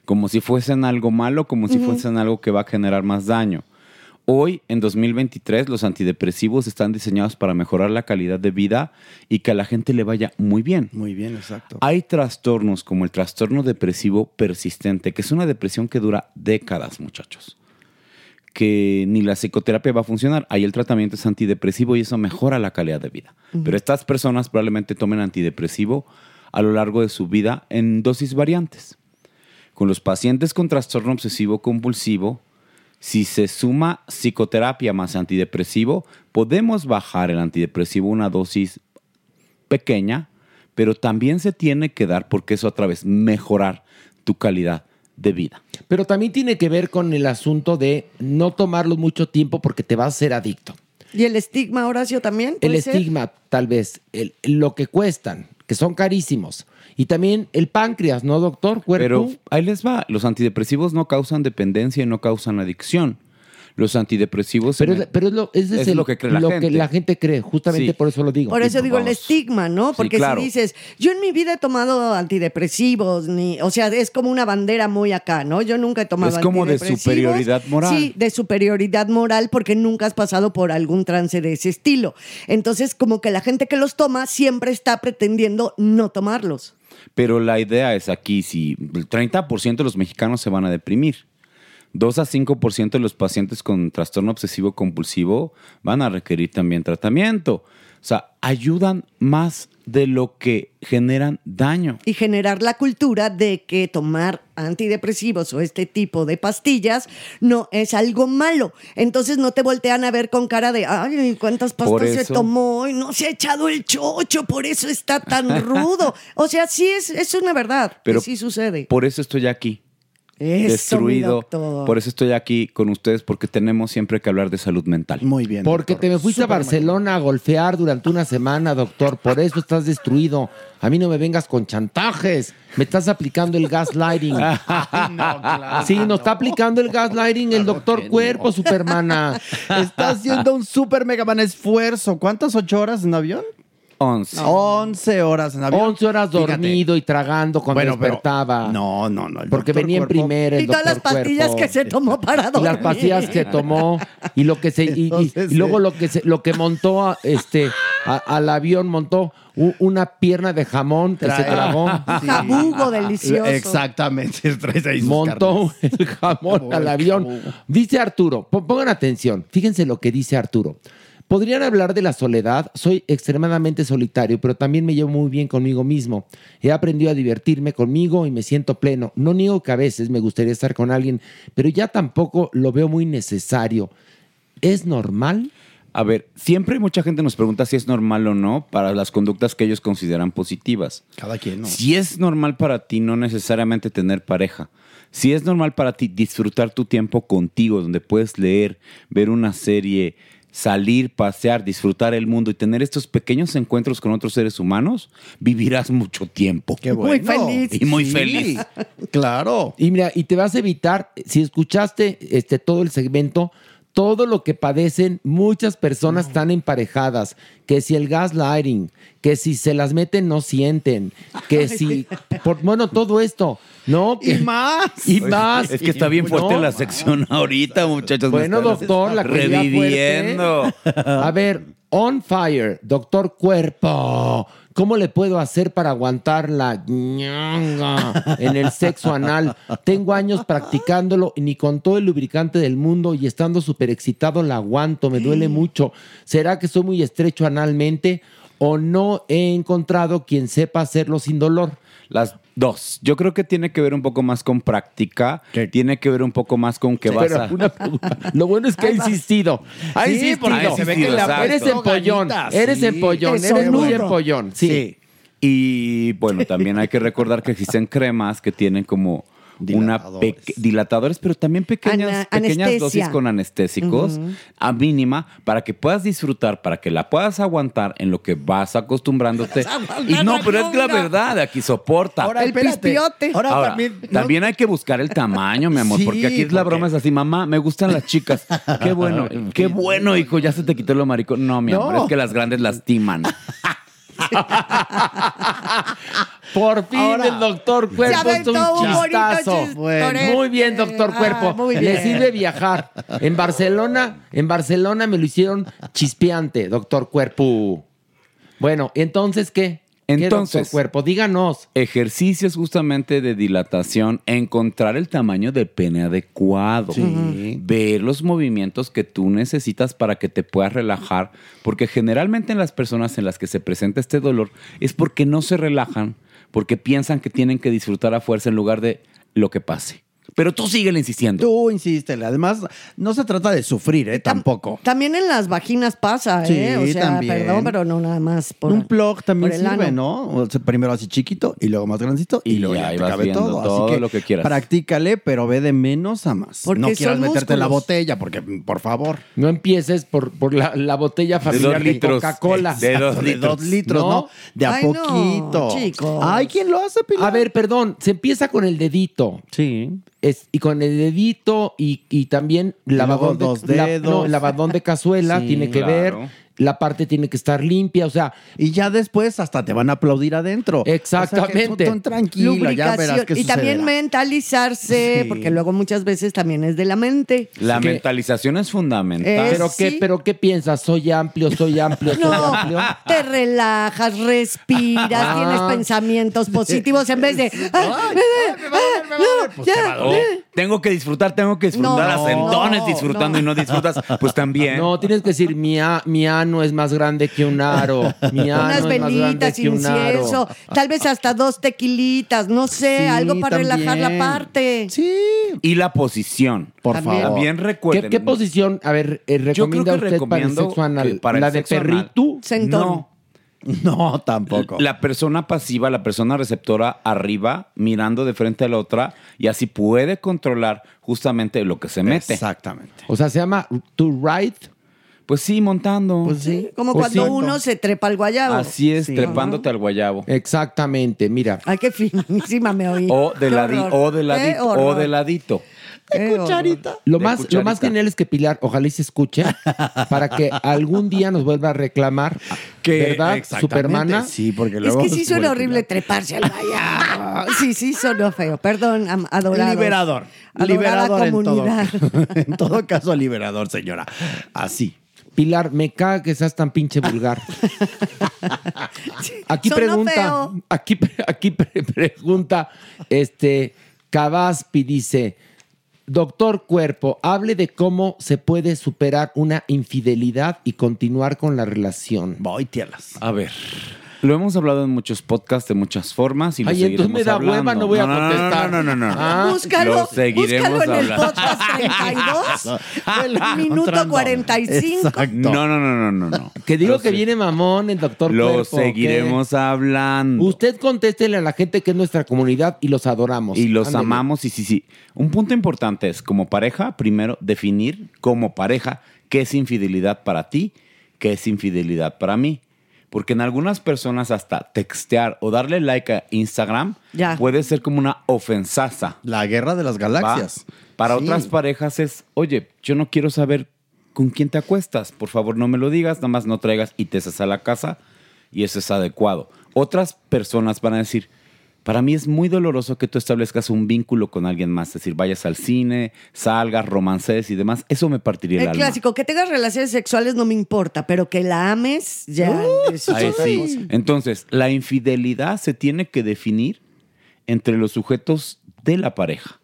[SPEAKER 11] Como si fuesen algo malo, como si
[SPEAKER 12] Ujú.
[SPEAKER 11] fuesen algo que va a generar más daño. Hoy, en 2023, los antidepresivos están diseñados para mejorar la calidad de vida y que a la gente le vaya muy bien.
[SPEAKER 10] Muy bien, exacto.
[SPEAKER 11] Hay trastornos como el trastorno depresivo persistente, que es una depresión que dura décadas, muchachos. Que ni la psicoterapia va a funcionar. Ahí el tratamiento es antidepresivo y eso mejora la calidad de vida.
[SPEAKER 12] Ujú.
[SPEAKER 11] Pero estas personas probablemente tomen antidepresivo a lo largo de su vida en dosis variantes. Con los pacientes con trastorno obsesivo compulsivo, si se suma psicoterapia más antidepresivo, podemos bajar el antidepresivo una dosis pequeña, pero también se tiene que dar porque eso otra vez mejorar tu calidad de vida.
[SPEAKER 3] Pero también tiene que ver con el asunto de no tomarlo mucho tiempo porque te vas a ser adicto.
[SPEAKER 6] Y el estigma, Horacio, también.
[SPEAKER 3] El
[SPEAKER 6] puede ser?
[SPEAKER 3] estigma, tal vez, el- lo que cuestan, que son carísimos. Y también el páncreas, ¿no, doctor? Cuerpo.
[SPEAKER 11] Pero ahí les va, los antidepresivos no causan dependencia y no causan adicción. Los antidepresivos se
[SPEAKER 3] pero, es-
[SPEAKER 11] me-
[SPEAKER 3] pero es lo, ese es
[SPEAKER 11] es
[SPEAKER 3] el-
[SPEAKER 11] lo que cree la gente.
[SPEAKER 3] cree, justamente
[SPEAKER 11] Sí.
[SPEAKER 3] por eso lo digo.
[SPEAKER 6] Por eso digo el
[SPEAKER 11] vamos.
[SPEAKER 6] estigma, ¿no?
[SPEAKER 11] Sí,
[SPEAKER 6] Porque
[SPEAKER 11] claro.
[SPEAKER 6] si dices, yo en mi vida he tomado antidepresivos, ni, o sea, es como una bandera muy acá, ¿no? Yo nunca he tomado
[SPEAKER 11] Es como de
[SPEAKER 6] antidepresivos.
[SPEAKER 11] superioridad moral.
[SPEAKER 6] Sí, de superioridad moral porque nunca has pasado por algún trance de ese estilo. Entonces, como que la gente que los toma siempre está pretendiendo no tomarlos.
[SPEAKER 11] Pero la idea es aquí, si el 30% de los mexicanos se van a deprimir, 2 a 5% de los pacientes con trastorno obsesivo compulsivo van a requerir también tratamiento. O sea, ayudan más de lo que generan daño.
[SPEAKER 6] Y generar la cultura de que tomar antidepresivos o este tipo de pastillas no es algo malo. Entonces no te voltean a ver con cara de, ay, ¿cuántas
[SPEAKER 11] Por
[SPEAKER 6] pastas se
[SPEAKER 11] eso.
[SPEAKER 6] tomó? Y no se ha echado el chocho, por eso está tan rudo. O sea, sí es, es una verdad, que
[SPEAKER 11] Pero
[SPEAKER 6] sí sucede.
[SPEAKER 11] Por eso estoy aquí.
[SPEAKER 6] Eso, mi
[SPEAKER 11] destruido.
[SPEAKER 6] doctor.
[SPEAKER 11] Por eso estoy aquí con ustedes, porque tenemos siempre que hablar de salud mental.
[SPEAKER 10] Muy bien.
[SPEAKER 3] Porque te me fuiste a Barcelona a golfear durante una semana, doctor. Por eso estás destruido. A mí no me vengas con chantajes. Me estás aplicando el
[SPEAKER 11] [LAUGHS]
[SPEAKER 3] gaslighting. [LAUGHS] sí, nos está aplicando el gaslighting el doctor Cuerpo, supermana.
[SPEAKER 10] [LAUGHS] Está haciendo un super mega man esfuerzo. ¿Cuántas ocho horas en avión?
[SPEAKER 11] 11.
[SPEAKER 10] 11 horas en avión.
[SPEAKER 3] 11 horas
[SPEAKER 10] Fíjate.
[SPEAKER 3] dormido y tragando cuando
[SPEAKER 10] Bueno, pero-
[SPEAKER 3] despertaba.
[SPEAKER 10] no, no, no. el
[SPEAKER 3] porque
[SPEAKER 10] doctor
[SPEAKER 3] venía en
[SPEAKER 10] Cuerpo-
[SPEAKER 3] primera el
[SPEAKER 6] Y todas las
[SPEAKER 3] doctor
[SPEAKER 6] pastillas
[SPEAKER 3] Cuerpo.
[SPEAKER 6] que se tomó para
[SPEAKER 3] Y las
[SPEAKER 6] dormir.
[SPEAKER 3] pastillas que tomó y lo que se y- y,
[SPEAKER 10] Entonces,
[SPEAKER 3] y luego
[SPEAKER 10] eh.
[SPEAKER 3] lo que se, lo que montó a- este a- al avión montó u- una pierna de jamón que se
[SPEAKER 10] Trae-
[SPEAKER 3] tragó
[SPEAKER 10] [LAUGHS] Sí.
[SPEAKER 6] Jabugo delicioso.
[SPEAKER 10] Exactamente. [LAUGHS] traes ahí sus
[SPEAKER 3] montó
[SPEAKER 10] carnes.
[SPEAKER 3] el jamón
[SPEAKER 10] Jabugo,
[SPEAKER 3] al
[SPEAKER 10] el
[SPEAKER 3] avión
[SPEAKER 10] jabugo.
[SPEAKER 3] dice Arturo po- pongan atención fíjense lo que dice Arturo Podrían hablar de la soledad, soy extremadamente solitario, pero también me llevo muy bien conmigo mismo. He aprendido a divertirme conmigo y me siento pleno. No niego que a veces me gustaría estar con alguien, pero ya tampoco lo veo muy necesario. ¿Es normal?
[SPEAKER 11] A ver, siempre mucha gente nos pregunta si es normal o no para las conductas que ellos consideran positivas.
[SPEAKER 10] Cada quien, ¿no?
[SPEAKER 11] Si es normal para ti no necesariamente tener pareja. Si es normal para ti disfrutar tu tiempo contigo, donde puedes leer, ver una serie, salir, pasear, disfrutar el mundo y tener estos pequeños encuentros con otros seres humanos, vivirás mucho tiempo.
[SPEAKER 10] Qué bueno.
[SPEAKER 6] feliz.
[SPEAKER 11] Y
[SPEAKER 3] [LAUGHS]
[SPEAKER 11] muy feliz.
[SPEAKER 10] Claro.
[SPEAKER 3] Y mira, y te vas a evitar, si escuchaste este, todo el segmento, todo lo que padecen muchas personas tan emparejadas, que si el gaslighting, que si se las meten no sienten, que si, por- bueno, todo esto, ¿no?
[SPEAKER 10] Y
[SPEAKER 3] Que-
[SPEAKER 10] más.
[SPEAKER 3] y más.
[SPEAKER 11] Es que está bien fuerte
[SPEAKER 3] No.
[SPEAKER 11] la sección ahorita, muchachos. Me
[SPEAKER 3] Bueno,
[SPEAKER 11] están
[SPEAKER 3] doctor, la comida
[SPEAKER 11] Reviviendo.
[SPEAKER 3] A ver, on fire, doctor cuerpo. ¿Cómo le puedo hacer para aguantar la ñonga en el sexo anal? Tengo años practicándolo y ni con todo el lubricante del mundo y estando súper excitado la aguanto, me duele mucho. ¿Será que soy muy estrecho analmente o no he encontrado quien sepa hacerlo sin dolor?
[SPEAKER 11] Las dos. Yo creo que tiene que ver un poco más con práctica.
[SPEAKER 10] ¿Qué?
[SPEAKER 11] Tiene que ver un poco más con que vas
[SPEAKER 3] Pero
[SPEAKER 11] a.
[SPEAKER 3] una pregunta. [LAUGHS] Lo bueno es que ha insistido. Ha
[SPEAKER 10] Sí,
[SPEAKER 3] insistido.
[SPEAKER 10] porque
[SPEAKER 11] se ve que le ha puesto
[SPEAKER 3] eres empollón.
[SPEAKER 10] ganitas,
[SPEAKER 3] Eres
[SPEAKER 10] sí.
[SPEAKER 3] empollón.
[SPEAKER 6] Eso
[SPEAKER 3] Eres muy
[SPEAKER 6] nudo.
[SPEAKER 3] empollón. Sí.
[SPEAKER 11] Y bueno, también hay que recordar que existen cremas que tienen como una
[SPEAKER 10] Dilatadores.
[SPEAKER 11] peque- dilatadores, pero también pequeñas,
[SPEAKER 6] Ana-
[SPEAKER 11] pequeñas
[SPEAKER 6] anestesia.
[SPEAKER 11] dosis con anestésicos a mínima para que puedas disfrutar, para que la puedas aguantar en lo que vas
[SPEAKER 10] [LAUGHS]
[SPEAKER 11] acostumbrándote. y no,
[SPEAKER 6] la
[SPEAKER 11] pero es
[SPEAKER 6] conga.
[SPEAKER 11] la verdad, aquí soporta.
[SPEAKER 10] Ahora,
[SPEAKER 6] El
[SPEAKER 10] espérate.
[SPEAKER 6] pispiote.
[SPEAKER 10] Ahora,
[SPEAKER 11] Ahora,
[SPEAKER 10] también.
[SPEAKER 11] también,
[SPEAKER 10] no-
[SPEAKER 11] hay que buscar el tamaño, mi amor,
[SPEAKER 10] Sí,
[SPEAKER 11] porque aquí la
[SPEAKER 10] porque-
[SPEAKER 11] broma es así, mamá, me gustan
[SPEAKER 3] [LAUGHS]
[SPEAKER 11] las chicas. Qué bueno, qué bueno, hijo, ya se te quitó lo maricón. No, mi
[SPEAKER 10] No.
[SPEAKER 11] amor, es que las grandes lastiman.
[SPEAKER 3] Por fin
[SPEAKER 10] Ahora,
[SPEAKER 3] el doctor Cuerpo es un
[SPEAKER 6] aventó un bonito
[SPEAKER 3] chistazo.
[SPEAKER 6] chistorete.
[SPEAKER 3] Muy bien, doctor
[SPEAKER 6] Ah,
[SPEAKER 3] Cuerpo.
[SPEAKER 6] muy
[SPEAKER 3] Le
[SPEAKER 6] bien.
[SPEAKER 3] sirve viajar. En Barcelona, en Barcelona me lo hicieron chispeante, doctor Cuerpo. Bueno, entonces ¿qué? ¿Qué,
[SPEAKER 11] Entonces-
[SPEAKER 3] doctor Cuerpo, díganos.
[SPEAKER 11] Ejercicios justamente de dilatación, encontrar el tamaño de pene adecuado, ver los movimientos que tú necesitas para que te puedas relajar, porque generalmente en las personas en las que se presenta este dolor es porque no se relajan, porque piensan que tienen que disfrutar a fuerza en lugar de lo que pase. Pero tú síguele insistiendo.
[SPEAKER 10] Tú insístele. Además, no se trata de sufrir, ¿eh? Tampoco.
[SPEAKER 6] También en las vaginas pasa,
[SPEAKER 10] Sí,
[SPEAKER 6] ¿eh? O sea,
[SPEAKER 10] también.
[SPEAKER 6] perdón, pero no nada más. Por,
[SPEAKER 10] un plug también
[SPEAKER 6] por el
[SPEAKER 10] sirve,
[SPEAKER 6] ano.
[SPEAKER 10] ¿no? O sea, primero así chiquito y luego más grandecito y,
[SPEAKER 11] Y
[SPEAKER 10] luego
[SPEAKER 11] ya
[SPEAKER 10] ya
[SPEAKER 11] ahí
[SPEAKER 10] te
[SPEAKER 11] vas
[SPEAKER 10] cabe
[SPEAKER 11] viendo
[SPEAKER 10] todo.
[SPEAKER 11] todo
[SPEAKER 10] así que
[SPEAKER 11] lo que quieras.
[SPEAKER 10] Practícale, pero ve de menos a más.
[SPEAKER 6] Porque
[SPEAKER 10] no quieras
[SPEAKER 6] son
[SPEAKER 10] meterte en la
[SPEAKER 6] músculos.
[SPEAKER 10] botella, porque mm, por favor.
[SPEAKER 3] No empieces por, por la, la botella familiar de, Coca-Cola.
[SPEAKER 11] De dos
[SPEAKER 10] Exacto,
[SPEAKER 11] litros.
[SPEAKER 10] dos litros,
[SPEAKER 3] ¿No?
[SPEAKER 10] ¿no? De a
[SPEAKER 6] Ay, no,
[SPEAKER 10] poquito.
[SPEAKER 6] chicos.
[SPEAKER 10] Ay, ¿quién lo hace, Pilar?
[SPEAKER 3] A ver, perdón, se empieza con el dedito.
[SPEAKER 10] Sí.
[SPEAKER 3] Es- y con el dedito y, y también lavadón de,
[SPEAKER 10] dos
[SPEAKER 3] la-
[SPEAKER 10] dedos.
[SPEAKER 3] no, el lavadón de cazuela
[SPEAKER 10] Sí,
[SPEAKER 3] tiene que
[SPEAKER 11] claro.
[SPEAKER 3] ver. La parte tiene que estar limpia, o sea,
[SPEAKER 10] Y ya después Pues hasta te van a aplaudir adentro. O sea,
[SPEAKER 3] Exactamente.
[SPEAKER 10] que tú- tú tranquilo, ya verás
[SPEAKER 6] Lubricación.
[SPEAKER 10] qué
[SPEAKER 6] y también
[SPEAKER 10] sucederá.
[SPEAKER 6] mentalizarse,
[SPEAKER 10] Sí.
[SPEAKER 6] porque luego muchas veces también es de la mente.
[SPEAKER 11] La
[SPEAKER 3] que-
[SPEAKER 11] mentalización es fundamental.
[SPEAKER 6] Eh,
[SPEAKER 3] pero
[SPEAKER 6] sí.
[SPEAKER 3] qué, pero qué piensas, soy amplio, soy amplio,
[SPEAKER 10] Pues
[SPEAKER 3] soy
[SPEAKER 6] [LAUGHS] No,
[SPEAKER 3] amplio.
[SPEAKER 6] te relajas, respiras,
[SPEAKER 3] Ah.
[SPEAKER 6] tienes pensamientos positivos en vez de. "Ah, eh, ah, no, ya,
[SPEAKER 11] Oh,
[SPEAKER 6] eh".
[SPEAKER 11] tengo que disfrutar, tengo que disfrutar.
[SPEAKER 6] No,
[SPEAKER 11] a centones
[SPEAKER 6] no, no.
[SPEAKER 11] disfrutando y no disfrutas, pues también.
[SPEAKER 3] No, tienes que decir, mi, a- mi ano es más grande que un aro. Mi ano
[SPEAKER 6] [LAUGHS] Unas
[SPEAKER 3] es más grande
[SPEAKER 6] velitas,
[SPEAKER 3] que un aro.
[SPEAKER 6] incienso, tal vez hasta dos tequilitas, no sé,
[SPEAKER 10] Sí,
[SPEAKER 6] algo para relajar la
[SPEAKER 10] también.
[SPEAKER 6] parte.
[SPEAKER 10] Sí.
[SPEAKER 11] Y la posición.
[SPEAKER 10] Por
[SPEAKER 6] También.
[SPEAKER 10] favor.
[SPEAKER 11] También
[SPEAKER 3] ¿Qué,
[SPEAKER 11] recuerden.
[SPEAKER 3] qué posición, a ver, eh, recomienda
[SPEAKER 11] Yo creo que
[SPEAKER 3] usted para el
[SPEAKER 11] recomiendo
[SPEAKER 3] sexo anal?
[SPEAKER 11] que para el
[SPEAKER 3] ¿La de
[SPEAKER 11] sexo anal-
[SPEAKER 3] perritu?
[SPEAKER 6] Sentón.
[SPEAKER 11] No.
[SPEAKER 10] No, tampoco.
[SPEAKER 11] La persona pasiva, la persona receptora arriba, mirando de frente a la otra, y así puede controlar justamente lo que se mete.
[SPEAKER 10] Exactamente.
[SPEAKER 3] O sea, se llama to ride.
[SPEAKER 11] Pues sí, montando.
[SPEAKER 3] Pues sí.
[SPEAKER 6] Como cuando uno se trepa al guayabo.
[SPEAKER 11] Así es, trepándote al guayabo.
[SPEAKER 3] Exactamente, mira.
[SPEAKER 6] Ay, qué finísima me oí.
[SPEAKER 11] O de,
[SPEAKER 6] Qué
[SPEAKER 11] ladi-
[SPEAKER 6] horror.
[SPEAKER 11] o de
[SPEAKER 6] Qué
[SPEAKER 11] ladito, o
[SPEAKER 6] horror.
[SPEAKER 11] de ladito.
[SPEAKER 6] Qué horror.
[SPEAKER 3] Lo
[SPEAKER 11] De
[SPEAKER 3] más,
[SPEAKER 11] cucharita.
[SPEAKER 3] lo más genial es que Pilar, ojalá y se escuche, para
[SPEAKER 11] [LAUGHS]
[SPEAKER 3] que algún día nos vuelva a reclamar, ¿verdad,
[SPEAKER 10] Exactamente,
[SPEAKER 3] Supermana?
[SPEAKER 10] Sí, porque
[SPEAKER 6] Es
[SPEAKER 10] luego...
[SPEAKER 6] que sí suena horrible treparse al guayabo. Sí, sí, sonó feo. Perdón, am- adorados.
[SPEAKER 10] Liberador.
[SPEAKER 6] Adorada
[SPEAKER 10] liberador en todo,
[SPEAKER 6] comunidad.
[SPEAKER 3] [LAUGHS]
[SPEAKER 10] en todo caso, liberador, señora. Así.
[SPEAKER 3] Pilar, me caga que seas tan pinche vulgar. Aquí
[SPEAKER 6] Sonó
[SPEAKER 3] pregunta,
[SPEAKER 6] feo.
[SPEAKER 3] aquí, pre- aquí pre- pregunta, este, Cavaspi dice, doctor cuerpo, hable de cómo se puede superar una infidelidad y continuar con la relación.
[SPEAKER 10] Voy, tierras.
[SPEAKER 11] A ver. Lo hemos hablado en muchos podcasts de muchas formas y lo
[SPEAKER 3] Ay, entonces
[SPEAKER 11] seguiremos
[SPEAKER 3] me da
[SPEAKER 11] hablando.
[SPEAKER 3] hueva, no voy a contestar.
[SPEAKER 11] No, no, no, no.
[SPEAKER 3] Ah.
[SPEAKER 6] Búscalo,
[SPEAKER 11] Lo seguiremos
[SPEAKER 6] búscalo en el
[SPEAKER 11] hablando.
[SPEAKER 6] podcast
[SPEAKER 11] [LAUGHS]
[SPEAKER 6] 32, el minuto
[SPEAKER 10] encontrando.
[SPEAKER 6] 45.
[SPEAKER 10] Exacto.
[SPEAKER 11] No, no, no, no, no, no.
[SPEAKER 3] Que digo
[SPEAKER 11] Lo
[SPEAKER 3] que
[SPEAKER 11] sé.
[SPEAKER 3] viene mamón el doctor
[SPEAKER 11] Lo
[SPEAKER 3] cuerpo. ¿qué?
[SPEAKER 11] seguiremos hablando.
[SPEAKER 3] Usted contéstele a la gente que es nuestra comunidad y los adoramos.
[SPEAKER 11] Y los
[SPEAKER 3] Ándele.
[SPEAKER 11] amamos, y sí, sí. Un punto importante es, como pareja, primero definir como pareja qué es infidelidad para ti, qué es infidelidad para mí. Porque en algunas personas hasta textear o darle like a Instagram
[SPEAKER 6] Ya.
[SPEAKER 11] puede ser como una ofensaza.
[SPEAKER 10] La guerra de las
[SPEAKER 11] ¿va?
[SPEAKER 10] galaxias.
[SPEAKER 11] Para
[SPEAKER 10] Sí.
[SPEAKER 11] otras parejas es, oye, yo no quiero saber con quién te acuestas, por favor no me lo digas, nada más no traigas y te a la casa y eso es adecuado. Otras personas van a decir, para mí es muy doloroso que tú establezcas un vínculo con alguien más, es decir, vayas al cine, salgas, romances y demás, eso me partiría el,
[SPEAKER 6] El
[SPEAKER 11] alma.
[SPEAKER 6] clásico, que tengas relaciones sexuales no me importa, pero que la ames, ya.
[SPEAKER 3] Uh,
[SPEAKER 6] eso es
[SPEAKER 11] ¡Uh! Ahí
[SPEAKER 6] otra
[SPEAKER 11] sí.
[SPEAKER 6] cosa.
[SPEAKER 11] Entonces, la infidelidad se tiene que definir entre los sujetos de la pareja.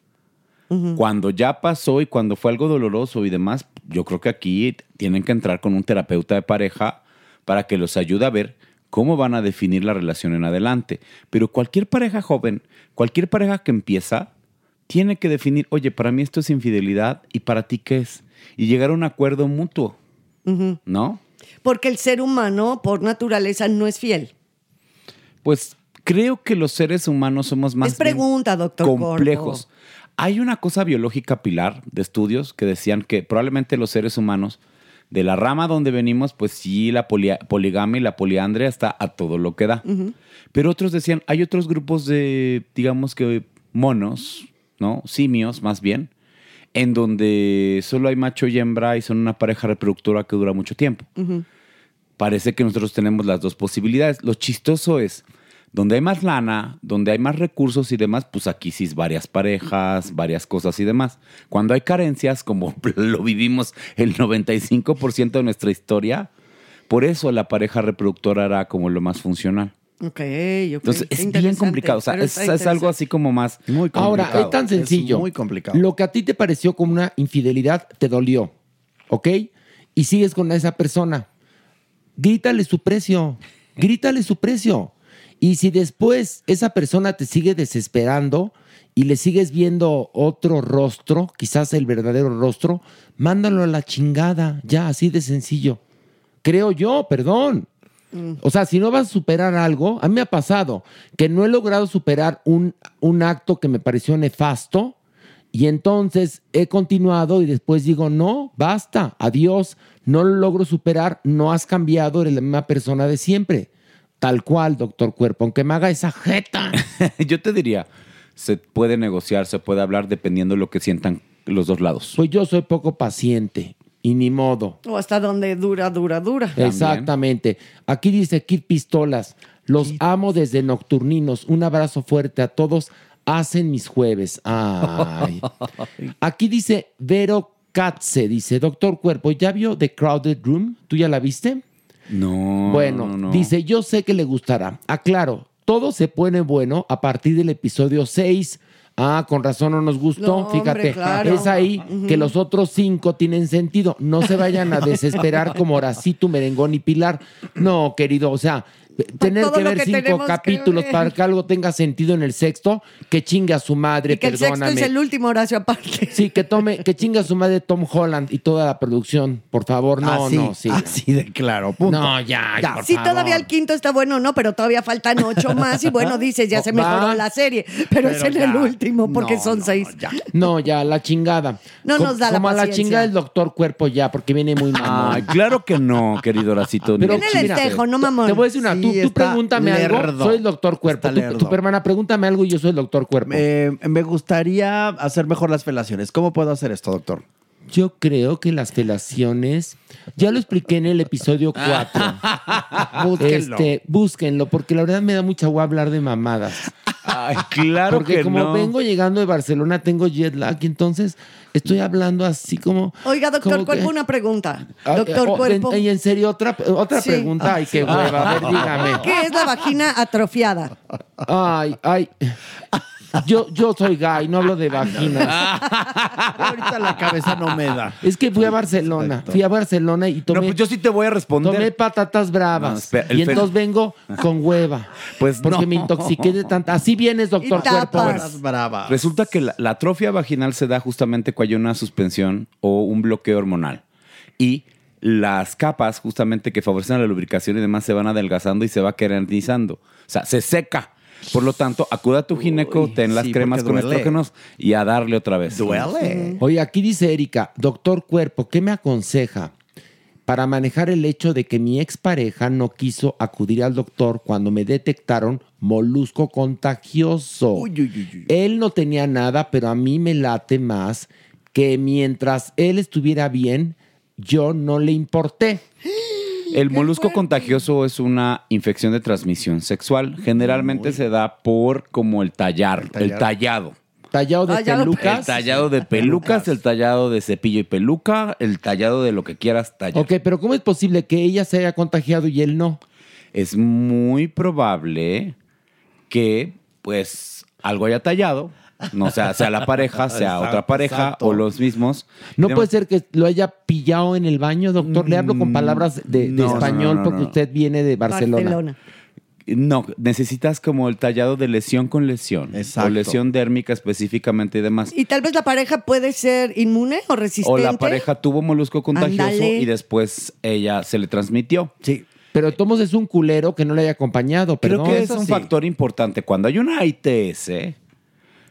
[SPEAKER 11] Cuando ya pasó y cuando fue algo doloroso y demás, yo creo que aquí tienen que entrar con un terapeuta de pareja para que los ayude a ver cómo van a definir la relación en adelante. Pero cualquier pareja joven, cualquier pareja que empieza, tiene que definir, oye, para mí esto es infidelidad y para ti qué es. Y llegar a un acuerdo mutuo, ¿no?
[SPEAKER 6] Porque el ser humano, por naturaleza, no es fiel.
[SPEAKER 11] Pues creo que los seres humanos somos más
[SPEAKER 6] es pregunta,
[SPEAKER 11] bien
[SPEAKER 6] doctor.
[SPEAKER 11] complejos.
[SPEAKER 6] Corvo.
[SPEAKER 11] Hay una cosa biológica pilar de estudios que decían que probablemente los seres humanos de la rama donde venimos, pues sí, la polia- poligamia y la poliandria está a todo lo que da. Pero otros decían, hay otros grupos de, digamos que monos, ¿no? Simios más bien, en donde solo hay macho y hembra y son una pareja reproductora que dura mucho tiempo parece que nosotros tenemos las dos posibilidades. Lo chistoso es, donde hay más lana, donde hay más recursos y demás, pues aquí sí es varias parejas, varias cosas y demás. Cuando hay carencias, como [LAUGHS] lo vivimos el 95% de nuestra historia, por eso la pareja reproductora era como lo más funcional.
[SPEAKER 6] Ok, ok. Qué
[SPEAKER 11] Entonces, es bien
[SPEAKER 6] interesante,
[SPEAKER 11] complicado. O sea,
[SPEAKER 6] pero
[SPEAKER 11] es,
[SPEAKER 6] está
[SPEAKER 11] es algo
[SPEAKER 6] interesante.
[SPEAKER 11] así como más...
[SPEAKER 10] Muy
[SPEAKER 3] Ahora, es tan sencillo.
[SPEAKER 10] muy complicado.
[SPEAKER 3] Lo que a ti te pareció como una infidelidad te dolió, ¿ok? Y sigues con esa persona. Grítale su precio, grítale su precio. Y si después esa persona te sigue desesperando y le sigues viendo otro rostro, quizás el verdadero rostro, mándalo a la chingada, ya así de sencillo. Creo yo, perdón. O sea, si no vas a superar algo, a mí me ha pasado que no he logrado superar un, un acto que me pareció nefasto y entonces he continuado y después digo, no, basta, adiós, no lo logro superar, no has cambiado, eres la misma persona de siempre. Tal cual, doctor Cuerpo, aunque me haga esa jeta.
[SPEAKER 11] [LAUGHS] Yo te diría, se puede negociar, se puede hablar dependiendo de lo que sientan los dos lados.
[SPEAKER 3] Pues yo soy poco paciente y ni modo.
[SPEAKER 6] O hasta donde dura, dura, dura.
[SPEAKER 3] Exactamente. Aquí dice Kid Pistolas. Los amo desde Nocturninos. Un abrazo fuerte a todos. Hacen mis jueves. [LAUGHS] Ay. Aquí dice Vero Katze. Dice, Doctor Cuerpo, ¿ya vio The Crowded Room? ¿Tú ya la viste?
[SPEAKER 11] No.
[SPEAKER 3] Bueno,
[SPEAKER 11] no, no.
[SPEAKER 3] dice, yo sé que le gustará. Aclaro, todo se pone bueno a partir del episodio 6. Ah, con razón no nos gustó.
[SPEAKER 6] No, hombre,
[SPEAKER 3] Fíjate,
[SPEAKER 6] claro.
[SPEAKER 3] es ahí que los otros cinco tienen sentido. No se vayan a desesperar como Horacito, Merengón y Pilar. No, querido, o sea, Tener
[SPEAKER 6] todo
[SPEAKER 3] que
[SPEAKER 6] lo
[SPEAKER 3] ver
[SPEAKER 6] que
[SPEAKER 3] cinco
[SPEAKER 6] tenemos que
[SPEAKER 3] capítulos
[SPEAKER 6] ver.
[SPEAKER 3] para que algo tenga sentido en el sexto, que chinga a su madre,
[SPEAKER 6] Y que el sexto
[SPEAKER 3] perdóname.
[SPEAKER 6] es el último, Horacio, aparte.
[SPEAKER 3] Sí, que tome, que chinga a su madre Tom Holland y toda la producción, por favor, no,
[SPEAKER 10] Así,
[SPEAKER 3] no, sí.
[SPEAKER 10] así de claro, punto.
[SPEAKER 3] No, ya, por
[SPEAKER 6] sí,
[SPEAKER 3] favor.
[SPEAKER 6] todavía el quinto está bueno, no, pero todavía faltan
[SPEAKER 3] [LAUGHS]
[SPEAKER 6] ocho más y bueno, dices, ya se
[SPEAKER 3] Oh, Va.
[SPEAKER 6] mejoró la serie, pero, es
[SPEAKER 3] Pero
[SPEAKER 6] en
[SPEAKER 3] ya.
[SPEAKER 6] el último porque
[SPEAKER 3] No,
[SPEAKER 6] son seis.
[SPEAKER 3] No, ya, la chingada.
[SPEAKER 6] No
[SPEAKER 3] Co-
[SPEAKER 6] nos da la
[SPEAKER 3] Como a la
[SPEAKER 6] paciencia.
[SPEAKER 3] chingada el doctor cuerpo ya, porque viene muy mal.
[SPEAKER 11] Ay, claro que no, querido Horacito.
[SPEAKER 3] Pero
[SPEAKER 11] ni de
[SPEAKER 3] mira,
[SPEAKER 11] chiste.
[SPEAKER 3] Te voy a decir una, tú, tú pregúntame algo,
[SPEAKER 10] lerdo.
[SPEAKER 3] soy el doctor
[SPEAKER 10] Está
[SPEAKER 3] cuerpo. Tú-
[SPEAKER 10] lerdo.
[SPEAKER 3] tu hermana, pregúntame algo y yo soy el doctor cuerpo.
[SPEAKER 10] Eh, me gustaría hacer mejor las felaciones. ¿Cómo puedo hacer esto, doctor?
[SPEAKER 3] Yo creo que las felaciones, ya lo expliqué en el episodio
[SPEAKER 11] Ah.
[SPEAKER 3] 4.
[SPEAKER 11] [LAUGHS]
[SPEAKER 10] Búsquenlo.
[SPEAKER 3] Este, búsquenlo, porque la verdad me da mucha agua hablar de mamadas.
[SPEAKER 11] [LAUGHS] Ay, claro
[SPEAKER 3] porque
[SPEAKER 11] que
[SPEAKER 3] como
[SPEAKER 11] no.
[SPEAKER 3] vengo llegando de Barcelona, tengo jet lag, y entonces estoy hablando así como...
[SPEAKER 6] Oiga, doctor
[SPEAKER 3] como
[SPEAKER 6] Cuerpo,
[SPEAKER 3] que-
[SPEAKER 6] una pregunta.
[SPEAKER 3] Ah,
[SPEAKER 6] doctor
[SPEAKER 3] eh, oh,
[SPEAKER 6] Cuerpo,
[SPEAKER 3] en- Y en serio, otra, otra
[SPEAKER 6] Sí.
[SPEAKER 3] pregunta. Ay, qué hueva. A ver,
[SPEAKER 11] Ah.
[SPEAKER 3] dígame.
[SPEAKER 6] ¿qué es la vagina atrofiada?
[SPEAKER 3] Ay, ay. Yo, yo soy gay, no hablo de
[SPEAKER 11] [LAUGHS]
[SPEAKER 3] vaginas.
[SPEAKER 10] Ahorita la cabeza no me da.
[SPEAKER 3] Es que fui a Barcelona. Fui a Barcelona y tomé.
[SPEAKER 11] No, pues yo sí te voy a responder.
[SPEAKER 3] Tomé patatas bravas.
[SPEAKER 11] No, espera, el
[SPEAKER 3] y entonces
[SPEAKER 11] fel-
[SPEAKER 3] vengo con hueva.
[SPEAKER 11] Pues
[SPEAKER 3] Porque
[SPEAKER 11] no.
[SPEAKER 3] me intoxiqué de tanta. Así vienes, doctor Cuerpo.
[SPEAKER 10] Estás brava.
[SPEAKER 11] Resulta que la, la atrofia vaginal se da justamente cuando hay una suspensión o un bloqueo hormonal. Y las capas justamente que favorecen la lubricación y demás se van adelgazando y se va querenizando. O sea, se seca. Por lo tanto, acuda a tu gineco, ten las
[SPEAKER 10] sí,
[SPEAKER 11] cremas
[SPEAKER 10] porque
[SPEAKER 11] con
[SPEAKER 10] duele.
[SPEAKER 11] estrógenos y a darle otra vez.
[SPEAKER 10] Duele.
[SPEAKER 3] Oye, aquí dice Erika, doctor Cuerpo, ¿qué me aconseja para manejar el hecho de que mi expareja no quiso acudir al doctor cuando me detectaron molusco contagioso?
[SPEAKER 10] Uy, uy, uy, uy.
[SPEAKER 3] Él no tenía nada, pero a mí me late más que mientras él estuviera bien, yo no le importé.
[SPEAKER 11] El molusco contagioso es una infección de transmisión sexual. Generalmente se da por como el tallar, el,
[SPEAKER 10] tallar.
[SPEAKER 11] tallado.
[SPEAKER 3] Tallado de
[SPEAKER 6] Ah, ya lo
[SPEAKER 11] El
[SPEAKER 3] pelucas.
[SPEAKER 11] tallado de pelucas, el tallado de cepillo y peluca, el tallado de lo que quieras tallar.
[SPEAKER 3] Ok, Eh, pero ¿cómo es posible que ella se haya contagiado y él no?
[SPEAKER 11] Es muy probable que, pues, algo haya tallado. No sea, sea la pareja, sea
[SPEAKER 10] Exacto,
[SPEAKER 11] otra pareja
[SPEAKER 10] exacto.
[SPEAKER 11] o los mismos.
[SPEAKER 3] No
[SPEAKER 11] Digamos-
[SPEAKER 3] puede ser que lo haya pillado en el baño, doctor. Le hablo con palabras de, de
[SPEAKER 11] Mm, No, no,
[SPEAKER 3] español
[SPEAKER 11] no, no,
[SPEAKER 3] porque
[SPEAKER 11] no.
[SPEAKER 3] usted viene de Barcelona.
[SPEAKER 6] Barcelona.
[SPEAKER 11] No, necesitas como el tallado de lesión con lesión.
[SPEAKER 10] Exacto.
[SPEAKER 11] O lesión dérmica específicamente y demás.
[SPEAKER 6] Y tal vez la pareja puede ser inmune o resistente.
[SPEAKER 11] O la pareja tuvo molusco contagioso
[SPEAKER 6] Ándale.
[SPEAKER 11] y después ella se le transmitió.
[SPEAKER 10] Sí.
[SPEAKER 3] Pero Tomos es un culero que no le haya acompañado,
[SPEAKER 11] Creo
[SPEAKER 3] perdón.
[SPEAKER 11] que es un
[SPEAKER 10] sí.
[SPEAKER 11] factor importante. Cuando hay una ITS,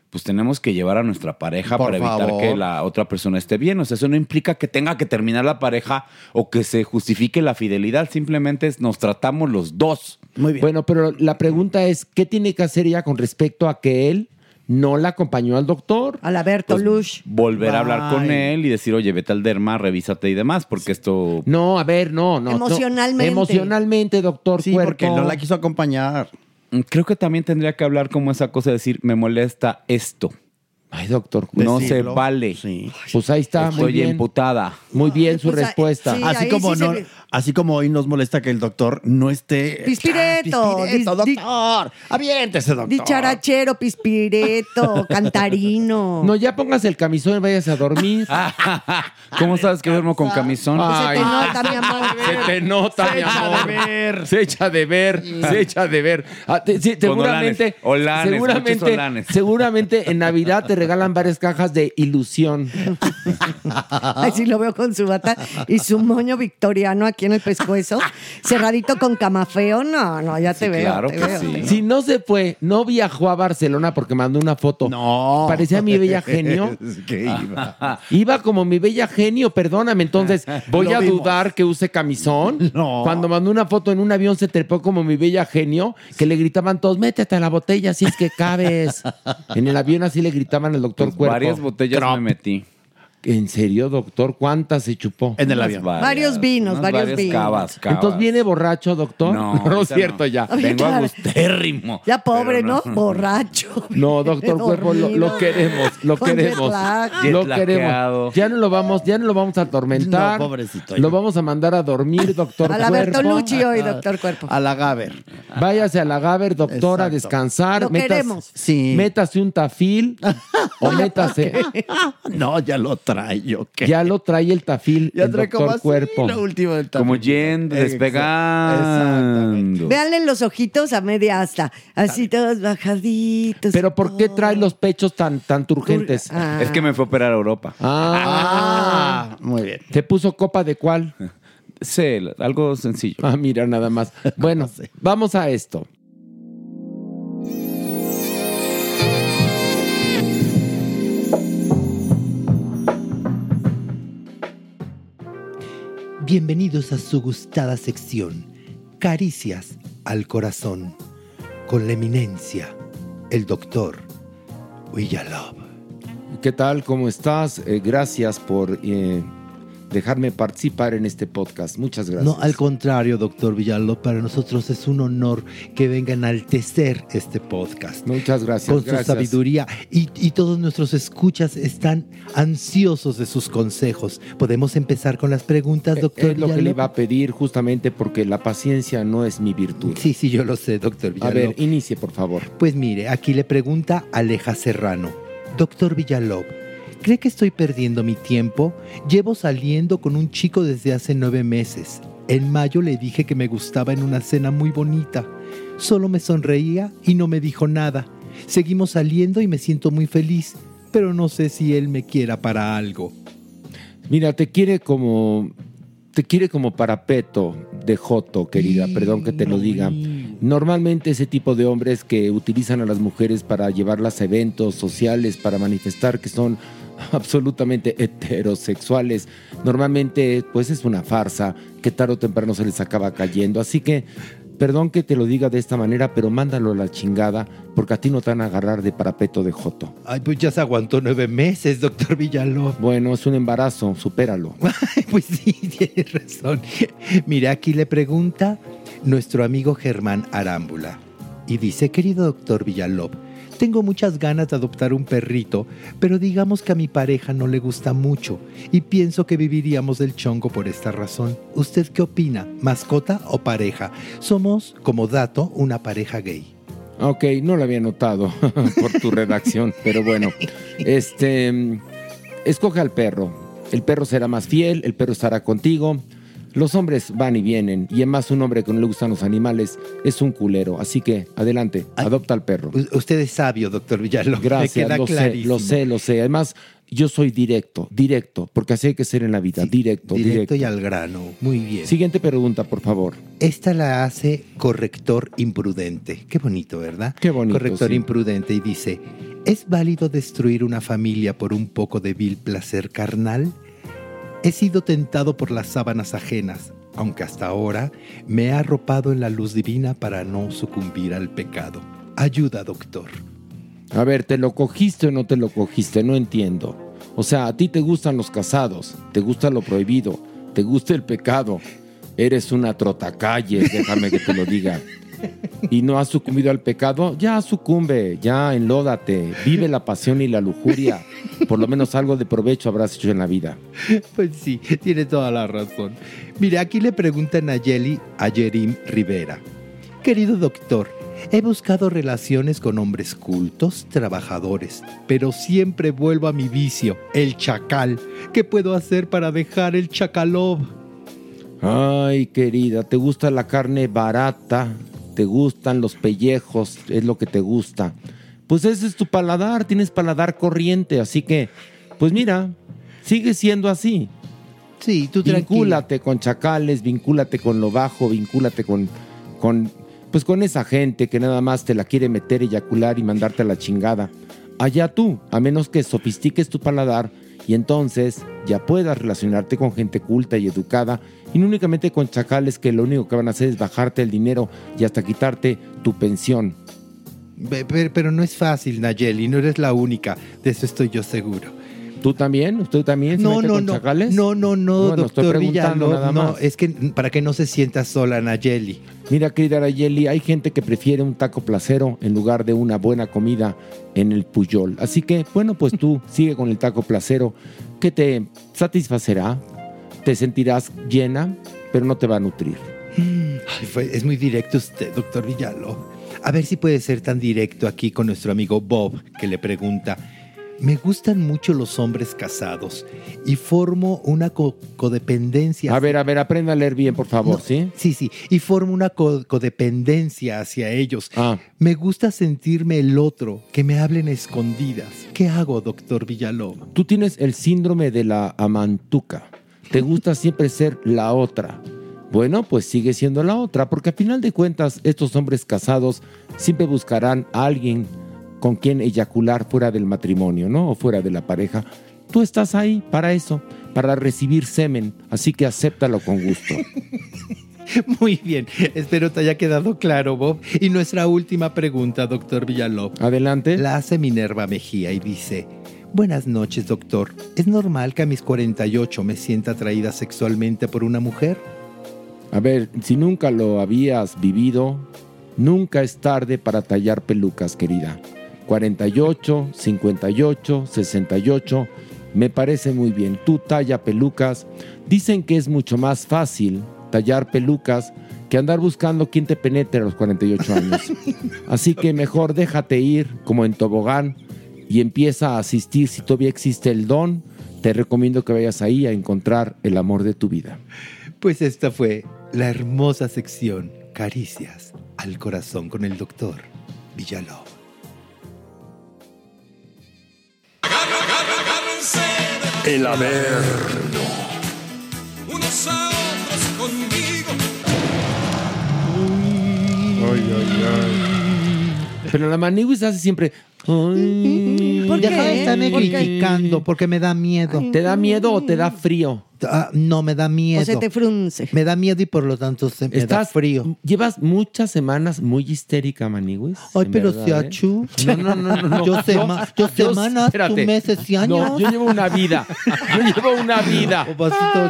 [SPEAKER 11] pues tenemos que llevar a nuestra pareja
[SPEAKER 10] Por
[SPEAKER 11] para evitar
[SPEAKER 10] favor.
[SPEAKER 11] que la otra persona esté bien. O sea, eso no implica que tenga que terminar la pareja o que se justifique la fidelidad. Simplemente es- nos tratamos los dos.
[SPEAKER 10] Muy bien.
[SPEAKER 3] Bueno, pero la pregunta es, ¿qué tiene que hacer ella con respecto a que él no la acompañó al doctor?
[SPEAKER 6] A la Bertolush.
[SPEAKER 11] Pues, Volver a hablar con
[SPEAKER 10] Bye.
[SPEAKER 11] él y decir, oye, vete al derma, revísate y demás, porque esto...
[SPEAKER 3] No, a ver, no, no. no.
[SPEAKER 6] Emocionalmente.
[SPEAKER 3] emocionalmente, doctor.
[SPEAKER 10] sí,
[SPEAKER 3] cuerpo.
[SPEAKER 10] porque no la quiso acompañar.
[SPEAKER 11] Oh. Mm, Creo que también tendría que hablar como esa cosa de decir, me molesta esto.
[SPEAKER 3] Ay, doctor.
[SPEAKER 11] no se
[SPEAKER 10] Decirlo.
[SPEAKER 11] vale.
[SPEAKER 10] Sí.
[SPEAKER 3] Pues ahí está, muy
[SPEAKER 11] Estoy
[SPEAKER 3] bien.
[SPEAKER 11] emputada.
[SPEAKER 3] Muy bien su
[SPEAKER 6] Pues, ah,
[SPEAKER 3] respuesta.
[SPEAKER 6] sí.
[SPEAKER 10] Así
[SPEAKER 6] ahí
[SPEAKER 10] como,
[SPEAKER 6] sí
[SPEAKER 10] no,
[SPEAKER 6] se-
[SPEAKER 10] así como hoy nos molesta que el doctor no esté.
[SPEAKER 6] Pispireto,
[SPEAKER 10] Ah,
[SPEAKER 6] dis- di-
[SPEAKER 10] doctor. Aviéntese, doctor.
[SPEAKER 6] Dicharachero,
[SPEAKER 3] [LAUGHS]
[SPEAKER 6] pispireto, cantarino.
[SPEAKER 3] No, ya pongas el camisón y vayas a dormir.
[SPEAKER 11] [LAUGHS] ¿Cómo sabes que duermo con camisón?
[SPEAKER 6] se
[SPEAKER 3] Ay.
[SPEAKER 6] te nota, mi amor.
[SPEAKER 3] Se te nota, mi amor. Se echa de ver, se echa de ver. Ah, te- sí, seguramente,
[SPEAKER 11] Con olanes, olanes, muchos
[SPEAKER 3] seguramente,
[SPEAKER 11] olanes.
[SPEAKER 3] seguramente en Navidad te regalan varias cajas de
[SPEAKER 6] [LAUGHS]
[SPEAKER 3] ilusión. ¿Ah?
[SPEAKER 6] Así lo veo con su bata y su moño victoriano aquí en el pescuezo, cerradito con camafeo. No, no, ya te veo.
[SPEAKER 11] claro
[SPEAKER 6] te
[SPEAKER 11] que
[SPEAKER 6] veo,
[SPEAKER 11] sí.
[SPEAKER 6] te veo.
[SPEAKER 3] Si no se fue, no viajó a Barcelona porque mandó una foto.
[SPEAKER 10] No.
[SPEAKER 3] Parecía mi bella genio.
[SPEAKER 10] Es que iba.
[SPEAKER 3] Iba como mi bella genio, perdóname. Entonces, ¿voy
[SPEAKER 10] Lo
[SPEAKER 3] a
[SPEAKER 10] vimos.
[SPEAKER 3] dudar que use
[SPEAKER 11] [LAUGHS]
[SPEAKER 3] camisón?
[SPEAKER 10] [LAUGHS] No.
[SPEAKER 3] Cuando mandó una foto en un avión, se trepó como mi bella genio, que le gritaban todos, métete a la botella si es que
[SPEAKER 11] [LAUGHS]
[SPEAKER 3] cabes. en el avión así le gritaban al doctor
[SPEAKER 11] Pues
[SPEAKER 3] Cuerpo.
[SPEAKER 11] varias botellas
[SPEAKER 10] Trump.
[SPEAKER 11] me metí.
[SPEAKER 3] ¿En serio, doctor? ¿Cuántas se chupó?
[SPEAKER 10] En el avión.
[SPEAKER 11] Unas
[SPEAKER 6] Varios vinos,
[SPEAKER 11] unas
[SPEAKER 6] varios
[SPEAKER 11] varias
[SPEAKER 6] vinos.
[SPEAKER 11] Cavas, cavas.
[SPEAKER 3] Entonces viene borracho, doctor. [LAUGHS]
[SPEAKER 11] No,
[SPEAKER 3] es
[SPEAKER 11] ahorita
[SPEAKER 3] cierto
[SPEAKER 11] no.
[SPEAKER 3] ya.
[SPEAKER 6] Oye,
[SPEAKER 11] Vengo
[SPEAKER 6] claro.
[SPEAKER 11] agustérrimo.
[SPEAKER 6] Ya pobre,
[SPEAKER 11] Pero
[SPEAKER 6] ¿no? Borracho.
[SPEAKER 3] [LAUGHS]
[SPEAKER 6] [LAUGHS]
[SPEAKER 3] No, doctor Cuerpo, lo, lo
[SPEAKER 6] dormido,
[SPEAKER 3] queremos, lo
[SPEAKER 6] con jet
[SPEAKER 3] queremos.
[SPEAKER 6] lag.
[SPEAKER 3] Lo
[SPEAKER 11] Jetlaqueado.
[SPEAKER 3] queremos. Ya no lo vamos, ya no lo vamos a atormentar.
[SPEAKER 10] No, pobrecito.
[SPEAKER 3] Lo vamos a mandar a dormir,
[SPEAKER 6] [LAUGHS]
[SPEAKER 3] doctor
[SPEAKER 6] A la
[SPEAKER 3] Cuerpo.
[SPEAKER 6] Bertolucci hoy, doctor Cuerpo.
[SPEAKER 10] A la Gaber.
[SPEAKER 3] Váyase a la Gaber, doctor, a
[SPEAKER 10] Exacto.
[SPEAKER 3] descansar.
[SPEAKER 6] Lo
[SPEAKER 3] Métase-
[SPEAKER 6] queremos.
[SPEAKER 10] Sí.
[SPEAKER 6] [LAUGHS]
[SPEAKER 3] Métase un tafil o métase.
[SPEAKER 10] [LAUGHS] No, ya lo trae, ¿o qué?
[SPEAKER 3] Ya lo trae el tafil,
[SPEAKER 10] Ya
[SPEAKER 3] el
[SPEAKER 10] trae
[SPEAKER 3] doctor
[SPEAKER 10] como así
[SPEAKER 3] cuerpo.
[SPEAKER 10] lo último del tafil.
[SPEAKER 11] Como yendo, despegando.
[SPEAKER 6] Veanle los ojitos a media asta, así todos bajaditos. Oh.
[SPEAKER 3] Pero ¿por qué trae los pechos tan, tan turgentes?
[SPEAKER 6] Ah.
[SPEAKER 11] Es que me fue a operar a Europa.
[SPEAKER 3] Ah,
[SPEAKER 10] muy bien.
[SPEAKER 3] ¿Te puso copa de cuál?
[SPEAKER 11] Sí, algo sencillo.
[SPEAKER 3] Ah, mira, nada más.
[SPEAKER 5] [LAUGHS]
[SPEAKER 3] Bueno, vamos a esto.
[SPEAKER 5] Bienvenidos a su gustada sección, Caricias al Corazón, con la eminencia, el doctor Villalobos.
[SPEAKER 3] ¿Qué tal? ¿Cómo estás? Eh, gracias por eh, dejarme participar en este podcast. Muchas gracias.
[SPEAKER 5] No, al contrario, doctor Villalobos, para nosotros es un honor que venga a enaltecer este podcast.
[SPEAKER 3] Muchas gracias.
[SPEAKER 5] Con
[SPEAKER 3] gracias.
[SPEAKER 5] su sabiduría y, y todos nuestros escuchas están ansiosos de sus consejos. Podemos empezar con las preguntas, doctor
[SPEAKER 3] Eh, Es lo que le
[SPEAKER 5] Villalobos?
[SPEAKER 3] iba a pedir justamente porque la paciencia no es mi virtud.
[SPEAKER 5] Sí, sí, yo lo sé, doctor
[SPEAKER 3] A
[SPEAKER 5] Villalobos.
[SPEAKER 3] ver, inicie, por favor.
[SPEAKER 5] Pues mire, aquí le pregunta Aleja Serrano. Doctor Villalob, ¿cree que estoy perdiendo mi tiempo? Llevo saliendo con un chico desde hace nueve meses. En mayo le dije que me gustaba en una cena muy bonita. Solo me sonreía y no me dijo nada. Seguimos saliendo y me siento muy feliz, pero no sé si él me quiera para algo.
[SPEAKER 3] Mira, te quiere como. Te quiere como parapeto de Joto, querida, perdón que te lo diga. Normalmente ese tipo de hombres que utilizan a las mujeres para llevarlas a eventos sociales, para manifestar que son [LAUGHS] absolutamente heterosexuales, normalmente pues es una farsa que tarde o temprano se les acaba cayendo. Así que, perdón que te lo diga de esta manera, pero mándalo a la chingada porque a ti no te van a agarrar de parapeto de Joto.
[SPEAKER 5] Ay, pues ya se aguantó nueve meses, doctor Villalob.
[SPEAKER 3] Bueno, es un embarazo,
[SPEAKER 5] [LAUGHS]
[SPEAKER 3] supéralo.
[SPEAKER 5] Pues sí, tienes razón. Mira, aquí le pregunta nuestro amigo Germán Arámbula. Y dice, querido doctor Villalob, tengo muchas ganas de adoptar un perrito, pero digamos que a mi pareja no le gusta mucho y pienso que viviríamos del chongo por esta razón. ¿Usted qué opina? ¿Mascota o pareja? Somos, como dato, una pareja gay.
[SPEAKER 3] Ok, no lo había notado [LAUGHS] por tu redacción, pero bueno. Este, mm, escoge al perro. El perro será más fiel, el perro estará contigo. Los hombres van y vienen, y además un hombre que no le gustan los animales es un culero. Así que adelante, adopta al perro.
[SPEAKER 5] U- usted es sabio, doctor Villalob. me
[SPEAKER 3] Gracias,
[SPEAKER 5] queda
[SPEAKER 3] lo sé,
[SPEAKER 5] clarísimo.
[SPEAKER 3] lo sé, lo sé. Además, yo soy directo, directo, porque así hay que ser en la vida, directo,
[SPEAKER 5] Directo
[SPEAKER 3] directo.
[SPEAKER 5] y al grano. Muy bien.
[SPEAKER 3] Siguiente pregunta, por favor.
[SPEAKER 5] Esta la hace corrector imprudente. Qué bonito, ¿verdad?
[SPEAKER 3] Qué bonito,
[SPEAKER 5] Corrector
[SPEAKER 3] sí.
[SPEAKER 5] imprudente y dice, ¿es válido destruir una familia por un poco de vil placer carnal? He sido tentado por las sábanas ajenas, aunque hasta ahora me he arropado en la luz divina para no sucumbir al pecado. Ayuda, doctor.
[SPEAKER 3] A ver, ¿te lo cogiste o no te lo cogiste? No entiendo. O sea, a ti te gustan los casados, te gusta lo prohibido, te gusta el pecado. Eres una trotacalles, déjame que te lo diga. Y no has sucumbido al pecado, ya sucumbe, ya enlódate, vive la pasión y la lujuria. Por lo menos algo de provecho habrás hecho en la vida.
[SPEAKER 5] [LAUGHS] Pues sí, tiene toda la razón. Mire, aquí le preguntan a Yeli a Yerim Rivera. Querido doctor, he buscado relaciones con hombres cultos, trabajadores, pero siempre vuelvo a mi vicio, el chacal. ¿Qué puedo hacer para dejar el chacalob?
[SPEAKER 3] Ay, querida, te gusta la carne barata, te gustan los pellejos, es lo que te gusta. Pues ese es tu paladar, tienes paladar corriente, así que, pues mira, sigue siendo así.
[SPEAKER 5] Sí, tú
[SPEAKER 3] Vincúlate con chacales, vincúlate con lo bajo, vincúlate con, con, pues con esa gente que nada más te la quiere meter, eyacular y mandarte a la chingada. Allá tú, a menos que sofistiques tu paladar y entonces ya puedas relacionarte con gente culta y educada y no únicamente con chacales que lo único que van a hacer es bajarte el dinero y hasta quitarte tu pensión.
[SPEAKER 5] Pe- pe- Pero, no es fácil, Nayeli, no eres la única, de eso estoy yo seguro.
[SPEAKER 3] ¿Tú también? ¿Usted también se
[SPEAKER 5] No,
[SPEAKER 3] mete
[SPEAKER 5] no,
[SPEAKER 3] con
[SPEAKER 5] no,
[SPEAKER 3] chacales?
[SPEAKER 5] no, no, no,
[SPEAKER 3] Bueno, estoy
[SPEAKER 5] doctor
[SPEAKER 3] preguntando
[SPEAKER 5] Villalobos,
[SPEAKER 3] nada
[SPEAKER 5] no,
[SPEAKER 3] más.
[SPEAKER 5] es que para que no se sienta sola, Nayeli.
[SPEAKER 3] Mira, querida Arayeli, hay gente que prefiere un taco placero en lugar de una buena comida en el Puyol. Así que, bueno, pues
[SPEAKER 5] [LAUGHS]
[SPEAKER 3] tú sigue con el taco placero que te satisfacerá, te sentirás llena, pero no te va a nutrir.
[SPEAKER 5] Ay, fue- es muy directo usted, doctor Villalo. A ver si puede ser tan directo aquí con nuestro amigo Bob, que le pregunta, Me gustan mucho los hombres casados y formo una co- codependencia.
[SPEAKER 3] A ver, a ver, aprenda a leer bien, por favor,
[SPEAKER 5] No,
[SPEAKER 3] ¿sí?
[SPEAKER 5] Sí, sí. Y formo una co- codependencia hacia ellos.
[SPEAKER 3] Ah.
[SPEAKER 5] Me gusta sentirme el otro, que me hablen a escondidas. ¿Qué hago, doctor Villalobos? [LAUGHS]
[SPEAKER 3] Tú tienes el síndrome de la amantuca. Te gusta siempre ser la otra. Bueno, pues sigue siendo la otra, porque a final de cuentas estos hombres casados siempre buscarán a alguien con quien eyacular fuera del matrimonio, ¿no? O fuera de la pareja. Tú estás ahí para eso, para recibir semen, así que acéptalo con gusto.
[SPEAKER 5] Muy bien. Espero te haya quedado claro, Bob. Y nuestra última pregunta, doctor Villalobos.
[SPEAKER 3] Adelante.
[SPEAKER 5] La hace Minerva Mejía y dice: Buenas noches, doctor. ¿Es normal que a mis 48 me sienta atraída sexualmente por una mujer?
[SPEAKER 3] A ver, si nunca lo habías vivido, nunca es tarde para tallar pelucas, querida. 48, 58, 68, me parece muy bien. Tú talla pelucas. Dicen que es mucho más fácil tallar pelucas que andar buscando quién te penetre a los 48 años. Así que mejor déjate ir como en tobogán y empieza a asistir si todavía existe el don. Te recomiendo que vayas ahí a encontrar el amor de tu vida.
[SPEAKER 5] Pues esta fue la hermosa sección Caricias al corazón con el doctor Villalobos.
[SPEAKER 2] El Averno.
[SPEAKER 12] Unos a otros conmigo.
[SPEAKER 3] Pero la maniguis hace siempre. "Ay".
[SPEAKER 5] ¿Por Deja de qué? estarme ¿Por qué? criticando, porque me da miedo.
[SPEAKER 3] ¿Te da miedo o te da frío?
[SPEAKER 5] Ah, no, me da miedo.
[SPEAKER 3] O se te
[SPEAKER 6] frunce.
[SPEAKER 5] Me da miedo y por lo tanto se me da
[SPEAKER 3] Estás
[SPEAKER 5] frío.
[SPEAKER 3] Llevas muchas semanas muy histérica, maniguis.
[SPEAKER 5] Ay,
[SPEAKER 3] en
[SPEAKER 5] pero
[SPEAKER 3] verdad,
[SPEAKER 5] se
[SPEAKER 3] ¿eh?
[SPEAKER 5] achu.
[SPEAKER 3] No, no, no, no, no.
[SPEAKER 5] [LAUGHS] Yo, sema-
[SPEAKER 3] No,
[SPEAKER 5] yo semanas, tú
[SPEAKER 3] espérate.
[SPEAKER 5] meses y años.
[SPEAKER 3] No, yo llevo una vida. Yo llevo
[SPEAKER 5] [LAUGHS]
[SPEAKER 3] una vida.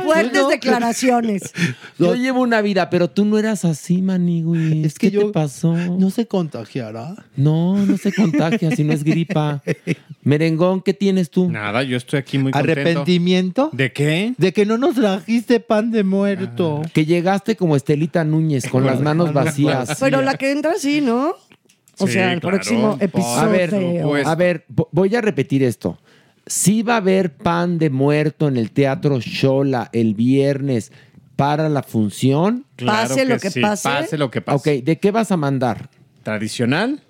[SPEAKER 6] Fuertes declaraciones.
[SPEAKER 3] [LAUGHS] Yo llevo una vida, pero tú no eras así, maniguis. Es que ¿Qué te pasó? No
[SPEAKER 5] se contagiará.
[SPEAKER 3] No, no se contagia si no es
[SPEAKER 5] [LAUGHS]
[SPEAKER 3] gripa. Merengón, ¿qué tienes tú?
[SPEAKER 4] Nada, yo estoy aquí muy contento.
[SPEAKER 5] ¿Arrepentimiento?
[SPEAKER 4] ¿De qué?
[SPEAKER 5] De que no nos trajiste pan de muerto.
[SPEAKER 3] Que llegaste como Estelita Núñez con las manos vacías.
[SPEAKER 6] Pero la que entra sí, ¿no? O
[SPEAKER 3] Sí,
[SPEAKER 6] sea, el
[SPEAKER 3] claro,
[SPEAKER 6] próximo
[SPEAKER 3] por
[SPEAKER 6] episodio.
[SPEAKER 3] A ver, a ver, vo- voy a repetir esto. Sí va a haber pan de muerto en el Teatro Shola el viernes para la función.
[SPEAKER 4] Claro Pase que lo que sí, pase. pase lo que pase.
[SPEAKER 3] Ok, ¿de qué vas a mandar?
[SPEAKER 4] Tradicional,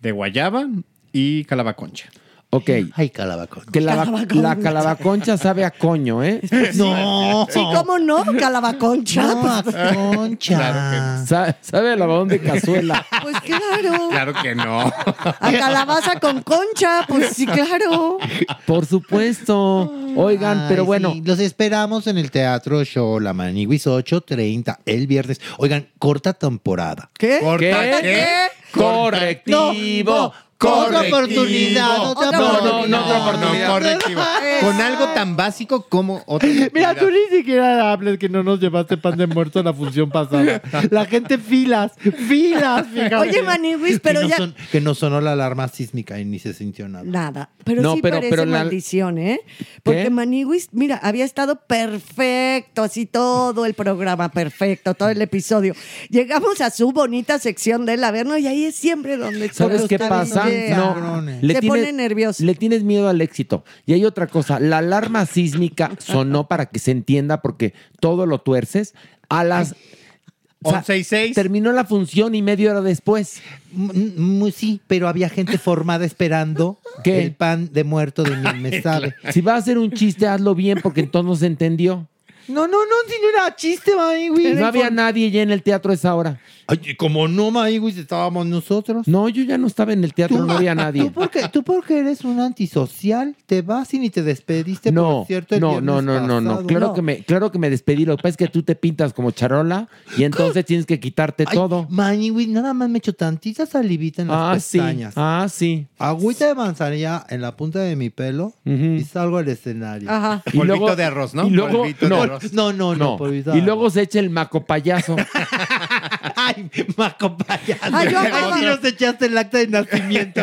[SPEAKER 4] de guayaba y calabaconcha.
[SPEAKER 3] Ok.
[SPEAKER 5] Ay, calabaconcha.
[SPEAKER 3] Que la, la calabaconcha sabe a coño,
[SPEAKER 4] [LAUGHS]
[SPEAKER 3] ¿eh?
[SPEAKER 5] No.
[SPEAKER 6] Pues
[SPEAKER 5] pues,
[SPEAKER 6] Sí, ¿cómo no? Calabaconcha.
[SPEAKER 5] Calabaconcha.
[SPEAKER 3] Sa- Sabe a lavadón de cazuela.
[SPEAKER 6] Pues claro.
[SPEAKER 4] Claro que no.
[SPEAKER 6] [LAUGHS] A calabaza con concha, pues sí, claro.
[SPEAKER 3] Por supuesto. Oigan,
[SPEAKER 5] Ay,
[SPEAKER 3] pero bueno.
[SPEAKER 5] sí, Los esperamos en el Teatro Show La Maniguis 8.30 el viernes. Oigan, corta temporada.
[SPEAKER 6] ¿Qué?
[SPEAKER 3] ¿Qué? Correctivo.
[SPEAKER 5] Otra oportunidad, otra
[SPEAKER 4] No, no, no,
[SPEAKER 5] oportunidad.
[SPEAKER 4] otra oportunidad.
[SPEAKER 5] No,
[SPEAKER 4] correctivo. Con algo tan básico como otra
[SPEAKER 5] Mira, tú ni siquiera hables que no nos llevaste pan de muerto en la función pasada. La gente filas, filas, fíjate.
[SPEAKER 6] Oye, Maniwis, pero
[SPEAKER 5] que no
[SPEAKER 6] ya-
[SPEAKER 5] son- que no sonó la alarma sísmica y ni se sintió nada.
[SPEAKER 6] Nada. Pero
[SPEAKER 5] No,
[SPEAKER 6] sí
[SPEAKER 5] pero-
[SPEAKER 6] parece
[SPEAKER 5] pero la-
[SPEAKER 6] maldición, ¿eh? Porque Maniwis, mira, había estado perfecto, así todo el programa perfecto, todo el episodio. Llegamos a su bonita sección del Averno y ahí es siempre donde
[SPEAKER 3] ¿Sabes
[SPEAKER 6] todo
[SPEAKER 3] qué
[SPEAKER 6] está
[SPEAKER 3] pasa?
[SPEAKER 6] bien.
[SPEAKER 3] No,
[SPEAKER 6] se
[SPEAKER 3] tiene-
[SPEAKER 6] pone nervioso.
[SPEAKER 3] Le tienes miedo al éxito. Y hay otra cosa, la alarma sísmica
[SPEAKER 6] [LAUGHS]
[SPEAKER 3] sonó para que se entienda porque todo lo tuerces a las... o sea, Terminó la función y media hora después.
[SPEAKER 5] Mm, sí, pero había gente formada esperando
[SPEAKER 3] ¿Qué?
[SPEAKER 5] el pan de muerto de
[SPEAKER 3] [LAUGHS]
[SPEAKER 5] mi me sabe.
[SPEAKER 3] Si va a hacer un chiste, hazlo bien porque entonces no se entendió.
[SPEAKER 5] No, no, no, si no era chiste, Maniwis.
[SPEAKER 3] No había nadie ya en el teatro a esa hora.
[SPEAKER 5] Ay, como no, Maniwis, estábamos nosotros.
[SPEAKER 3] No, yo ya no estaba en el teatro, no
[SPEAKER 5] [LAUGHS]
[SPEAKER 3] había nadie.
[SPEAKER 5] Tú porque, tú porque eres un antisocial, te vas y ni te despediste,
[SPEAKER 3] No,
[SPEAKER 5] por cierto, el
[SPEAKER 3] no, no,
[SPEAKER 5] viernes
[SPEAKER 3] no, no, no.
[SPEAKER 5] pasado.
[SPEAKER 3] Claro, Que me, claro que me despedí. Lo que pasa es que tú te pintas como charola y entonces tienes que quitarte todo.
[SPEAKER 5] Maniwis, nada más me echo tantita salivita en las
[SPEAKER 3] Ah, sí.
[SPEAKER 5] pestañas.
[SPEAKER 3] Ah, sí.
[SPEAKER 5] Agüita de manzanilla en la punta de mi pelo y salgo al escenario.
[SPEAKER 6] Ajá.
[SPEAKER 3] Y Polvito luego- de
[SPEAKER 5] arroz,
[SPEAKER 3] Y luego, no,
[SPEAKER 5] No, no, no. polvito de
[SPEAKER 3] Y
[SPEAKER 5] arroz.
[SPEAKER 3] luego se echa el maco [LAUGHS] payaso.
[SPEAKER 5] Ay, maco payaso.
[SPEAKER 6] Ay, yo amaba.
[SPEAKER 5] Así nos echaste el acta de nacimiento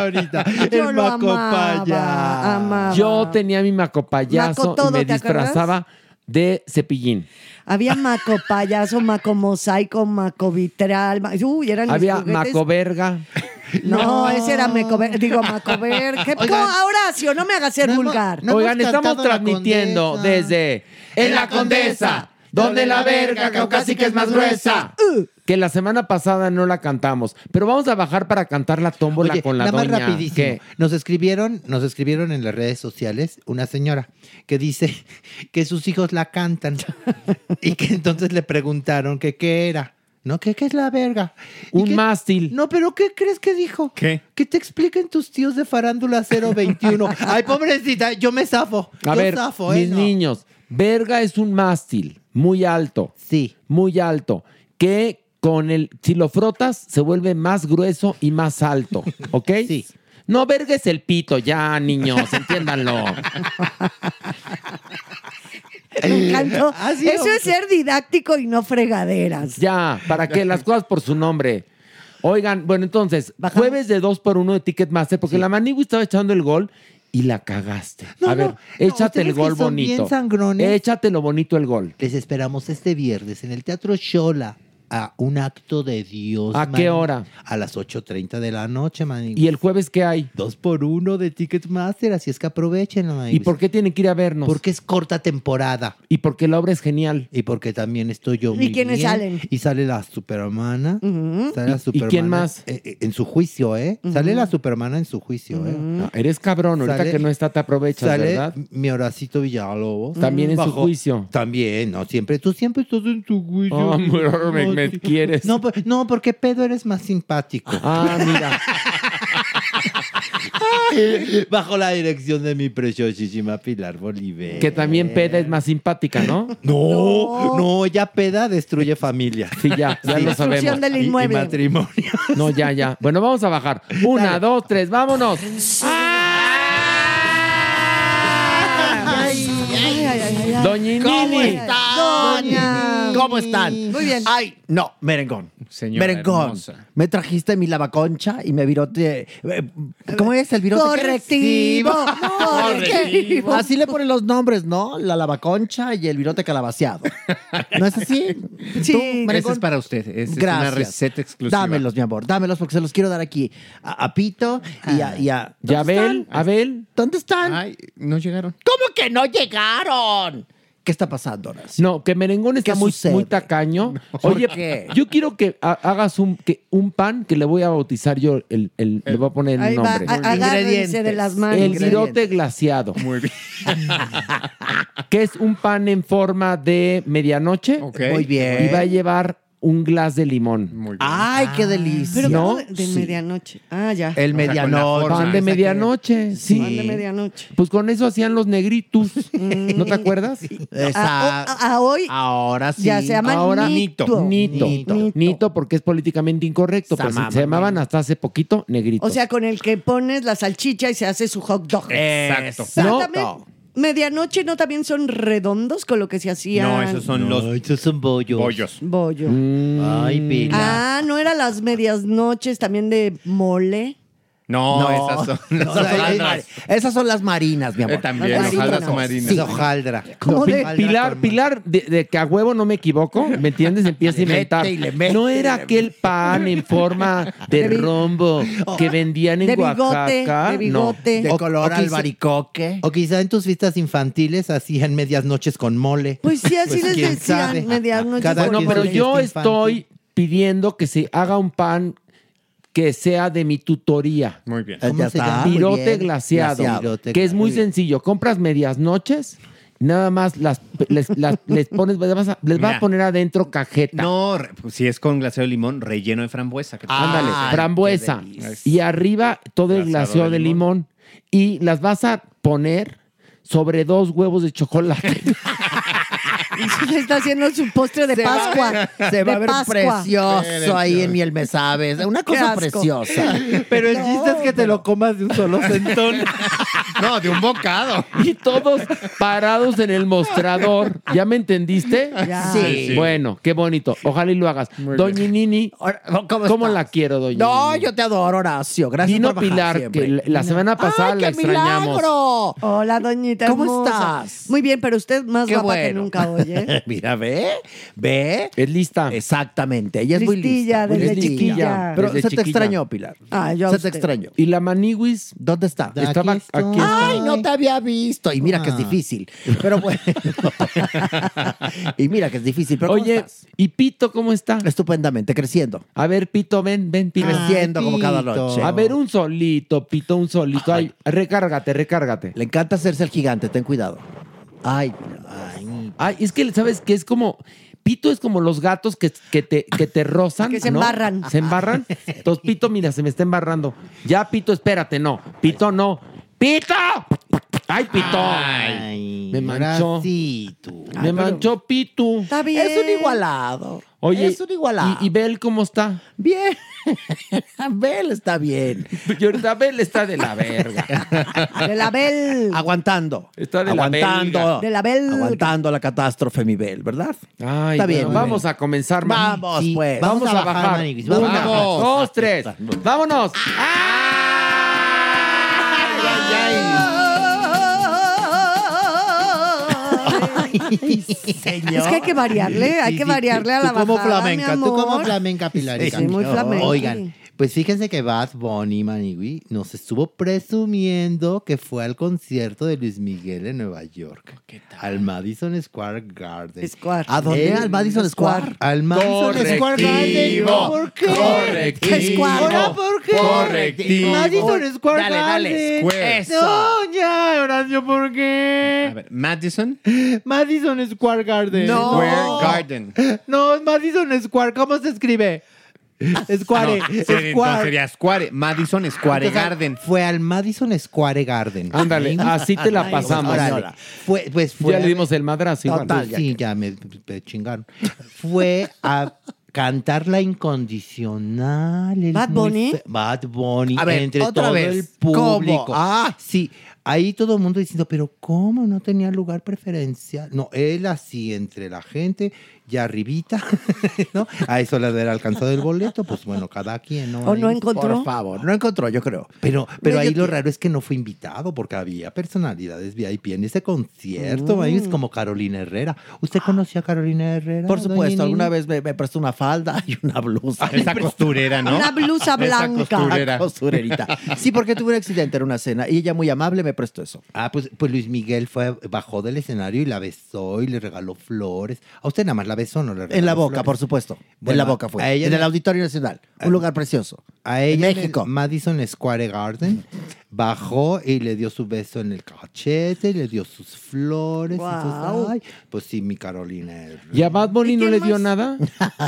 [SPEAKER 3] [LAUGHS]
[SPEAKER 5] ahorita.
[SPEAKER 6] Yo
[SPEAKER 5] el
[SPEAKER 6] lo
[SPEAKER 5] maco
[SPEAKER 6] amaba,
[SPEAKER 5] payaso.
[SPEAKER 6] amaba.
[SPEAKER 3] Yo tenía mi maco payaso
[SPEAKER 6] Maco todo,
[SPEAKER 3] y me
[SPEAKER 6] ¿te acuerdas?
[SPEAKER 3] disfrazaba de cepillín.
[SPEAKER 6] Había maco payaso, maco mosaico, maco vitral. ma- Uy, eran mis
[SPEAKER 3] Había
[SPEAKER 6] juguetes.
[SPEAKER 3] maco verga.
[SPEAKER 6] [LAUGHS] No, ese era Mecover, digo Macover. ¿Qué-
[SPEAKER 3] Oigan.
[SPEAKER 6] ¿Cómo? Ah, Horacio, no me hagas ser vulgar.
[SPEAKER 3] Oigan, estamos transmitiendo desde En la Condesa, donde la verga caucásica es más gruesa.
[SPEAKER 6] Uh.
[SPEAKER 3] Que la semana pasada no la cantamos, pero vamos a bajar para cantar la tómbola
[SPEAKER 5] Oye,
[SPEAKER 3] con la
[SPEAKER 5] nada
[SPEAKER 3] doña.
[SPEAKER 5] más rapidísimo.
[SPEAKER 3] ¿Qué?
[SPEAKER 5] Nos escribieron, nos escribieron en las redes sociales una señora que dice [LAUGHS] que sus hijos
[SPEAKER 3] [LAUGHS]
[SPEAKER 5] la cantan y que entonces le preguntaron que qué era. No, que qué es la verga. Un
[SPEAKER 3] mástil.
[SPEAKER 5] No, pero ¿qué crees que dijo?
[SPEAKER 4] ¿Qué?
[SPEAKER 5] Que te expliquen tus tíos de farándula
[SPEAKER 3] [LAUGHS]
[SPEAKER 5] 021. Ay, pobrecita, yo me zafo.
[SPEAKER 3] A
[SPEAKER 5] yo
[SPEAKER 3] ver,
[SPEAKER 5] zafo, ¿eh?
[SPEAKER 3] mis
[SPEAKER 5] No.
[SPEAKER 3] niños, verga es un mástil muy alto.
[SPEAKER 5] Sí.
[SPEAKER 3] Muy alto. Que con el, si lo frotas, se vuelve más grueso y más
[SPEAKER 5] [LAUGHS]
[SPEAKER 3] alto. ¿Ok? Sí. No vergues el pito ya,
[SPEAKER 5] [LAUGHS]
[SPEAKER 3] niños, entiéndanlo.
[SPEAKER 5] [LAUGHS]
[SPEAKER 6] Me [LAUGHS] encantó. Eso es ser didáctico y no fregaderas.
[SPEAKER 3] Ya, para que las cosas por su nombre. Oigan, bueno, entonces, jueves de 2 por 1 de Ticketmaster, porque la manigua estaba echando el gol y la cagaste.
[SPEAKER 5] No,
[SPEAKER 3] A ver,
[SPEAKER 5] no,
[SPEAKER 3] échate el
[SPEAKER 5] ustedes que
[SPEAKER 3] gol
[SPEAKER 5] son bien
[SPEAKER 3] bonito.
[SPEAKER 5] sangrones.
[SPEAKER 3] Échate lo bonito el gol.
[SPEAKER 5] Les esperamos este viernes en el Teatro Shola a un acto de Dios.
[SPEAKER 3] ¿A qué
[SPEAKER 5] man.
[SPEAKER 3] hora?
[SPEAKER 5] A las 8.30 de la noche, man.
[SPEAKER 3] ¿Y el jueves qué hay?
[SPEAKER 5] Dos por uno de Ticketmaster, así es que aprovechen.
[SPEAKER 3] ¿Y por qué tienen que ir a vernos?
[SPEAKER 5] Porque es corta temporada.
[SPEAKER 3] Y porque la obra es genial.
[SPEAKER 5] Y porque también estoy yo
[SPEAKER 6] ¿Y
[SPEAKER 5] muy
[SPEAKER 6] quiénes
[SPEAKER 5] bien.
[SPEAKER 6] salen?
[SPEAKER 5] Y sale la Supermana. Sale
[SPEAKER 3] ¿Y-
[SPEAKER 5] la
[SPEAKER 3] y
[SPEAKER 5] Supermana.
[SPEAKER 3] quién más?
[SPEAKER 5] eh, eh, en su juicio, ¿eh? Sale la Supermana en su juicio, ¿eh?
[SPEAKER 3] No, eres cabrón, ahorita
[SPEAKER 5] Sale-
[SPEAKER 3] que no está te aprovechas,
[SPEAKER 5] sale
[SPEAKER 3] ¿verdad?
[SPEAKER 5] mi Horacito Villalobos.
[SPEAKER 3] También en su juicio.
[SPEAKER 5] También, no, siempre. Tú siempre estás en tu juicio.
[SPEAKER 3] Ah, amor, me- me quieres.
[SPEAKER 5] No, por- no, porque pedo eres más simpático.
[SPEAKER 3] Ah,
[SPEAKER 5] [LAUGHS]
[SPEAKER 3] mira.
[SPEAKER 5] Bajo la dirección de mi preciosísima Pilar Bolívar.
[SPEAKER 3] Que también peda es más simpática, ¿no?
[SPEAKER 5] Eh. [LAUGHS] No, no, ya peda destruye familia.
[SPEAKER 3] Sí, ya, ya lo sabemos.
[SPEAKER 5] Destrucción del Y- y inmueble. matrimonio.
[SPEAKER 3] No, ya, ya. Bueno, vamos a bajar. Una, dos, tres, vámonos.
[SPEAKER 6] Ay, ay, ay, ay, ay.
[SPEAKER 3] Doña
[SPEAKER 10] ¿Cómo
[SPEAKER 6] Nini.
[SPEAKER 10] están?
[SPEAKER 6] Doña
[SPEAKER 10] ¿Cómo están?
[SPEAKER 6] Nini. Muy bien.
[SPEAKER 10] Ay, no, merengón.
[SPEAKER 4] Señora
[SPEAKER 10] merengón.
[SPEAKER 4] hermosa.
[SPEAKER 10] Me trajiste mi lavaconcha y me virote. eh, ¿Cómo es el virote? [LAUGHS]
[SPEAKER 6] Correctivo, correctivo.
[SPEAKER 10] Así le ponen los nombres, ¿no? La lavaconcha y el virote calabaciado. ¿No es
[SPEAKER 4] [LAUGHS]
[SPEAKER 10] así? Tú,
[SPEAKER 4] Ese
[SPEAKER 10] merengón.
[SPEAKER 4] es para usted. esa Es
[SPEAKER 10] Gracias.
[SPEAKER 4] una receta exclusiva.
[SPEAKER 10] Dámelos, mi amor, dámelos porque se los quiero dar aquí a, a Pito y a. ¿Y,
[SPEAKER 4] Ah.
[SPEAKER 10] a,
[SPEAKER 3] ¿Y Abel? ¿Abel?
[SPEAKER 10] ¿Dónde están?
[SPEAKER 4] Ay, no llegaron.
[SPEAKER 10] ¿Cómo que no llegaron? ¿Qué está pasando, Horacio?
[SPEAKER 3] No, que merengón está muy, muy tacaño.
[SPEAKER 10] ¿Por
[SPEAKER 3] Oye,
[SPEAKER 10] qué?
[SPEAKER 3] yo quiero que ha- hagas un, que un pan que le voy a bautizar yo, el, el- le voy a poner
[SPEAKER 6] Ahí
[SPEAKER 3] el
[SPEAKER 6] va,
[SPEAKER 3] nombre.
[SPEAKER 6] a- agárrense de las manos.
[SPEAKER 3] El virote glaciado. Muy bien. [LAUGHS] que es un pan en forma de medianoche.
[SPEAKER 10] Muy bien.
[SPEAKER 3] Y va a llevar un glas de limón. Ah.
[SPEAKER 4] Muy bien.
[SPEAKER 10] Ay, qué delicia.
[SPEAKER 6] Pero
[SPEAKER 3] ¿No?
[SPEAKER 6] ¿cómo de, de
[SPEAKER 3] Sí.
[SPEAKER 6] medianoche. Ah, ya.
[SPEAKER 10] El O sea, con la medianoche. forma
[SPEAKER 3] Pan de
[SPEAKER 10] esa que-
[SPEAKER 3] medianoche. Sí.
[SPEAKER 6] Pan de medianoche.
[SPEAKER 3] Pues con eso hacían los negritos. ¿No te acuerdas?
[SPEAKER 10] [LAUGHS]
[SPEAKER 6] A, a- a hoy
[SPEAKER 10] Ahora
[SPEAKER 6] sí. Ya se llama
[SPEAKER 3] Ahora,
[SPEAKER 6] Nito.
[SPEAKER 3] Nito.
[SPEAKER 6] Nito.
[SPEAKER 3] Nito. porque es políticamente incorrecto. Pero se,
[SPEAKER 6] Samama.
[SPEAKER 3] se llamaban hasta hace poquito negritos.
[SPEAKER 6] O sea, con el que pones la salchicha y se hace su hot dog.
[SPEAKER 3] Exacto.
[SPEAKER 6] ¿No?
[SPEAKER 3] No.
[SPEAKER 6] También, medianoche no también son redondos con lo que se hacían.
[SPEAKER 4] No, esos son los.
[SPEAKER 5] Esos son bollos.
[SPEAKER 4] Bollos.
[SPEAKER 6] Bollo.
[SPEAKER 3] Mm.
[SPEAKER 5] Ay, Pilar.
[SPEAKER 6] Ah, no era las medias noches también de mole.
[SPEAKER 4] [LAUGHS] No,
[SPEAKER 10] No.
[SPEAKER 5] [LAUGHS]
[SPEAKER 4] esas son las
[SPEAKER 10] No,
[SPEAKER 13] [LAUGHS]
[SPEAKER 10] la-
[SPEAKER 4] hojaldras.
[SPEAKER 10] Esas son las marinas, mi amor.
[SPEAKER 4] Eh, también,
[SPEAKER 10] Las
[SPEAKER 4] hojaldras
[SPEAKER 10] marinas.
[SPEAKER 4] o marinas.
[SPEAKER 10] Sí, hojaldra.
[SPEAKER 3] No, Pi-
[SPEAKER 10] Hojaldra
[SPEAKER 3] Pilar,
[SPEAKER 10] con-
[SPEAKER 3] Pilar, de, de que a huevo no me equivoco,
[SPEAKER 10] [LAUGHS]
[SPEAKER 3] ¿me entiendes? Empieza a
[SPEAKER 10] Le mete
[SPEAKER 3] inventar.
[SPEAKER 10] y le mete
[SPEAKER 3] no
[SPEAKER 10] y
[SPEAKER 3] era
[SPEAKER 10] le
[SPEAKER 3] aquel pan en forma de
[SPEAKER 10] De bi- Oh,
[SPEAKER 3] rombo que vendían en
[SPEAKER 6] de bigote,
[SPEAKER 3] Oaxaca.
[SPEAKER 6] de
[SPEAKER 3] No.
[SPEAKER 6] bigote.
[SPEAKER 10] De color
[SPEAKER 5] quizá-
[SPEAKER 10] albaricoque.
[SPEAKER 5] O quizá en tus fiestas infantiles hacían medias noches con mole.
[SPEAKER 6] Pues sí, así
[SPEAKER 5] Pues
[SPEAKER 6] les
[SPEAKER 5] quién
[SPEAKER 6] decían
[SPEAKER 5] sabe.
[SPEAKER 6] medias noches.
[SPEAKER 5] Cada
[SPEAKER 6] con
[SPEAKER 3] Bueno,
[SPEAKER 5] quien
[SPEAKER 3] pero
[SPEAKER 5] su
[SPEAKER 3] yo
[SPEAKER 5] fiesta
[SPEAKER 3] estoy pidiendo que se haga un pan que sea de mi tutoría.
[SPEAKER 4] Muy bien.
[SPEAKER 10] Eh, ya está. muy
[SPEAKER 3] Pirote
[SPEAKER 10] bien.
[SPEAKER 3] glaciado,
[SPEAKER 10] Glaseado.
[SPEAKER 3] que es muy sencillo. Compras medias noches, nada más las, les, las- [LAUGHS] les pones, les vas a, les vas a
[SPEAKER 4] Mira.
[SPEAKER 3] poner adentro cajeta.
[SPEAKER 4] No, re- pues, si es con glaseado de limón, relleno de frambuesa. ¿qué tal?
[SPEAKER 3] Ándale, frambuesa. Y arriba todo el
[SPEAKER 4] Glaseado
[SPEAKER 3] glaseado
[SPEAKER 4] de
[SPEAKER 3] de limón. Y las vas a poner sobre dos huevos de chocolate.
[SPEAKER 6] Se [LAUGHS] está haciendo su postre de
[SPEAKER 10] Se va a
[SPEAKER 6] Pascua.
[SPEAKER 10] ver- Se va
[SPEAKER 6] de
[SPEAKER 10] a ver
[SPEAKER 6] Pascua.
[SPEAKER 10] precioso ahí en miel, me sabes. Una
[SPEAKER 6] Qué
[SPEAKER 10] cosa
[SPEAKER 6] asco.
[SPEAKER 10] preciosa.
[SPEAKER 5] Pero el chiste es que te lo comas de
[SPEAKER 13] [LAUGHS]
[SPEAKER 5] un solo sentón.
[SPEAKER 4] No, de un bocado.
[SPEAKER 3] y todos parados en el mostrador. ¿Ya me entendiste?
[SPEAKER 6] Ya.
[SPEAKER 10] Sí.
[SPEAKER 3] Bueno, qué bonito. Ojalá y lo hagas. Doña Nini,
[SPEAKER 10] Ahora,
[SPEAKER 3] ¿cómo,
[SPEAKER 10] ¿cómo estás?
[SPEAKER 3] la quiero, Doña
[SPEAKER 10] No,
[SPEAKER 3] Nini?
[SPEAKER 10] yo te adoro, Horacio. Gracias
[SPEAKER 3] Vino
[SPEAKER 10] por bajar
[SPEAKER 3] Pilar,
[SPEAKER 10] siempre.
[SPEAKER 3] que la- la semana pasada
[SPEAKER 10] ¡Ay,
[SPEAKER 3] la
[SPEAKER 10] qué
[SPEAKER 3] extrañamos.
[SPEAKER 13] [LAUGHS]
[SPEAKER 10] milagro!
[SPEAKER 6] Hola, doñita.
[SPEAKER 10] ¿Cómo
[SPEAKER 6] hermosa.
[SPEAKER 10] estás?
[SPEAKER 6] Muy bien, pero usted más
[SPEAKER 10] Qué
[SPEAKER 6] guapa que
[SPEAKER 10] bueno.
[SPEAKER 6] nunca hoy.
[SPEAKER 10] [LAUGHS]
[SPEAKER 6] oye.
[SPEAKER 14] Mira, ve, ve.
[SPEAKER 3] Es lista.
[SPEAKER 14] ¿Eh? Exactamente, ella es
[SPEAKER 6] Listilla,
[SPEAKER 14] muy lista. muy
[SPEAKER 6] desde
[SPEAKER 14] listilla.
[SPEAKER 6] chiquilla.
[SPEAKER 14] Pero se
[SPEAKER 6] Desde
[SPEAKER 14] te
[SPEAKER 6] chiquilla.
[SPEAKER 14] extrañó, Pilar.
[SPEAKER 6] Ah, yo a
[SPEAKER 14] se te
[SPEAKER 6] usted.
[SPEAKER 14] extrañó.
[SPEAKER 3] ¿Y la maniwis?
[SPEAKER 14] ¿Dónde está?
[SPEAKER 3] Estaba aquí está.
[SPEAKER 14] Ay, no te había visto. Y mira que es
[SPEAKER 3] Ah.
[SPEAKER 14] difícil. Pero
[SPEAKER 13] [LAUGHS]
[SPEAKER 14] bueno. y mira que es difícil. Pero
[SPEAKER 3] Oye, ¿y Pito cómo está?
[SPEAKER 14] Estupendamente, creciendo.
[SPEAKER 3] A ver, Pito, ven, ven, Pito.
[SPEAKER 14] Creciendo como cada noche.
[SPEAKER 3] A ver, un solito, Pito, un solito. Ay, recárgate, recárgate.
[SPEAKER 14] Le encanta hacerse el gigante, ten cuidado. Ay,
[SPEAKER 3] ay. es que, ¿sabes que Es como... Pito es como los gatos que, que te, que te rozan.
[SPEAKER 6] Que se
[SPEAKER 3] ¿no?
[SPEAKER 6] embarran.
[SPEAKER 14] [LAUGHS]
[SPEAKER 3] Se embarran. Entonces, Pito, mira, se me está embarrando. Ya, Pito, espérate, no. Pito, no. ¡Pito! ¡Ay, Pito! me manchó. Me
[SPEAKER 14] Ay, pero-
[SPEAKER 3] manchó Pito.
[SPEAKER 14] Está bien. Es un igualado.
[SPEAKER 3] Oye,
[SPEAKER 14] es un igualado.
[SPEAKER 3] ¿y, y Bel cómo está?
[SPEAKER 14] Bien. [LAUGHS] Bel está bien.
[SPEAKER 3] Y ahorita Bel está de la verga.
[SPEAKER 14] [LAUGHS]
[SPEAKER 6] De la Bel.
[SPEAKER 14] Aguantando. Está
[SPEAKER 3] de la
[SPEAKER 14] aguantando,
[SPEAKER 3] belga. De la belga.
[SPEAKER 14] Aguantando la catástrofe, mi Bel, ¿verdad?
[SPEAKER 3] Ay,
[SPEAKER 14] Está
[SPEAKER 3] bueno,
[SPEAKER 14] bien.
[SPEAKER 3] Vamos a comenzar, Maniguis.
[SPEAKER 14] Vamos, pues.
[SPEAKER 3] Vamos, a bajar.
[SPEAKER 14] Maniguis,
[SPEAKER 3] Una,
[SPEAKER 14] vamos a bajar.
[SPEAKER 3] dos, tres. Vámonos.
[SPEAKER 6] Es que hay que variarle, hay que variarle a la
[SPEAKER 5] Tú como
[SPEAKER 6] bajada, mi
[SPEAKER 5] flamenca, tú como
[SPEAKER 6] amor.
[SPEAKER 5] flamenca, Pilarica.
[SPEAKER 6] Sí, muy flamenca.
[SPEAKER 5] Oigan, pues fíjense que Bad Bunny Manigui nos estuvo presumiendo que fue al concierto de Luis Miguel en Nueva York. Al Madison Square Garden.
[SPEAKER 6] Square.
[SPEAKER 5] ¿A dónde?
[SPEAKER 6] Eh,
[SPEAKER 5] ¿Al Madison Square? Al Madison Square Garden.
[SPEAKER 6] Correctivo,
[SPEAKER 5] ¿Por qué?
[SPEAKER 6] correctivo,
[SPEAKER 5] ¿Ahora por qué?
[SPEAKER 6] correctivo.
[SPEAKER 5] Madison Square
[SPEAKER 4] Dale, dale,
[SPEAKER 5] Garden.
[SPEAKER 4] square.
[SPEAKER 5] No, ya, Horacio, ¿por qué?
[SPEAKER 4] A ver, Madison.
[SPEAKER 5] Madison Square Garden.
[SPEAKER 4] No. Square Garden.
[SPEAKER 5] No, es Madison Square. ¿Cómo se
[SPEAKER 4] [LAUGHS]
[SPEAKER 5] escribe? Square.
[SPEAKER 4] Ah, No, sería- entonces
[SPEAKER 5] Square.
[SPEAKER 4] sería Square. Madison Square
[SPEAKER 5] Entonces,
[SPEAKER 4] Garden.
[SPEAKER 5] Fue al Madison Square Garden.
[SPEAKER 3] Ándale, así te la
[SPEAKER 5] Ay,
[SPEAKER 3] pasamos.
[SPEAKER 5] órale.
[SPEAKER 3] Órale.
[SPEAKER 5] Fue, pues fue
[SPEAKER 3] Ya le dimos el madrazo, igual.
[SPEAKER 5] Total,
[SPEAKER 3] Pues
[SPEAKER 5] sí, ya me, me chingaron. Fue a cantar la incondicional. el
[SPEAKER 6] ¿Bad
[SPEAKER 5] muy
[SPEAKER 6] Bunny?
[SPEAKER 5] fe- Bad Bunny.
[SPEAKER 6] A ver,
[SPEAKER 5] entre
[SPEAKER 6] otra
[SPEAKER 5] todo
[SPEAKER 6] vez.
[SPEAKER 5] el público.
[SPEAKER 6] ¿Cómo?
[SPEAKER 5] Ah, sí. Ahí todo el mundo diciendo, pero ¿cómo no tenía lugar preferencial? No, él así entre la gente, ya arribita, [LAUGHS] ¿no? A eso le haber alcanzado el boleto, pues bueno, cada quien, ¿no?
[SPEAKER 6] ¿O no
[SPEAKER 5] Ahí,
[SPEAKER 6] encontró?
[SPEAKER 5] Por favor, no encontró, yo creo. Pero, pero ahí lo raro es que no fue invitado, porque había personalidades VIP en ese concierto,
[SPEAKER 14] Mm.
[SPEAKER 5] ahí es como Carolina Herrera. ¿Usted conocía a Carolina Herrera?
[SPEAKER 14] Por
[SPEAKER 5] doña
[SPEAKER 14] supuesto, alguna
[SPEAKER 5] Nini?
[SPEAKER 14] vez me, me prestó una falda y una blusa.
[SPEAKER 5] Esa
[SPEAKER 4] costurera,
[SPEAKER 5] ¿no? Una blusa blanca.
[SPEAKER 14] Una costurerita. Sí, porque tuve un accidente en una cena y ella muy amable me prestó eso.
[SPEAKER 5] Ah, pues, pues Luis Miguel fue, bajó del escenario y la besó y le regaló flores. ¿A usted nada más la besó o no le regaló
[SPEAKER 14] En la boca,
[SPEAKER 5] flores?
[SPEAKER 14] por supuesto.
[SPEAKER 5] Bueno,
[SPEAKER 14] en la boca fue.
[SPEAKER 5] a ella
[SPEAKER 14] en el
[SPEAKER 5] le-
[SPEAKER 14] Auditorio Nacional. Un lugar precioso.
[SPEAKER 5] A ella en
[SPEAKER 14] México.
[SPEAKER 5] el Madison Square Garden bajó y le dio su beso en el cachete, y le dio sus flores. Entonces, ay, pues sí, mi Carolina. Herrera.
[SPEAKER 3] ¿Y a Bad Bunny no le dio nada?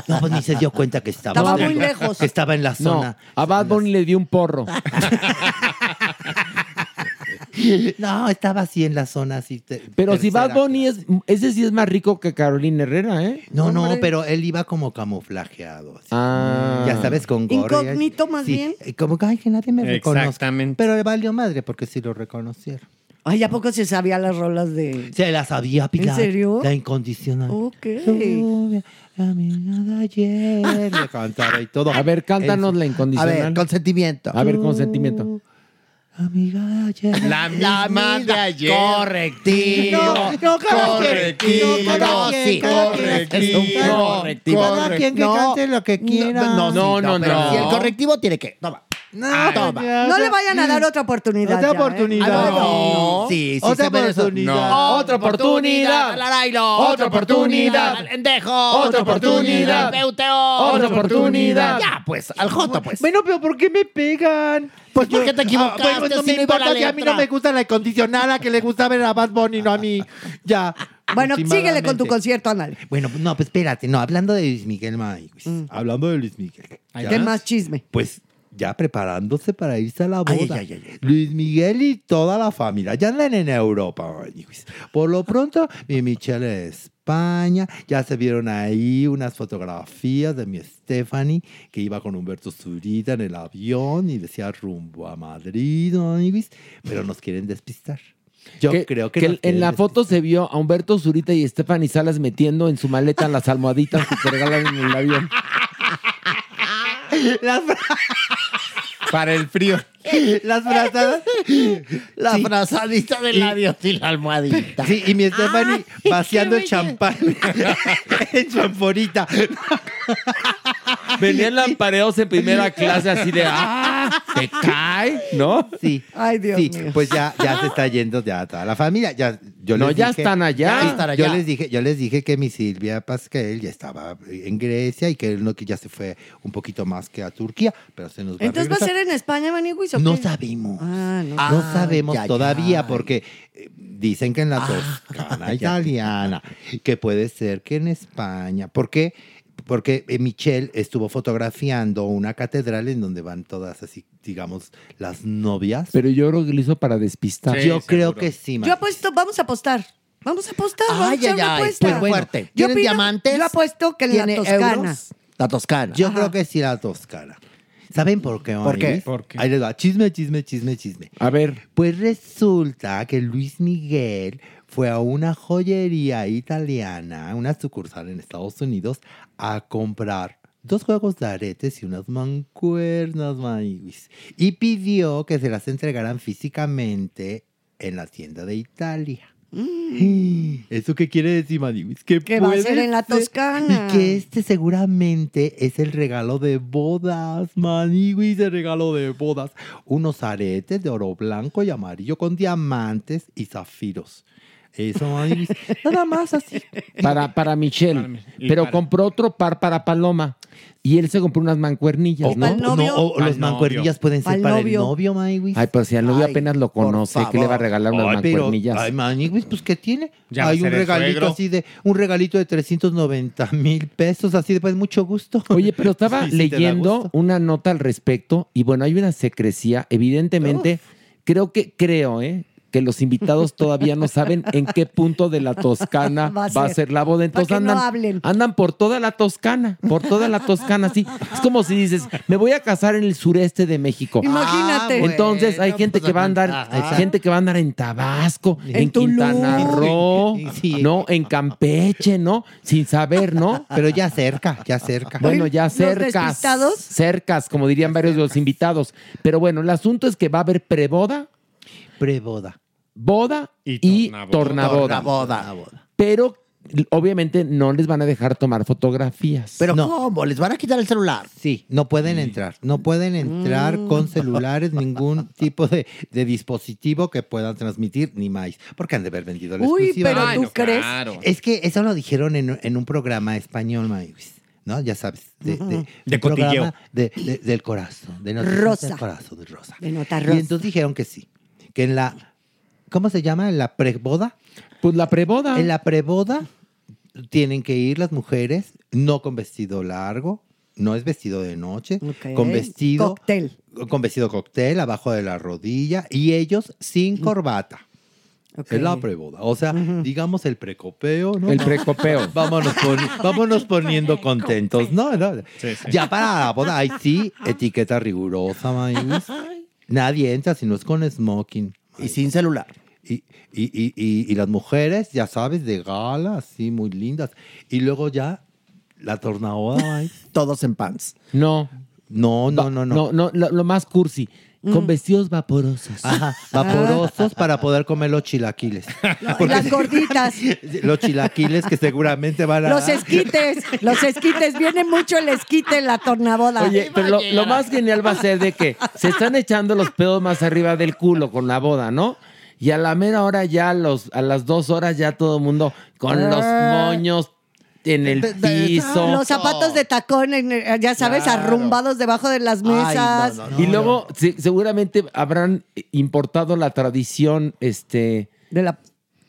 [SPEAKER 5] No, pues ni se dio cuenta que estaba.
[SPEAKER 3] Estaba muy
[SPEAKER 6] lejos.
[SPEAKER 5] Que estaba en la zona.
[SPEAKER 3] No, a Bad Bunny le dio un porro.
[SPEAKER 5] [LAUGHS] No, estaba así en la zona. Así te-
[SPEAKER 3] Pero si
[SPEAKER 5] tercera
[SPEAKER 3] Bad Bunny es, ese sí es más rico que Carolina Herrera, ¿eh?
[SPEAKER 5] No, no, pero él iba como camuflajeado. así.
[SPEAKER 3] Ah.
[SPEAKER 5] Ya sabes, con gorra. y-
[SPEAKER 6] Incógnito, más
[SPEAKER 5] sí,
[SPEAKER 6] bien.
[SPEAKER 5] y Como que, ay, que nadie me reconoce.
[SPEAKER 4] Exactamente.
[SPEAKER 5] Pero le valió madre porque sí lo reconocieron.
[SPEAKER 6] Ay, ¿a poco se sabía las rolas de...?
[SPEAKER 5] Se la sabía, Pilar.
[SPEAKER 6] ¿En serio? Oh,
[SPEAKER 5] La incondicional.
[SPEAKER 6] Ok.
[SPEAKER 5] Lluvia, caminada ayer. Le cantaba y todo.
[SPEAKER 3] A ver, cántanos
[SPEAKER 5] Eso.
[SPEAKER 3] la incondicional.
[SPEAKER 5] A ver,
[SPEAKER 14] consentimiento.
[SPEAKER 3] A ver, consentimiento.
[SPEAKER 5] Amiga de ayer.
[SPEAKER 4] La misma de ayer.
[SPEAKER 14] Correctivo.
[SPEAKER 5] No, no, cada
[SPEAKER 4] Correctivo.
[SPEAKER 5] quien. No, cada quien,
[SPEAKER 4] Sí,
[SPEAKER 5] cada quien.
[SPEAKER 4] correctivo.
[SPEAKER 5] Correctivo. Cada quien que
[SPEAKER 14] No,
[SPEAKER 5] cante lo que quiera.
[SPEAKER 14] No, no, no.
[SPEAKER 4] pero
[SPEAKER 14] pero
[SPEAKER 4] no.
[SPEAKER 14] Si el correctivo tiene que. Toma.
[SPEAKER 13] Ah,
[SPEAKER 5] No,
[SPEAKER 14] toma.
[SPEAKER 5] ya,
[SPEAKER 6] Ah. No
[SPEAKER 5] ya.
[SPEAKER 6] le vayan a dar otra oportunidad.
[SPEAKER 5] Otra
[SPEAKER 6] ya, ¿eh?
[SPEAKER 5] oportunidad.
[SPEAKER 6] A ver,
[SPEAKER 5] No.
[SPEAKER 14] Sí, sí,
[SPEAKER 5] Otra
[SPEAKER 14] se merece-
[SPEAKER 5] oportunidad.
[SPEAKER 14] No.
[SPEAKER 3] Otra oportunidad.
[SPEAKER 14] Larailo.
[SPEAKER 3] Otra oportunidad.
[SPEAKER 14] Al Endejo.
[SPEAKER 3] Otra oportunidad.
[SPEAKER 14] Al Beuteo.
[SPEAKER 3] Otra oportunidad.
[SPEAKER 14] Ya, pues. Al Jota, pues.
[SPEAKER 5] Bueno, pero ¿por qué me pegan?
[SPEAKER 14] Pues porque te equivocaste,
[SPEAKER 5] Ah, bueno, no
[SPEAKER 14] si
[SPEAKER 5] me
[SPEAKER 14] no iba
[SPEAKER 5] importa
[SPEAKER 14] la
[SPEAKER 5] que a mí
[SPEAKER 14] letra.
[SPEAKER 5] no me gusta la incondicional, a que le gusta ver a Bad Bunny, no a mí. Ya.
[SPEAKER 6] Ah, Bueno, síguele con tu concierto, Anal.
[SPEAKER 5] Bueno, no, pues espérate, no, hablando de Luis Miguel, May, pues, hablando de Luis Miguel.
[SPEAKER 6] ¿Qué más chisme?
[SPEAKER 5] Pues ya preparándose para irse a la
[SPEAKER 14] Ay,
[SPEAKER 5] boda.
[SPEAKER 14] ay, ay, ay.
[SPEAKER 5] Luis Miguel y toda la familia ya andan en Europa. May, pues. Por lo pronto, mi Michelle es España. Ya se vieron ahí unas fotografías de mi Stephanie que iba con Humberto Zurita en el avión y decía rumbo a Madrid, May, pues, pero nos quieren despistar. Yo
[SPEAKER 3] Que-
[SPEAKER 5] creo que,
[SPEAKER 3] que
[SPEAKER 5] nos
[SPEAKER 3] en
[SPEAKER 5] quieren
[SPEAKER 3] la
[SPEAKER 5] despistar.
[SPEAKER 3] foto se vio a Humberto Zurita y Stephanie Salas metiendo en su maleta las almohaditas que te regalan en el avión.
[SPEAKER 5] [LAUGHS] Las-
[SPEAKER 4] Para el frío.
[SPEAKER 5] Las frazadas.
[SPEAKER 14] La frazadita de labios y la almohadita.
[SPEAKER 5] Sí,
[SPEAKER 6] Ah,
[SPEAKER 5] y mi Stephanie
[SPEAKER 14] Ay,
[SPEAKER 5] vaciando
[SPEAKER 14] qué
[SPEAKER 5] el
[SPEAKER 6] [LAUGHS]
[SPEAKER 5] champán [LAUGHS] en su amforita.
[SPEAKER 3] Venían lampareos en primera clase así de,
[SPEAKER 5] [LAUGHS]
[SPEAKER 3] ah, te cae, ¿no?
[SPEAKER 5] Sí.
[SPEAKER 6] Ay, Dios
[SPEAKER 5] sí,
[SPEAKER 6] mío.
[SPEAKER 5] pues ya, ya se está yendo ya toda la familia. Ya, yo
[SPEAKER 3] No,
[SPEAKER 5] les
[SPEAKER 3] ya
[SPEAKER 5] dije-
[SPEAKER 3] están allá.
[SPEAKER 5] Sí,
[SPEAKER 3] Ya están allá.
[SPEAKER 5] Yo les dije, yo les dije que mi Silvia Pasquel ya estaba en Grecia y que él no que ya se fue un poquito más que a Turquía, pero se nos va
[SPEAKER 6] Entonces va a
[SPEAKER 5] regresar.
[SPEAKER 6] ser en España, Maniguis, ¿o
[SPEAKER 5] No
[SPEAKER 6] qué?
[SPEAKER 5] sabemos.
[SPEAKER 6] Ah, no.
[SPEAKER 5] no sabemos todavía porque eh, dicen que en la Toscana italiana, que puede ser que en España. ¿Por qué? Porque eh, Michelle estuvo fotografiando una catedral en donde van todas así, digamos, las novias.
[SPEAKER 3] Pero yo creo que lo hizo para despistar.
[SPEAKER 5] Yo creo que sí,
[SPEAKER 6] Yo
[SPEAKER 5] Mari.
[SPEAKER 6] apuesto, vamos a apostar. Vamos a apostar.
[SPEAKER 14] Ay,
[SPEAKER 6] vamos a echar
[SPEAKER 14] ay,
[SPEAKER 6] una
[SPEAKER 14] ay,
[SPEAKER 6] apuesta.
[SPEAKER 14] pues bueno,
[SPEAKER 6] Yo
[SPEAKER 14] ¿tienen
[SPEAKER 6] opino-
[SPEAKER 14] diamantes?
[SPEAKER 6] Yo apuesto que en la
[SPEAKER 14] ¿Tiene
[SPEAKER 6] Toscana.
[SPEAKER 14] euros? La Toscana.
[SPEAKER 5] Yo creo que sí la Toscana. ¿Saben por qué?
[SPEAKER 14] ¿Por qué?
[SPEAKER 5] Oniris?
[SPEAKER 14] ¿Por qué?
[SPEAKER 5] Ahí les va. Chisme, chisme, chisme, chisme.
[SPEAKER 3] A ver.
[SPEAKER 5] Pues resulta que Luis Miguel fue a una joyería italiana, una sucursal en Estados Unidos, a comprar dos juegos de aretes y unas mancuernas, Maniwis. Y pidió que se las entregaran físicamente en la tienda de Italia. ¿Eso qué quiere decir, Maniwis? Que,
[SPEAKER 6] Que va a
[SPEAKER 5] puede
[SPEAKER 6] ser en la Toscana.
[SPEAKER 5] y que este seguramente es el regalo de bodas, manigüis, el regalo de bodas. Unos aretes de oro blanco y amarillo con diamantes y zafiros. Eso, manigüis. [LAUGHS] Nada más así.
[SPEAKER 3] Para, para Michelle.
[SPEAKER 5] y
[SPEAKER 3] Pero
[SPEAKER 5] para-
[SPEAKER 3] compró otro par para Paloma. Y él se compró unas mancuernillas, ¿no?
[SPEAKER 5] No, o- o los mancuernillas pueden ser para el novio, manigüis.
[SPEAKER 3] Ay, pero si al novio apenas lo conoce,
[SPEAKER 5] favor.
[SPEAKER 3] ¿qué le va a regalar unas
[SPEAKER 5] Ay, pero-
[SPEAKER 3] mancuernillas?
[SPEAKER 5] ay, manigüis, pues ¿qué tiene?
[SPEAKER 3] Ya va
[SPEAKER 5] Hay
[SPEAKER 3] a
[SPEAKER 5] un
[SPEAKER 3] ser el
[SPEAKER 5] regalito
[SPEAKER 3] suegro.
[SPEAKER 5] así de, un regalito de 390 mil pesos, así de pues mucho gusto.
[SPEAKER 3] Oye,
[SPEAKER 5] [LAUGHS]
[SPEAKER 3] pero estaba leyendo una nota al respecto y bueno, hay una secrecía, evidentemente, creo que, creo, ¿eh? que los invitados todavía no saben en qué punto de la Toscana va a ser, la boda. Entonces
[SPEAKER 6] que no
[SPEAKER 3] andan,
[SPEAKER 6] hablen.
[SPEAKER 3] andan por toda la Toscana, por toda la Toscana, sí. Es como si dices, me voy a casar en el sureste de México.
[SPEAKER 6] Imagínate. Ah,
[SPEAKER 3] Entonces hay
[SPEAKER 6] bueno,
[SPEAKER 3] gente
[SPEAKER 6] pues,
[SPEAKER 3] que va a andar,
[SPEAKER 6] ajá.
[SPEAKER 3] gente que va a andar en Tabasco,
[SPEAKER 6] En
[SPEAKER 3] en, Quintana [LAUGHS]
[SPEAKER 6] Tulum.
[SPEAKER 3] Roo, ¿no? En Campeche, ¿no? Sin saber, ¿no?
[SPEAKER 5] Pero ya cerca, ya cerca.
[SPEAKER 3] Bueno, ya
[SPEAKER 5] Los
[SPEAKER 3] cercas.
[SPEAKER 5] despistados.
[SPEAKER 3] Cercas, como dirían varios de los invitados. Pero bueno, el asunto es que va a haber preboda.
[SPEAKER 5] Preboda.
[SPEAKER 3] Boda y, tornaboda. Pero obviamente no les van a dejar tomar fotografías.
[SPEAKER 5] Pero
[SPEAKER 14] ¿cómo? ¿Les van a quitar el celular? Mm.
[SPEAKER 5] Sí, no pueden entrar. No pueden entrar con celulares, ningún [LAUGHS] tipo de, de dispositivo que puedan transmitir, ni más. Porque han de haber vendido la
[SPEAKER 6] Uy,
[SPEAKER 5] exclusiva.
[SPEAKER 6] pero Ay, ¿tú no, crees? claro.
[SPEAKER 5] Es que eso lo dijeron en, en un programa español, Maywis. ¿No? Ya sabes. De, de,
[SPEAKER 6] Ujú.
[SPEAKER 5] un
[SPEAKER 6] cotilleo.
[SPEAKER 5] programa de- de- del corazón. De noticias
[SPEAKER 6] Rosa.
[SPEAKER 5] Del corazón, de rosa.
[SPEAKER 6] De nota
[SPEAKER 5] Y
[SPEAKER 6] rosa.
[SPEAKER 5] entonces dijeron que sí. Que en la. ¿Cómo se llama? ¿En la preboda?
[SPEAKER 3] Pues la preboda.
[SPEAKER 5] En la preboda tienen que ir las mujeres, no con vestido largo, no es vestido de noche, con vestido.
[SPEAKER 6] Cóctel.
[SPEAKER 5] Con vestido cóctel, abajo de la rodilla, y ellos sin corbata. Es la preboda. O sea, digamos el precopeo, ¿no?
[SPEAKER 3] El precopeo.
[SPEAKER 5] [LAUGHS] vámonos, poni- vámonos poniendo contentos, ¿no? ¿No? Ya para la boda, ahí sí, etiqueta rigurosa, Maíz. Nadie entra si no es con smoking. Y sin celular. Y, y- y- y- y las mujeres, ya sabes, de gala, así, muy lindas. Y luego ya la tornaoda,
[SPEAKER 6] [LAUGHS]
[SPEAKER 5] Maíz.
[SPEAKER 14] Todos en pants.
[SPEAKER 3] No.
[SPEAKER 5] No, no, no, no.
[SPEAKER 3] No, no, lo, lo más cursi.
[SPEAKER 6] Mm.
[SPEAKER 3] Con vestidos vaporosos.
[SPEAKER 6] Ah.
[SPEAKER 5] Ajá, vaporosos para poder comer los chilaquiles. Porque
[SPEAKER 6] Las gorditas.
[SPEAKER 5] los chilaquiles que seguramente van a...
[SPEAKER 6] Los esquites, los esquites, viene mucho el esquite en la tornaboda.
[SPEAKER 3] Oye, pero lo, lo más genial va a ser de que se están echando los pedos más arriba del culo con la boda, ¿no? Y a la mera hora ya, a los, a las dos horas ya todo el mundo con los
[SPEAKER 6] Ah.
[SPEAKER 3] moños en el
[SPEAKER 6] De- de-
[SPEAKER 3] piso.
[SPEAKER 6] Los zapatos de tacón, en el- ya sabes,
[SPEAKER 3] Claro.
[SPEAKER 6] arrumbados debajo de las mesas.
[SPEAKER 3] y luego se- seguramente habrán importado la tradición este
[SPEAKER 6] de la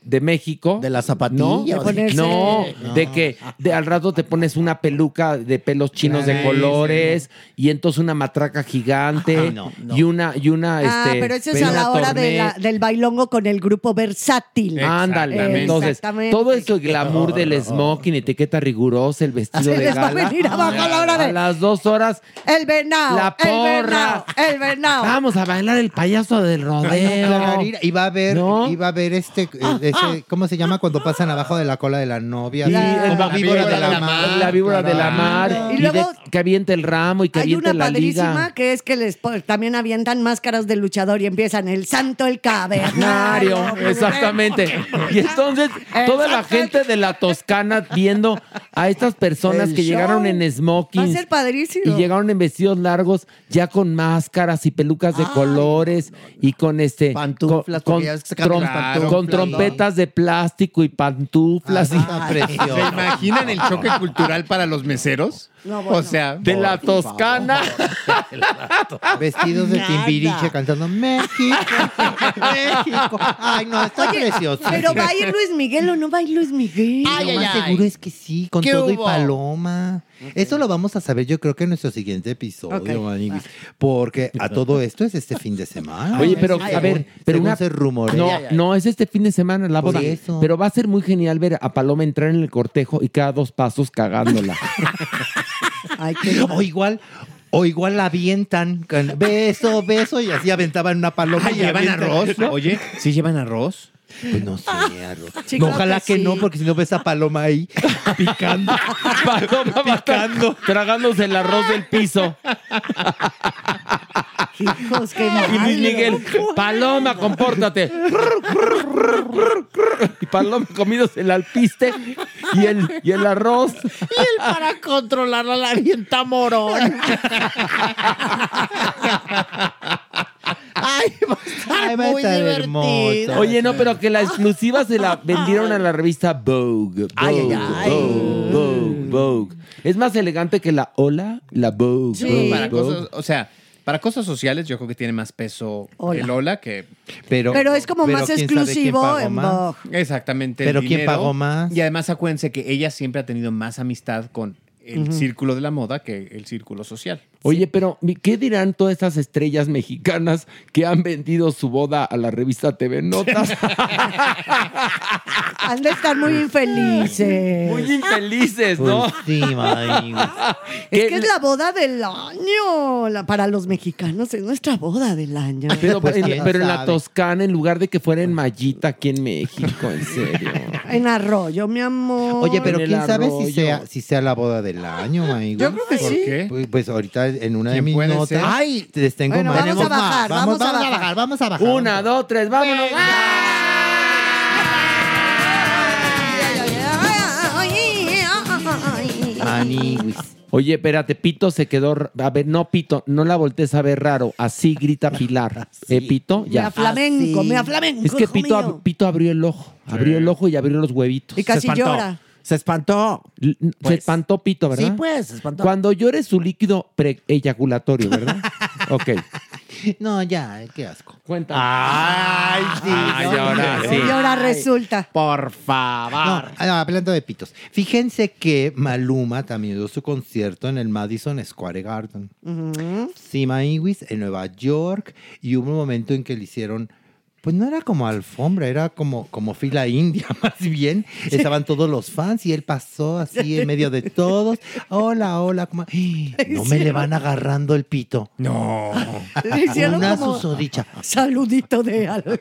[SPEAKER 3] de México de las zapatillas
[SPEAKER 6] De ponerse-
[SPEAKER 3] no,
[SPEAKER 6] No.
[SPEAKER 3] de que de al rato te pones una peluca de pelos chinos de
[SPEAKER 6] Claro.
[SPEAKER 3] colores y entonces una matraca gigante
[SPEAKER 5] Ay, no, no.
[SPEAKER 3] y una y una
[SPEAKER 6] Ah,
[SPEAKER 3] este,
[SPEAKER 6] pero eso es a
[SPEAKER 3] una
[SPEAKER 6] la hora de
[SPEAKER 3] tornet.
[SPEAKER 6] la- del bailongo con el grupo versátil.
[SPEAKER 3] Ándale,
[SPEAKER 6] Eh,
[SPEAKER 3] entonces,
[SPEAKER 6] exactamente.
[SPEAKER 3] todo eso glamour del smoking, etiqueta rigurosa, el vestido
[SPEAKER 6] Así
[SPEAKER 3] de
[SPEAKER 6] les va a
[SPEAKER 3] gala.
[SPEAKER 6] venir abajo a la hora de-
[SPEAKER 3] A las dos horas,
[SPEAKER 6] El venado.
[SPEAKER 3] La
[SPEAKER 6] El venado.
[SPEAKER 3] porra.
[SPEAKER 6] El venado.
[SPEAKER 3] vamos a bailar el payaso del
[SPEAKER 5] [LAUGHS] Ay, no,
[SPEAKER 3] rodeo. [LAUGHS]
[SPEAKER 6] Ah,
[SPEAKER 5] Clararira. Y va a haber, y va a haber este, eh, ese, ¿cómo se llama cuando pasan abajo de la cola de la novia?
[SPEAKER 3] Y el- la, víbora de la mar. La víbora de la mar.
[SPEAKER 6] Y
[SPEAKER 3] Y
[SPEAKER 6] luego-
[SPEAKER 3] de- que aviente el ramo y que
[SPEAKER 6] Hay
[SPEAKER 3] aviente
[SPEAKER 6] una
[SPEAKER 3] la
[SPEAKER 6] padrísima
[SPEAKER 3] liga.
[SPEAKER 6] que es que les pon- también avientan máscaras de luchador y empiezan el santo, el cavernario.
[SPEAKER 3] Mario, exactamente. Y entonces toda la gente de la Toscana viendo a estas personas
[SPEAKER 6] El
[SPEAKER 3] que
[SPEAKER 6] show.
[SPEAKER 3] llegaron en
[SPEAKER 6] Va a
[SPEAKER 3] smokings
[SPEAKER 6] ser padrísimo.
[SPEAKER 3] y llegaron en vestidos largos ya con máscaras y pelucas de colores y con este
[SPEAKER 5] Pantuflas,
[SPEAKER 3] con,
[SPEAKER 5] porque ya ves que sacan
[SPEAKER 3] trom-
[SPEAKER 5] las pantuflas,
[SPEAKER 3] con
[SPEAKER 5] ¿no?
[SPEAKER 3] trompetas de plástico y pantuflas. Ah. y-
[SPEAKER 5] Ah,
[SPEAKER 3] [LAUGHS]
[SPEAKER 4] ¿Se imaginan el choque cultural para los meseros?
[SPEAKER 3] No,
[SPEAKER 4] O
[SPEAKER 3] bueno.
[SPEAKER 4] sea,
[SPEAKER 3] De la
[SPEAKER 4] por
[SPEAKER 3] Toscana.
[SPEAKER 4] [LAUGHS]
[SPEAKER 5] Vestidos de
[SPEAKER 4] Nada.
[SPEAKER 5] timbiriche cantando México, México. Ay, no, está precioso.
[SPEAKER 6] Pero va a ir Luis Miguel o no va a ir Luis Miguel.
[SPEAKER 5] Ay, Lo ay, más ay. seguro es que sí, con todo y paloma. Eso lo vamos a saber yo creo que en nuestro siguiente episodio,
[SPEAKER 3] Ok,
[SPEAKER 5] amiguis, porque a todo esto es este fin de semana.
[SPEAKER 3] Oye, pero
[SPEAKER 5] Ay,
[SPEAKER 3] a ver,
[SPEAKER 5] según-
[SPEAKER 3] pero
[SPEAKER 5] según
[SPEAKER 3] una-
[SPEAKER 5] se rumorea.
[SPEAKER 3] No, no, es este fin de semana la
[SPEAKER 5] Por
[SPEAKER 3] boda.
[SPEAKER 5] eso.
[SPEAKER 3] Pero va a ser muy genial ver a Paloma entrar en el cortejo y cada dos pasos
[SPEAKER 5] [LAUGHS]
[SPEAKER 3] cagándola.
[SPEAKER 5] o igual, o igual la avientan con beso, beso y así aventaban una paloma.
[SPEAKER 4] Ah,
[SPEAKER 5] y
[SPEAKER 4] ¿llevan
[SPEAKER 5] avientan-
[SPEAKER 4] arroz?
[SPEAKER 5] ¿no?
[SPEAKER 4] Oye, ¿sí llevan arroz?
[SPEAKER 5] Pues no sé, arroz.
[SPEAKER 4] Sí,
[SPEAKER 5] No,
[SPEAKER 4] claro
[SPEAKER 5] ojalá
[SPEAKER 4] que
[SPEAKER 5] que, no,
[SPEAKER 4] sí.
[SPEAKER 5] porque si no ves a
[SPEAKER 3] [LAUGHS]
[SPEAKER 5] paloma ahí picando.
[SPEAKER 3] paloma [LAUGHS] picando, tragándose el arroz del piso.
[SPEAKER 6] Hijos, qué
[SPEAKER 3] Y [LAUGHS] Luis Miguel, Paloma, compórtate. Y Paloma comiéndose el alpiste y el, y el arroz.
[SPEAKER 13] Y él para controlarla la avienta morón.
[SPEAKER 6] [LAUGHS]
[SPEAKER 13] Ay, va a estar
[SPEAKER 5] Ay, va a
[SPEAKER 13] muy
[SPEAKER 5] estar
[SPEAKER 13] divertido.
[SPEAKER 3] Oye, no, pero que la exclusiva se la vendieron a la revista Vogue. Vogue,
[SPEAKER 13] Ay, ay, ay.
[SPEAKER 3] Vogue, Vogue, Vogue. Es más elegante que la Ola, la Vogue. Vogue,
[SPEAKER 4] Para
[SPEAKER 3] Vogue.
[SPEAKER 4] cosas, o sea, para cosas sociales yo creo que tiene más peso
[SPEAKER 6] Hola.
[SPEAKER 4] el Ola que...
[SPEAKER 6] Pero es como pero más quién sabe exclusivo quién pagó en más. Vogue.
[SPEAKER 4] Exactamente.
[SPEAKER 5] Pero quién pagó
[SPEAKER 4] más. Y además acuérdense que ella siempre ha tenido más amistad con el
[SPEAKER 3] Ujú.
[SPEAKER 4] círculo de la moda que el círculo social.
[SPEAKER 3] Oye, pero mi- ¿qué dirán todas estas estrellas mexicanas que han vendido su boda a la revista TV Notas?
[SPEAKER 6] Han de estar muy infelices.
[SPEAKER 3] Muy infelices, ¿no?
[SPEAKER 5] Pues sí,
[SPEAKER 3] [LAUGHS]
[SPEAKER 5] May.
[SPEAKER 6] Es que es la boda del año. La- para los mexicanos es nuestra boda del año.
[SPEAKER 3] Pero,
[SPEAKER 5] Pues
[SPEAKER 3] en, pero en la Toscana, en lugar de que fuera en Mallita aquí en México, en serio.
[SPEAKER 6] En arroyo, mi amor.
[SPEAKER 5] Oye, pero quién sabe si sea, si sea la boda del año, May.
[SPEAKER 6] Yo creo que
[SPEAKER 5] ¿Por
[SPEAKER 6] sí.
[SPEAKER 5] qué? Pues, pues ahorita en una de
[SPEAKER 3] ¿Quién
[SPEAKER 5] mis
[SPEAKER 3] puede
[SPEAKER 5] notas.
[SPEAKER 3] ser?
[SPEAKER 5] Ay, les tengo
[SPEAKER 3] Bueno,
[SPEAKER 5] más.
[SPEAKER 3] vamos a
[SPEAKER 5] Tenemos más.
[SPEAKER 3] bajar,
[SPEAKER 5] vamos,
[SPEAKER 3] vamos a
[SPEAKER 5] vamos a
[SPEAKER 3] bajar.
[SPEAKER 5] bajar, vamos a bajar.
[SPEAKER 3] Una, dos, tres, vámonos. Oye, espérate, Pito se quedó. r- A ver, no, Pito, no la voltees a ver raro. Así grita Pilar. ¿Eh, Pito? Ya.
[SPEAKER 6] Mira, flamenco, mira, flamenco,
[SPEAKER 3] Es que
[SPEAKER 6] hijo
[SPEAKER 3] Pito, ab-
[SPEAKER 6] mío.
[SPEAKER 3] Pito abrió el ojo. Abrió el ojo y abrió los huevitos.
[SPEAKER 6] Y casi Se espantó. llora.
[SPEAKER 3] Se espantó. Se espantó Pito, ¿verdad?
[SPEAKER 6] Sí, pues, se espantó.
[SPEAKER 3] Cuando llore su líquido pre-eyaculatorio,
[SPEAKER 5] [LAUGHS]
[SPEAKER 3] ¿verdad? ok.
[SPEAKER 5] No, ya, eh, qué asco.
[SPEAKER 3] Cuenta.
[SPEAKER 5] Ay, sí.
[SPEAKER 3] Ah, Ay,
[SPEAKER 5] no,
[SPEAKER 3] ahora
[SPEAKER 5] no,
[SPEAKER 3] sí.
[SPEAKER 5] no.
[SPEAKER 3] Y
[SPEAKER 6] ahora resulta.
[SPEAKER 5] Por favor. hablando de pitos. Fíjense que Maluma también dio su concierto en el Madison Square Garden. Sima Iwis en Nueva York y hubo un momento en que le hicieron, pues no era como alfombra, era como, como fila india [LAUGHS] más bien. Estaban todos los fans y él pasó así en medio de todos. Hola, hola.
[SPEAKER 6] [LAUGHS]
[SPEAKER 5] como- No me le van agarrando el pito. [LAUGHS] No.
[SPEAKER 6] Le hicieron
[SPEAKER 5] Una
[SPEAKER 6] como-
[SPEAKER 5] susodicha.
[SPEAKER 6] Saludito de algo.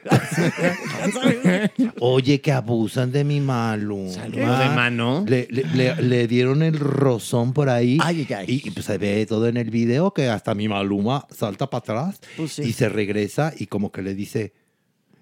[SPEAKER 5] [LAUGHS] Oye, que abusan de mi Maluma.
[SPEAKER 4] Saludo de mano.
[SPEAKER 5] Le, le- le- le dieron el rozón por ahí. Y, y, pues se ve todo en el video que hasta mi Maluma salta para atrás
[SPEAKER 4] Pues
[SPEAKER 5] y se regresa y como que le dice,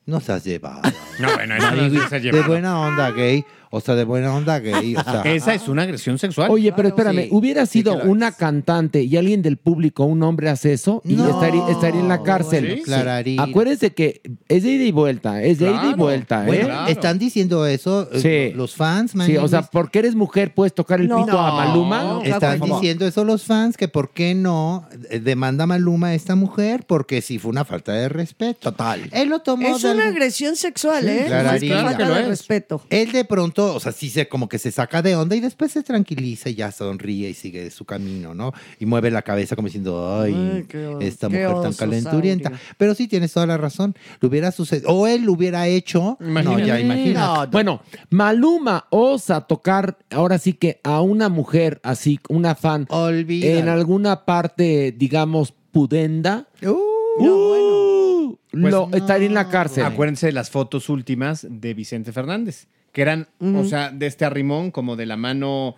[SPEAKER 5] no seas llevado.
[SPEAKER 4] [LAUGHS] No, bueno, eso no
[SPEAKER 5] Marihuana,
[SPEAKER 4] se ha
[SPEAKER 5] de
[SPEAKER 4] llevado.
[SPEAKER 5] buena onda gay. O sea, de buena onda gay. O sea,
[SPEAKER 4] Esa es una agresión sexual.
[SPEAKER 3] Oye, pero espérame,
[SPEAKER 4] Sí.
[SPEAKER 3] hubiera sido una cantante y alguien del público, un hombre hace eso y estaría, estaría en la cárcel.
[SPEAKER 5] Sí. Clararina.
[SPEAKER 3] Acuérdense que es de ida y vuelta, es de ida y vuelta, ¿eh?
[SPEAKER 5] Bueno, están diciendo eso eh,
[SPEAKER 3] Sí.
[SPEAKER 5] los fans,
[SPEAKER 3] Sí, o sea,
[SPEAKER 5] Maniwis.
[SPEAKER 3] porque eres mujer puedes tocar el pito a Maluma.
[SPEAKER 5] Están diciendo eso los fans que por qué no eh, demanda a Maluma a esta mujer porque sí fue una falta de respeto. Total. Él lo tomó
[SPEAKER 6] Es
[SPEAKER 5] de
[SPEAKER 6] una
[SPEAKER 5] algún-
[SPEAKER 6] agresión sexual, ¿eh?
[SPEAKER 5] Clararina.
[SPEAKER 6] Más que falta de respeto.
[SPEAKER 5] Él de pronto, o sea, sí se como que se saca de onda y después se tranquiliza y ya sonríe y sigue su camino, ¿no? Y mueve la cabeza como diciendo, ay,
[SPEAKER 14] Ay, qué o-
[SPEAKER 5] esta
[SPEAKER 14] qué
[SPEAKER 5] mujer tan
[SPEAKER 14] oso,
[SPEAKER 5] calenturienta.
[SPEAKER 14] Saurio.
[SPEAKER 5] Pero sí tienes toda la razón. Lo hubiera sucedido, o él lo hubiera hecho. No, ya imagínate.
[SPEAKER 3] Bueno, Maluma osa tocar ahora sí que a una mujer así, una fan, en alguna parte, digamos, pudenda. Uh,
[SPEAKER 5] Pues
[SPEAKER 3] no, estar en la cárcel.
[SPEAKER 4] Pues, Acuérdense de las fotos últimas de Vicente Fernández, que eran, o sea, de este arrimón como de la mano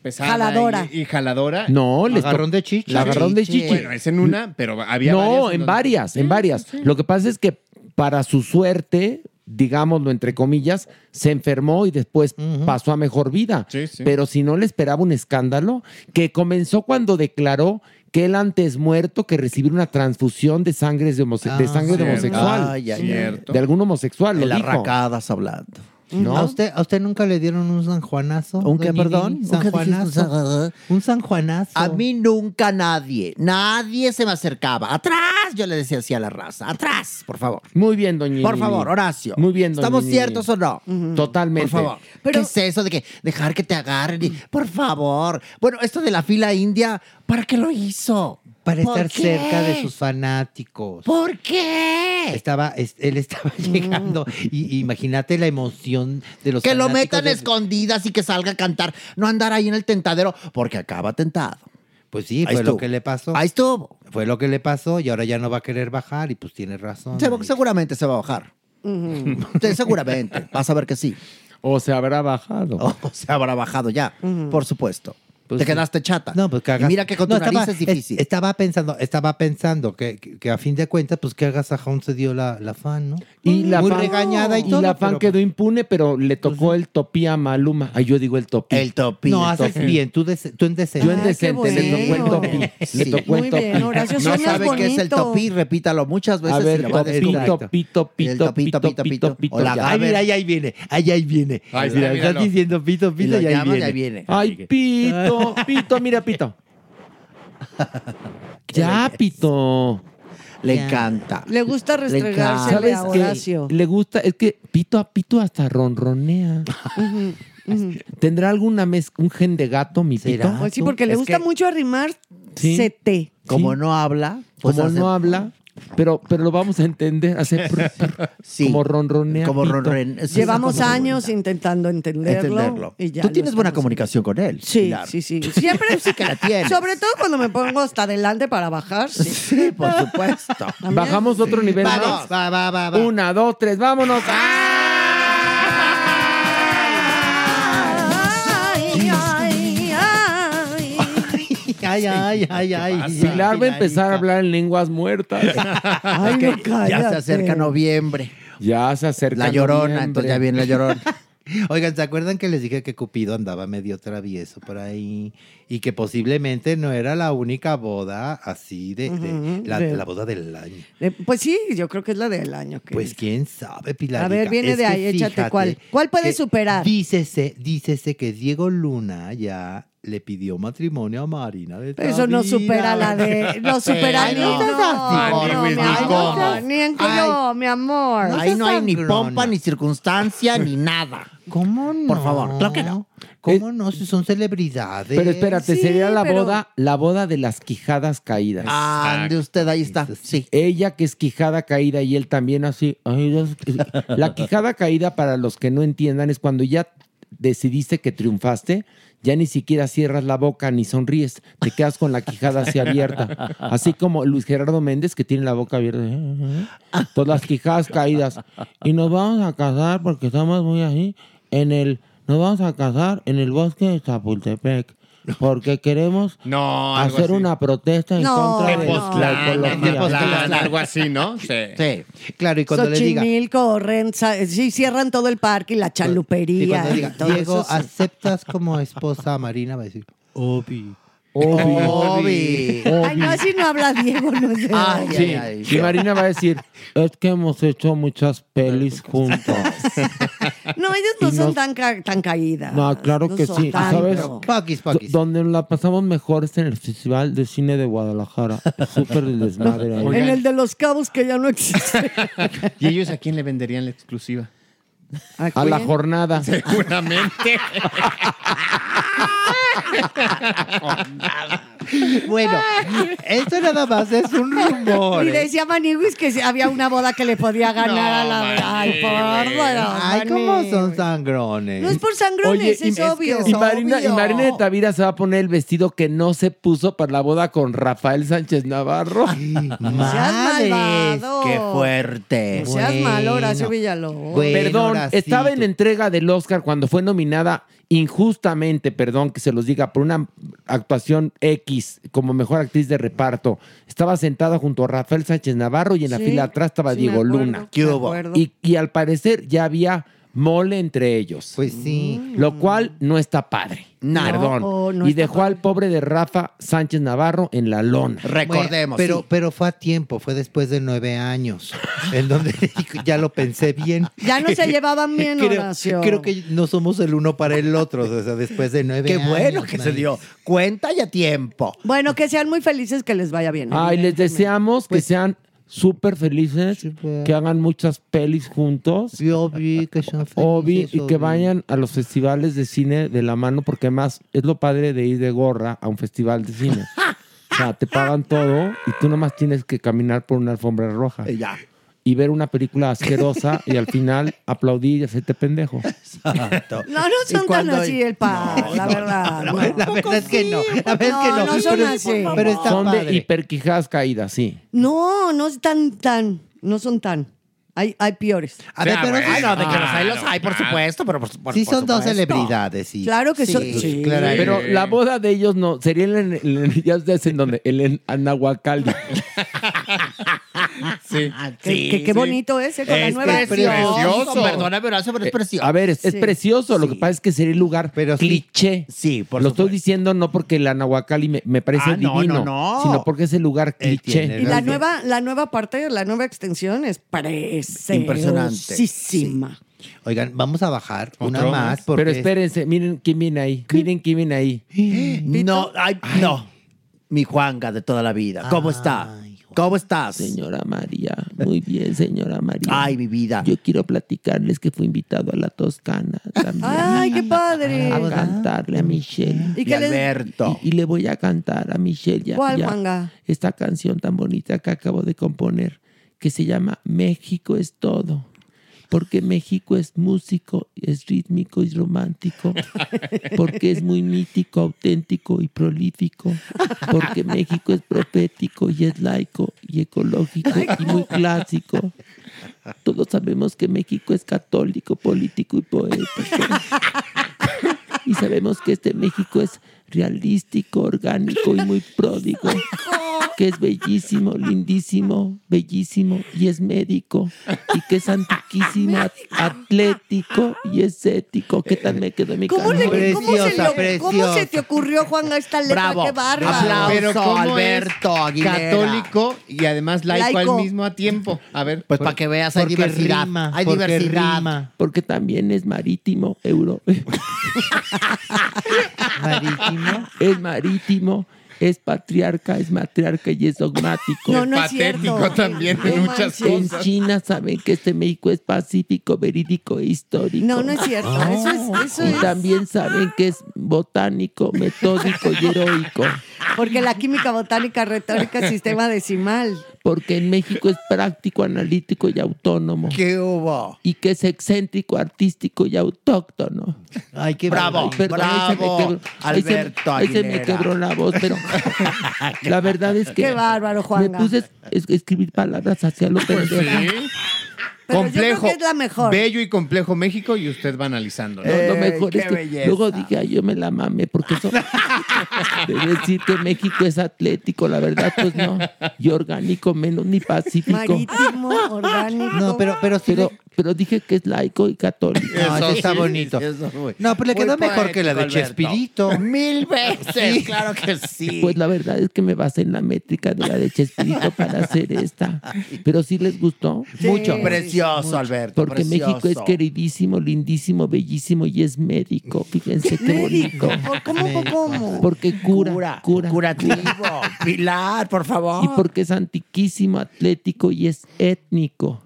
[SPEAKER 4] pesada
[SPEAKER 6] Jaladora.
[SPEAKER 4] Y, y jaladora.
[SPEAKER 3] No, les to-
[SPEAKER 4] La
[SPEAKER 3] La agarrón de chichi.
[SPEAKER 4] Bueno, es en una, pero había
[SPEAKER 3] no,
[SPEAKER 4] varias
[SPEAKER 3] en
[SPEAKER 4] donde-
[SPEAKER 3] varias,
[SPEAKER 4] Ah,
[SPEAKER 3] en varias. Lo que pasa es que para su suerte, digámoslo entre comillas, se enfermó y después pasó a mejor vida.
[SPEAKER 4] Sí, sí.
[SPEAKER 3] Pero si no le esperaba un escándalo que comenzó cuando declaró que él antes muerto que recibir una transfusión de sangre de, homose- de
[SPEAKER 5] Ah,
[SPEAKER 3] sangre de
[SPEAKER 5] cierto.
[SPEAKER 3] homosexual.
[SPEAKER 5] Ay, ay, ay. Cierto.
[SPEAKER 3] De algún homosexual. Lo
[SPEAKER 5] El
[SPEAKER 3] dijo.
[SPEAKER 5] arracadas
[SPEAKER 10] hablando.
[SPEAKER 3] ¿No?
[SPEAKER 5] ¿A, usted, ¿A usted nunca le dieron un sanjuanazo?
[SPEAKER 10] ¿Un qué,
[SPEAKER 5] Nini?
[SPEAKER 10] perdón? ¿Un qué dijiste? Un
[SPEAKER 5] sanjuanazo? Un sanjuanazo.
[SPEAKER 13] A mí nunca nadie, nadie se me acercaba. Atrás, yo le decía así a la raza. Atrás, por favor.
[SPEAKER 3] Muy bien, doña
[SPEAKER 13] Por
[SPEAKER 3] Nini.
[SPEAKER 13] favor, Horacio.
[SPEAKER 3] Muy bien, doña
[SPEAKER 13] ¿Estamos
[SPEAKER 3] Nini.
[SPEAKER 13] ciertos o no?
[SPEAKER 3] Totalmente.
[SPEAKER 13] Por favor. ¿Qué es eso de que dejar que te agarren? y, por favor. Bueno, esto de la fila india, ¿para qué lo hizo?
[SPEAKER 5] Para
[SPEAKER 13] ¿Por
[SPEAKER 5] estar
[SPEAKER 13] qué?
[SPEAKER 5] cerca de sus fanáticos.
[SPEAKER 13] ¿Por qué?
[SPEAKER 5] Estaba, es- él estaba [LAUGHS] llegando. Y, y imagínate la emoción de los
[SPEAKER 13] que lo
[SPEAKER 5] fanáticos
[SPEAKER 13] metan
[SPEAKER 5] de-
[SPEAKER 13] escondidas y que salga a cantar. No andar ahí en el tentadero, porque acaba tentado.
[SPEAKER 5] Pues sí,
[SPEAKER 13] Ahí
[SPEAKER 5] fue lo
[SPEAKER 13] estuvo.
[SPEAKER 5] que le pasó.
[SPEAKER 13] Ahí estuvo.
[SPEAKER 5] Fue lo que le pasó y ahora ya no va a querer bajar y pues tiene razón.
[SPEAKER 13] Se va- seguramente se va a bajar. Sí, seguramente. Vas a ver que sí.
[SPEAKER 3] O se habrá bajado.
[SPEAKER 13] O se habrá bajado ya, por supuesto. Te
[SPEAKER 5] Pues sí.
[SPEAKER 13] quedaste chata.
[SPEAKER 5] No, pues que hagas-
[SPEAKER 13] Y mira que con
[SPEAKER 5] No,
[SPEAKER 13] tu
[SPEAKER 5] [LAUGHS]
[SPEAKER 13] nariz es difícil.
[SPEAKER 5] es- estaba pensando, estaba pensando que, que- que a fin de cuentas, pues que hagas a Jón se dio la, la fan, ¿no?
[SPEAKER 3] Y la
[SPEAKER 5] Muy
[SPEAKER 3] fan-
[SPEAKER 5] regañada y,
[SPEAKER 3] y
[SPEAKER 5] todo.
[SPEAKER 3] la fan
[SPEAKER 5] pero-
[SPEAKER 3] quedó impune, pero le tocó el topí a Maluma. Ay, yo digo el topí.
[SPEAKER 13] El topí.
[SPEAKER 5] No, haces bien, tú, des- tú en decente.
[SPEAKER 3] Yo en decente le tocó el topí. Le
[SPEAKER 13] [LAUGHS] Sí.
[SPEAKER 3] tocó el
[SPEAKER 13] Muy
[SPEAKER 3] topí.
[SPEAKER 13] bien, Horacio, No suenas sabe qué es el bonito. topí, repítalo muchas veces
[SPEAKER 3] A
[SPEAKER 13] y
[SPEAKER 3] ver,
[SPEAKER 13] la va a
[SPEAKER 3] topí,
[SPEAKER 13] descubrir.
[SPEAKER 3] topí, topí,
[SPEAKER 13] El
[SPEAKER 3] topí,
[SPEAKER 13] topí,
[SPEAKER 3] topí,
[SPEAKER 13] topí,
[SPEAKER 3] topí,
[SPEAKER 13] topí, o la
[SPEAKER 3] topí.
[SPEAKER 13] A
[SPEAKER 5] Ay,
[SPEAKER 13] ver.
[SPEAKER 5] mira, ahí, ahí viene, ahí, ahí viene.
[SPEAKER 3] Ahí está,
[SPEAKER 5] Mira,
[SPEAKER 3] míralo.
[SPEAKER 5] estás diciendo pito,
[SPEAKER 3] Y
[SPEAKER 5] pito,
[SPEAKER 3] lo
[SPEAKER 5] y ahí
[SPEAKER 3] llamas,
[SPEAKER 5] viene.
[SPEAKER 3] ahí viene. Ay,
[SPEAKER 13] [LAUGHS]
[SPEAKER 3] pito, pito, mira, pito. Ya, pito.
[SPEAKER 13] Le encanta.
[SPEAKER 6] Le gusta restregársele
[SPEAKER 3] ¿Sabes
[SPEAKER 6] a
[SPEAKER 3] qué?
[SPEAKER 6] Horacio.
[SPEAKER 3] Le gusta, es que pito a pito hasta ronronea.
[SPEAKER 6] Ujú, ujú.
[SPEAKER 3] ¿Tendrá alguna mez- un gen de gato, mi pito?
[SPEAKER 6] Pues sí, porque le
[SPEAKER 3] Es
[SPEAKER 6] gusta
[SPEAKER 3] que-
[SPEAKER 6] mucho arrimar
[SPEAKER 3] Sí.
[SPEAKER 6] CT.
[SPEAKER 3] Como
[SPEAKER 13] no habla.
[SPEAKER 6] pues
[SPEAKER 3] como
[SPEAKER 6] hace-
[SPEAKER 3] no habla, pero, pero lo vamos a entender. Hace prr, prr, Como ronronea.
[SPEAKER 13] Como
[SPEAKER 3] pito.
[SPEAKER 13] ronron- es-
[SPEAKER 6] Llevamos
[SPEAKER 13] Esa cosa
[SPEAKER 6] años intentando entenderlo.
[SPEAKER 13] Entenderlo.
[SPEAKER 6] y ya
[SPEAKER 13] Tú
[SPEAKER 6] lo
[SPEAKER 13] tienes buena
[SPEAKER 6] estamos-
[SPEAKER 13] comunicación con él.
[SPEAKER 6] Sí, sí, sí. Siempre sí que la
[SPEAKER 13] tienes.
[SPEAKER 6] Sobre todo cuando me pongo hasta adelante para bajar. Sí,
[SPEAKER 13] por
[SPEAKER 6] [LAUGHS]
[SPEAKER 13] supuesto.
[SPEAKER 3] Bajamos otro nivel
[SPEAKER 6] Vamos.
[SPEAKER 3] más. Una, dos, tres, vámonos.
[SPEAKER 6] Ay, ay, ay.
[SPEAKER 5] Ay, ay, ay, ay.
[SPEAKER 3] Pilar va a empezar a hablar en lenguas muertas.
[SPEAKER 6] Ay, no,
[SPEAKER 13] Ya
[SPEAKER 6] cállate.
[SPEAKER 13] se acerca noviembre.
[SPEAKER 3] Ya se acerca.
[SPEAKER 13] La llorona,
[SPEAKER 3] noviembre.
[SPEAKER 13] entonces ya viene
[SPEAKER 3] [LAUGHS]
[SPEAKER 13] la llorona.
[SPEAKER 5] Oigan, ¿se acuerdan que les dije que Cupido andaba medio travieso por ahí? Y que posiblemente no era la única boda así de, de-
[SPEAKER 6] Ujú,
[SPEAKER 5] la,
[SPEAKER 6] de-
[SPEAKER 5] la boda del año.
[SPEAKER 6] Eh, Pues sí, yo creo que es la del año. que-
[SPEAKER 5] Pues quién sabe, Pilar.
[SPEAKER 6] a ver, viene de ahí, échate cuál. ¿Cuál puede superar?
[SPEAKER 5] Dícese, dícese que Diego Luna ya le pidió matrimonio a Marina de
[SPEAKER 6] Pero Eso no
[SPEAKER 5] Tavira.
[SPEAKER 6] supera la de. No supera
[SPEAKER 5] Ay,
[SPEAKER 6] ni.
[SPEAKER 5] no.
[SPEAKER 6] No, no,
[SPEAKER 13] Ay,
[SPEAKER 6] no,
[SPEAKER 13] Luis,
[SPEAKER 6] mi
[SPEAKER 13] ni
[SPEAKER 6] amor,
[SPEAKER 13] cómo.
[SPEAKER 6] ni en culo, mi amor.
[SPEAKER 13] Ahí no hay ni pompa, ni circunstancia, ni nada.
[SPEAKER 5] ¿Cómo no?
[SPEAKER 13] Por favor, claro que no.
[SPEAKER 5] ¿Cómo no? Si son celebridades.
[SPEAKER 3] Pero espérate,
[SPEAKER 5] Sí,
[SPEAKER 3] sería la
[SPEAKER 5] pero-
[SPEAKER 13] [LAUGHS]
[SPEAKER 3] boda, la boda de las quijadas caídas.
[SPEAKER 13] Ah, Ande usted, ahí está. Sí.
[SPEAKER 3] Ella que es quijada caída y él también así. ay, Dios. La quijada caída, para los que no entiendan, es cuando ya decidiste que triunfaste, ya ni siquiera cierras la boca ni sonríes, te quedas con la quijada así abierta. Así como Luis Gerardo Méndez que tiene la boca abierta. Todas Pues las quijadas caídas. Y nos vamos a casar porque estamos muy así en el nos vamos a casar en el bosque de Chapultepec porque queremos
[SPEAKER 4] No, algo
[SPEAKER 3] hacer
[SPEAKER 4] así.
[SPEAKER 3] una protesta en contra de la
[SPEAKER 4] Tepoztlán,
[SPEAKER 3] ecología.
[SPEAKER 4] Tepoztlán, algo así, ¿no? Sí.
[SPEAKER 5] Claro, y cuando le diga.
[SPEAKER 6] Xochimilco, Renza, eh, sí, cierran todo el parque y la chalupería.
[SPEAKER 5] Y cuando diga,
[SPEAKER 6] y todo
[SPEAKER 5] Diego,
[SPEAKER 6] eso, sí.
[SPEAKER 5] ¿aceptas como esposa a Marina? Va a decir, Obi.
[SPEAKER 13] Obi.
[SPEAKER 6] Ay, no, si no habla Diego, no es de-
[SPEAKER 13] Ay,
[SPEAKER 3] Sí, y Marina va a decir, es que hemos hecho muchas
[SPEAKER 6] [LAUGHS]
[SPEAKER 3] pelis juntos.
[SPEAKER 6] No, ellos no
[SPEAKER 3] Y
[SPEAKER 6] son
[SPEAKER 3] nos-
[SPEAKER 6] tan, ca- tan caídas.
[SPEAKER 3] No, claro
[SPEAKER 6] No
[SPEAKER 3] que
[SPEAKER 6] son
[SPEAKER 3] sí.
[SPEAKER 6] tan-
[SPEAKER 3] ¿Sabes?
[SPEAKER 6] pero-
[SPEAKER 3] D- Donde la pasamos mejor es en el Festival de Cine de Guadalajara. Súper el desmadre. ahí.
[SPEAKER 6] En el de los cabos que ya no existe.
[SPEAKER 4] ¿Y ellos a quién le venderían la exclusiva?
[SPEAKER 3] A la
[SPEAKER 4] [LAUGHS]
[SPEAKER 3] jornada.
[SPEAKER 6] [LAUGHS]
[SPEAKER 4] Seguramente.
[SPEAKER 5] [LAUGHS] Bueno, esto nada más es un rumor.
[SPEAKER 6] Y
[SPEAKER 5] ¿eh?
[SPEAKER 6] decía Maniguis que si había una boda que le podía ganar a la.
[SPEAKER 3] Eh,
[SPEAKER 6] Ay, por Dios,
[SPEAKER 5] Ay, ¿cómo son sangrones?
[SPEAKER 6] No es por sangrones, es obvio.
[SPEAKER 3] Y Marina, y Marina de Tavira se va a poner el vestido que no se puso para la boda con Rafael Sánchez Navarro.
[SPEAKER 6] [LAUGHS] Madres, malvado. qué
[SPEAKER 5] fuerte.
[SPEAKER 6] No seas malo, Horacio Villalobos. Bueno,
[SPEAKER 3] perdón,
[SPEAKER 6] Horacito.
[SPEAKER 3] estaba en entrega del Oscar cuando fue nominada injustamente, perdón que se los diga, por una actuación X como mejor actriz de reparto. Estaba sentada junto a Rafael Sánchez Navarro y en la
[SPEAKER 6] Sí,
[SPEAKER 3] fila atrás estaba
[SPEAKER 6] sí, me
[SPEAKER 3] Diego
[SPEAKER 6] acuerdo,
[SPEAKER 3] Luna.
[SPEAKER 6] ¿Qué me hubo? acuerdo.
[SPEAKER 3] Y, y al parecer ya había mole entre ellos. Pues sí. Lo cual no está padre.
[SPEAKER 5] No.
[SPEAKER 3] Perdón.
[SPEAKER 5] No, no
[SPEAKER 3] y
[SPEAKER 5] está
[SPEAKER 3] dejó al pobre de Rafa Sánchez Navarro en la lona.
[SPEAKER 5] Bueno, pero, pero fue a tiempo, fue después de nueve años, [LAUGHS] en donde dijo, ya lo pensé bien.
[SPEAKER 6] Ya no
[SPEAKER 5] [LAUGHS]
[SPEAKER 6] se llevaban bien, Horacio.
[SPEAKER 5] creo, creo que no somos el uno para el otro, o sea, después de nueve
[SPEAKER 13] Qué
[SPEAKER 5] años.
[SPEAKER 13] bueno que se
[SPEAKER 5] dio cuenta y a tiempo.
[SPEAKER 6] Bueno, que sean muy felices, que les vaya bien. ¿eh?
[SPEAKER 3] Ay, les deseamos
[SPEAKER 5] Pues,
[SPEAKER 3] que sean súper felices, que hagan muchas pelis juntos.
[SPEAKER 5] Yo vi que sean
[SPEAKER 3] Obi, y
[SPEAKER 5] felices,
[SPEAKER 3] que
[SPEAKER 5] Obi.
[SPEAKER 3] vayan a los festivales de cine de la mano, porque además es lo padre de ir de gorra a un festival de
[SPEAKER 5] [LAUGHS]
[SPEAKER 3] cine. O sea, te pagan todo y tú nomás tienes que caminar por una alfombra roja.
[SPEAKER 5] Eh,
[SPEAKER 3] Y ver una película asquerosa y al
[SPEAKER 5] [LAUGHS]
[SPEAKER 3] final aplaudir y hacerte pendejo.
[SPEAKER 6] No, no son tan así el pa, la verdad. no.
[SPEAKER 5] La verdad es que no, [LAUGHS] la verdad
[SPEAKER 6] No,
[SPEAKER 5] es que no.
[SPEAKER 6] no son
[SPEAKER 5] pero,
[SPEAKER 6] así.
[SPEAKER 5] pero está
[SPEAKER 3] Son de
[SPEAKER 5] padre.
[SPEAKER 3] hiperquijadas caídas, sí.
[SPEAKER 6] No, no están tan, no son tan. Hay, hay peores.
[SPEAKER 5] A ver, pero
[SPEAKER 13] Ah, no, de que los
[SPEAKER 5] claro,
[SPEAKER 13] hay, los hay, por supuesto, pero por, por-
[SPEAKER 5] Sí
[SPEAKER 13] por
[SPEAKER 5] son dos
[SPEAKER 13] supuesto.
[SPEAKER 5] celebridades, sí.
[SPEAKER 6] Claro que son-
[SPEAKER 5] pues, claro.
[SPEAKER 3] Pero la boda de ellos no, sería en, en- ya ustedes en donde, el en Anahuacaldi.
[SPEAKER 13] [LAUGHS] Ah, Sí.
[SPEAKER 6] Que- que Ah, qué bonito es, ¿eh? Con la nueva
[SPEAKER 13] precioso.
[SPEAKER 6] precioso.
[SPEAKER 13] Perdóname, Horacio, pero es precioso.
[SPEAKER 3] A ver, es, es
[SPEAKER 13] Sí.
[SPEAKER 3] precioso. Lo que pasa es que sería el lugar cliché.
[SPEAKER 13] Sí, por
[SPEAKER 3] Lo estoy diciendo no porque el Anahuacalli me, me parece
[SPEAKER 13] Ah, no,
[SPEAKER 3] divino,
[SPEAKER 13] no, Eh, no.
[SPEAKER 3] sino porque es el lugar cliché.
[SPEAKER 6] Y la nueva, la nueva parte, la nueva extensión es preciosa.
[SPEAKER 5] Impresionante.
[SPEAKER 6] Sí.
[SPEAKER 5] Oigan, vamos a bajar una más. porque
[SPEAKER 3] Pero espérense, miren quién viene ahí. Miren quién viene ahí.
[SPEAKER 13] ¿Eh? No, ay, no. Mi Juanga de toda la vida. ¿Cómo está? ¿Cómo estás?
[SPEAKER 3] Señora María, muy bien, señora María.
[SPEAKER 13] Ay, mi vida.
[SPEAKER 3] Yo quiero platicarles que fui invitado a la Toscana también.
[SPEAKER 6] Ay, qué padre.
[SPEAKER 3] a cantarle a Michelle.
[SPEAKER 6] ¿Y Y qué les-
[SPEAKER 13] Alberto.
[SPEAKER 3] Y, y le voy a cantar a Michelle ya,
[SPEAKER 6] ¿Cuál,
[SPEAKER 3] ya
[SPEAKER 6] Juanga?
[SPEAKER 3] esta canción tan bonita que acabo de componer, que se llama México es todo. Porque México es músico, es rítmico y romántico. Porque es muy mítico, auténtico y prolífico. Porque México es profético y es laico y ecológico y muy clásico. Todos sabemos que México es católico, político y poético. Y sabemos que este México es realístico, orgánico y muy pródigo. Que es bellísimo, lindísimo, bellísimo y es médico. Y que es antiquísimo, at- atlético y es ético. ¿Qué tal me quedó mi
[SPEAKER 6] ¿Cómo,
[SPEAKER 3] canción?
[SPEAKER 6] le- cómo se le- cómo se te ocurrió, Juan, esta letra?
[SPEAKER 4] Bravo.
[SPEAKER 6] ¡Qué bárbaro!
[SPEAKER 4] Pero ¿cómo es
[SPEAKER 13] Aguilera.
[SPEAKER 4] Católico y además laico,
[SPEAKER 13] Laico.
[SPEAKER 4] al mismo tiempo. A ver.
[SPEAKER 13] Pues para que veas, hay diversidad. hay diversidad.
[SPEAKER 4] [LAUGHS]
[SPEAKER 3] Porque también es marítimo, euro. marítimo. Es marítimo, es patriarca, es matriarca y es dogmático.
[SPEAKER 4] No, no es Patético cierto. también en No muchas
[SPEAKER 3] En
[SPEAKER 4] manches. cosas.
[SPEAKER 3] China saben que este México es pacífico, verídico e histórico.
[SPEAKER 6] No, no es cierto. Eso
[SPEAKER 4] Oh.
[SPEAKER 6] es- eso
[SPEAKER 3] y
[SPEAKER 6] es-
[SPEAKER 3] también saben que es botánico, metódico y heroico.
[SPEAKER 6] Porque la química botánica, retórica, es sistema decimal.
[SPEAKER 3] Porque en México es práctico, analítico y autónomo.
[SPEAKER 13] ¿Qué hubo?
[SPEAKER 3] Y que es excéntrico, artístico y autóctono.
[SPEAKER 5] Ay, qué
[SPEAKER 3] Ay,
[SPEAKER 13] Bravo,
[SPEAKER 3] perdón, ahí se me
[SPEAKER 13] bravo,
[SPEAKER 3] quebró- ahí se-
[SPEAKER 13] Alberto
[SPEAKER 3] ahí se me
[SPEAKER 13] Aguilera.
[SPEAKER 3] quebró la voz,
[SPEAKER 13] [LAUGHS]
[SPEAKER 3] pero la verdad es que
[SPEAKER 6] Qué bárbaro,
[SPEAKER 3] me
[SPEAKER 6] Juanga.
[SPEAKER 3] puse a es- escribir palabras hacia
[SPEAKER 13] Pues
[SPEAKER 3] lo pendejo.
[SPEAKER 6] Pero yo creo que es la mejor.
[SPEAKER 4] Bello y complejo México y usted va analizando. ¿no?
[SPEAKER 3] No,
[SPEAKER 13] Eh,
[SPEAKER 3] lo mejor es que luego dije, ay, yo me la mame, porque
[SPEAKER 13] [LAUGHS]
[SPEAKER 3] eso de decir que México es atlético, la verdad, pues no, y orgánico menos, ni pacífico.
[SPEAKER 13] [LAUGHS]
[SPEAKER 6] Marítimo, orgánico.
[SPEAKER 5] No, pero, pero sí
[SPEAKER 3] pero, pero dije que es laico y católico. Ah,
[SPEAKER 5] No, eso está bonito. no, pero le quedó mejor que la de
[SPEAKER 13] [LAUGHS]
[SPEAKER 5] Chespirito.
[SPEAKER 13] Mil veces, claro que sí.
[SPEAKER 3] Pues la verdad es que me basé en la métrica de la de Chespirito para hacer esta. Pero sí les gustó.
[SPEAKER 13] Mucho. Precioso, Alberto.
[SPEAKER 3] Porque
[SPEAKER 13] precioso.
[SPEAKER 3] México es queridísimo, lindísimo, bellísimo y es médico. Fíjense qué bonito.
[SPEAKER 6] ¿Cómo, cómo?
[SPEAKER 3] Porque cura, cura,
[SPEAKER 13] Curativo. Pilar, por favor.
[SPEAKER 3] Y porque es antiquísimo, atlético y es étnico.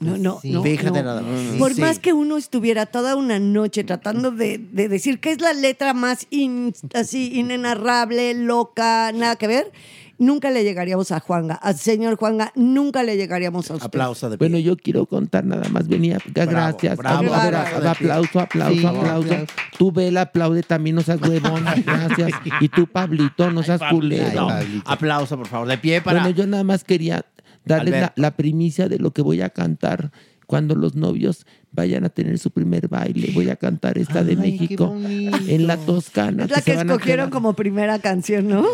[SPEAKER 6] No, no,
[SPEAKER 13] Sí,
[SPEAKER 6] no,
[SPEAKER 13] fíjate
[SPEAKER 6] no.
[SPEAKER 13] nada más.
[SPEAKER 6] Por
[SPEAKER 13] Sí.
[SPEAKER 6] más que uno estuviera toda una noche tratando de, de decir que es la letra más in- así inenarrable, loca, nada que ver, nunca le llegaríamos a Juanga. Al señor Juanga, nunca le llegaríamos a usted.
[SPEAKER 3] de Bueno, yo quiero contar nada más. Venía, gracias.
[SPEAKER 6] bravo,
[SPEAKER 3] A ver, a-
[SPEAKER 6] bravo,
[SPEAKER 3] aplauso, aplauso,
[SPEAKER 6] Sí,
[SPEAKER 3] aplauso.
[SPEAKER 6] aplauso.
[SPEAKER 3] Tú, Vela, aplaude también, no seas
[SPEAKER 6] [LAUGHS]
[SPEAKER 3] huevón. gracias. Y tú, Pablito, no seas culero.
[SPEAKER 14] Aplauso, por favor, de
[SPEAKER 6] Eh,
[SPEAKER 14] pie para.
[SPEAKER 13] [LAUGHS]
[SPEAKER 3] Bueno, yo nada más quería darles la,
[SPEAKER 14] Alberto.
[SPEAKER 3] la primicia de lo que voy a cantar cuando los novios vayan a tener su primer baile. Voy a cantar esta de México en la Toscana.
[SPEAKER 6] Es la que
[SPEAKER 3] se van a
[SPEAKER 6] escogieron
[SPEAKER 3] quedar-
[SPEAKER 6] como primera canción, ¿no?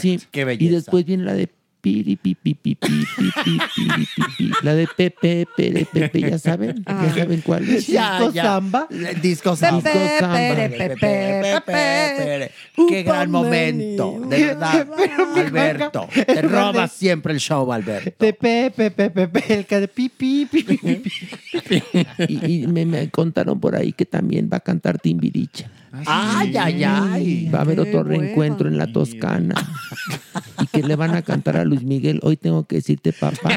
[SPEAKER 3] Sí. Y después viene la de piri, pi, pi, pi, pi, pi, pi, pi, pi, pi. La de Pepe, Pepe, Pepe, ya saben, ya saben cuál es.
[SPEAKER 13] Disco samba. Disco samba.
[SPEAKER 3] Pepe,
[SPEAKER 13] Disco
[SPEAKER 3] pere,
[SPEAKER 13] samba.
[SPEAKER 3] pepe,
[SPEAKER 13] Pepe, pepe. Qué gran momento. De verdad. Alberto. Te robas siempre el show, Alberto.
[SPEAKER 5] Pepe, pepe, pepe, el que de pi, pi, pi, pi, pi.
[SPEAKER 3] Y, y me, me contaron por ahí que también va a cantar Timbiriche.
[SPEAKER 5] Ah,
[SPEAKER 13] Ay, ay, ay.
[SPEAKER 3] Va a haber
[SPEAKER 13] Qué
[SPEAKER 3] otro
[SPEAKER 13] hueva.
[SPEAKER 3] reencuentro en la Toscana. Y que le van a cantar a Luis Miguel. Hoy tengo que decirte, papá.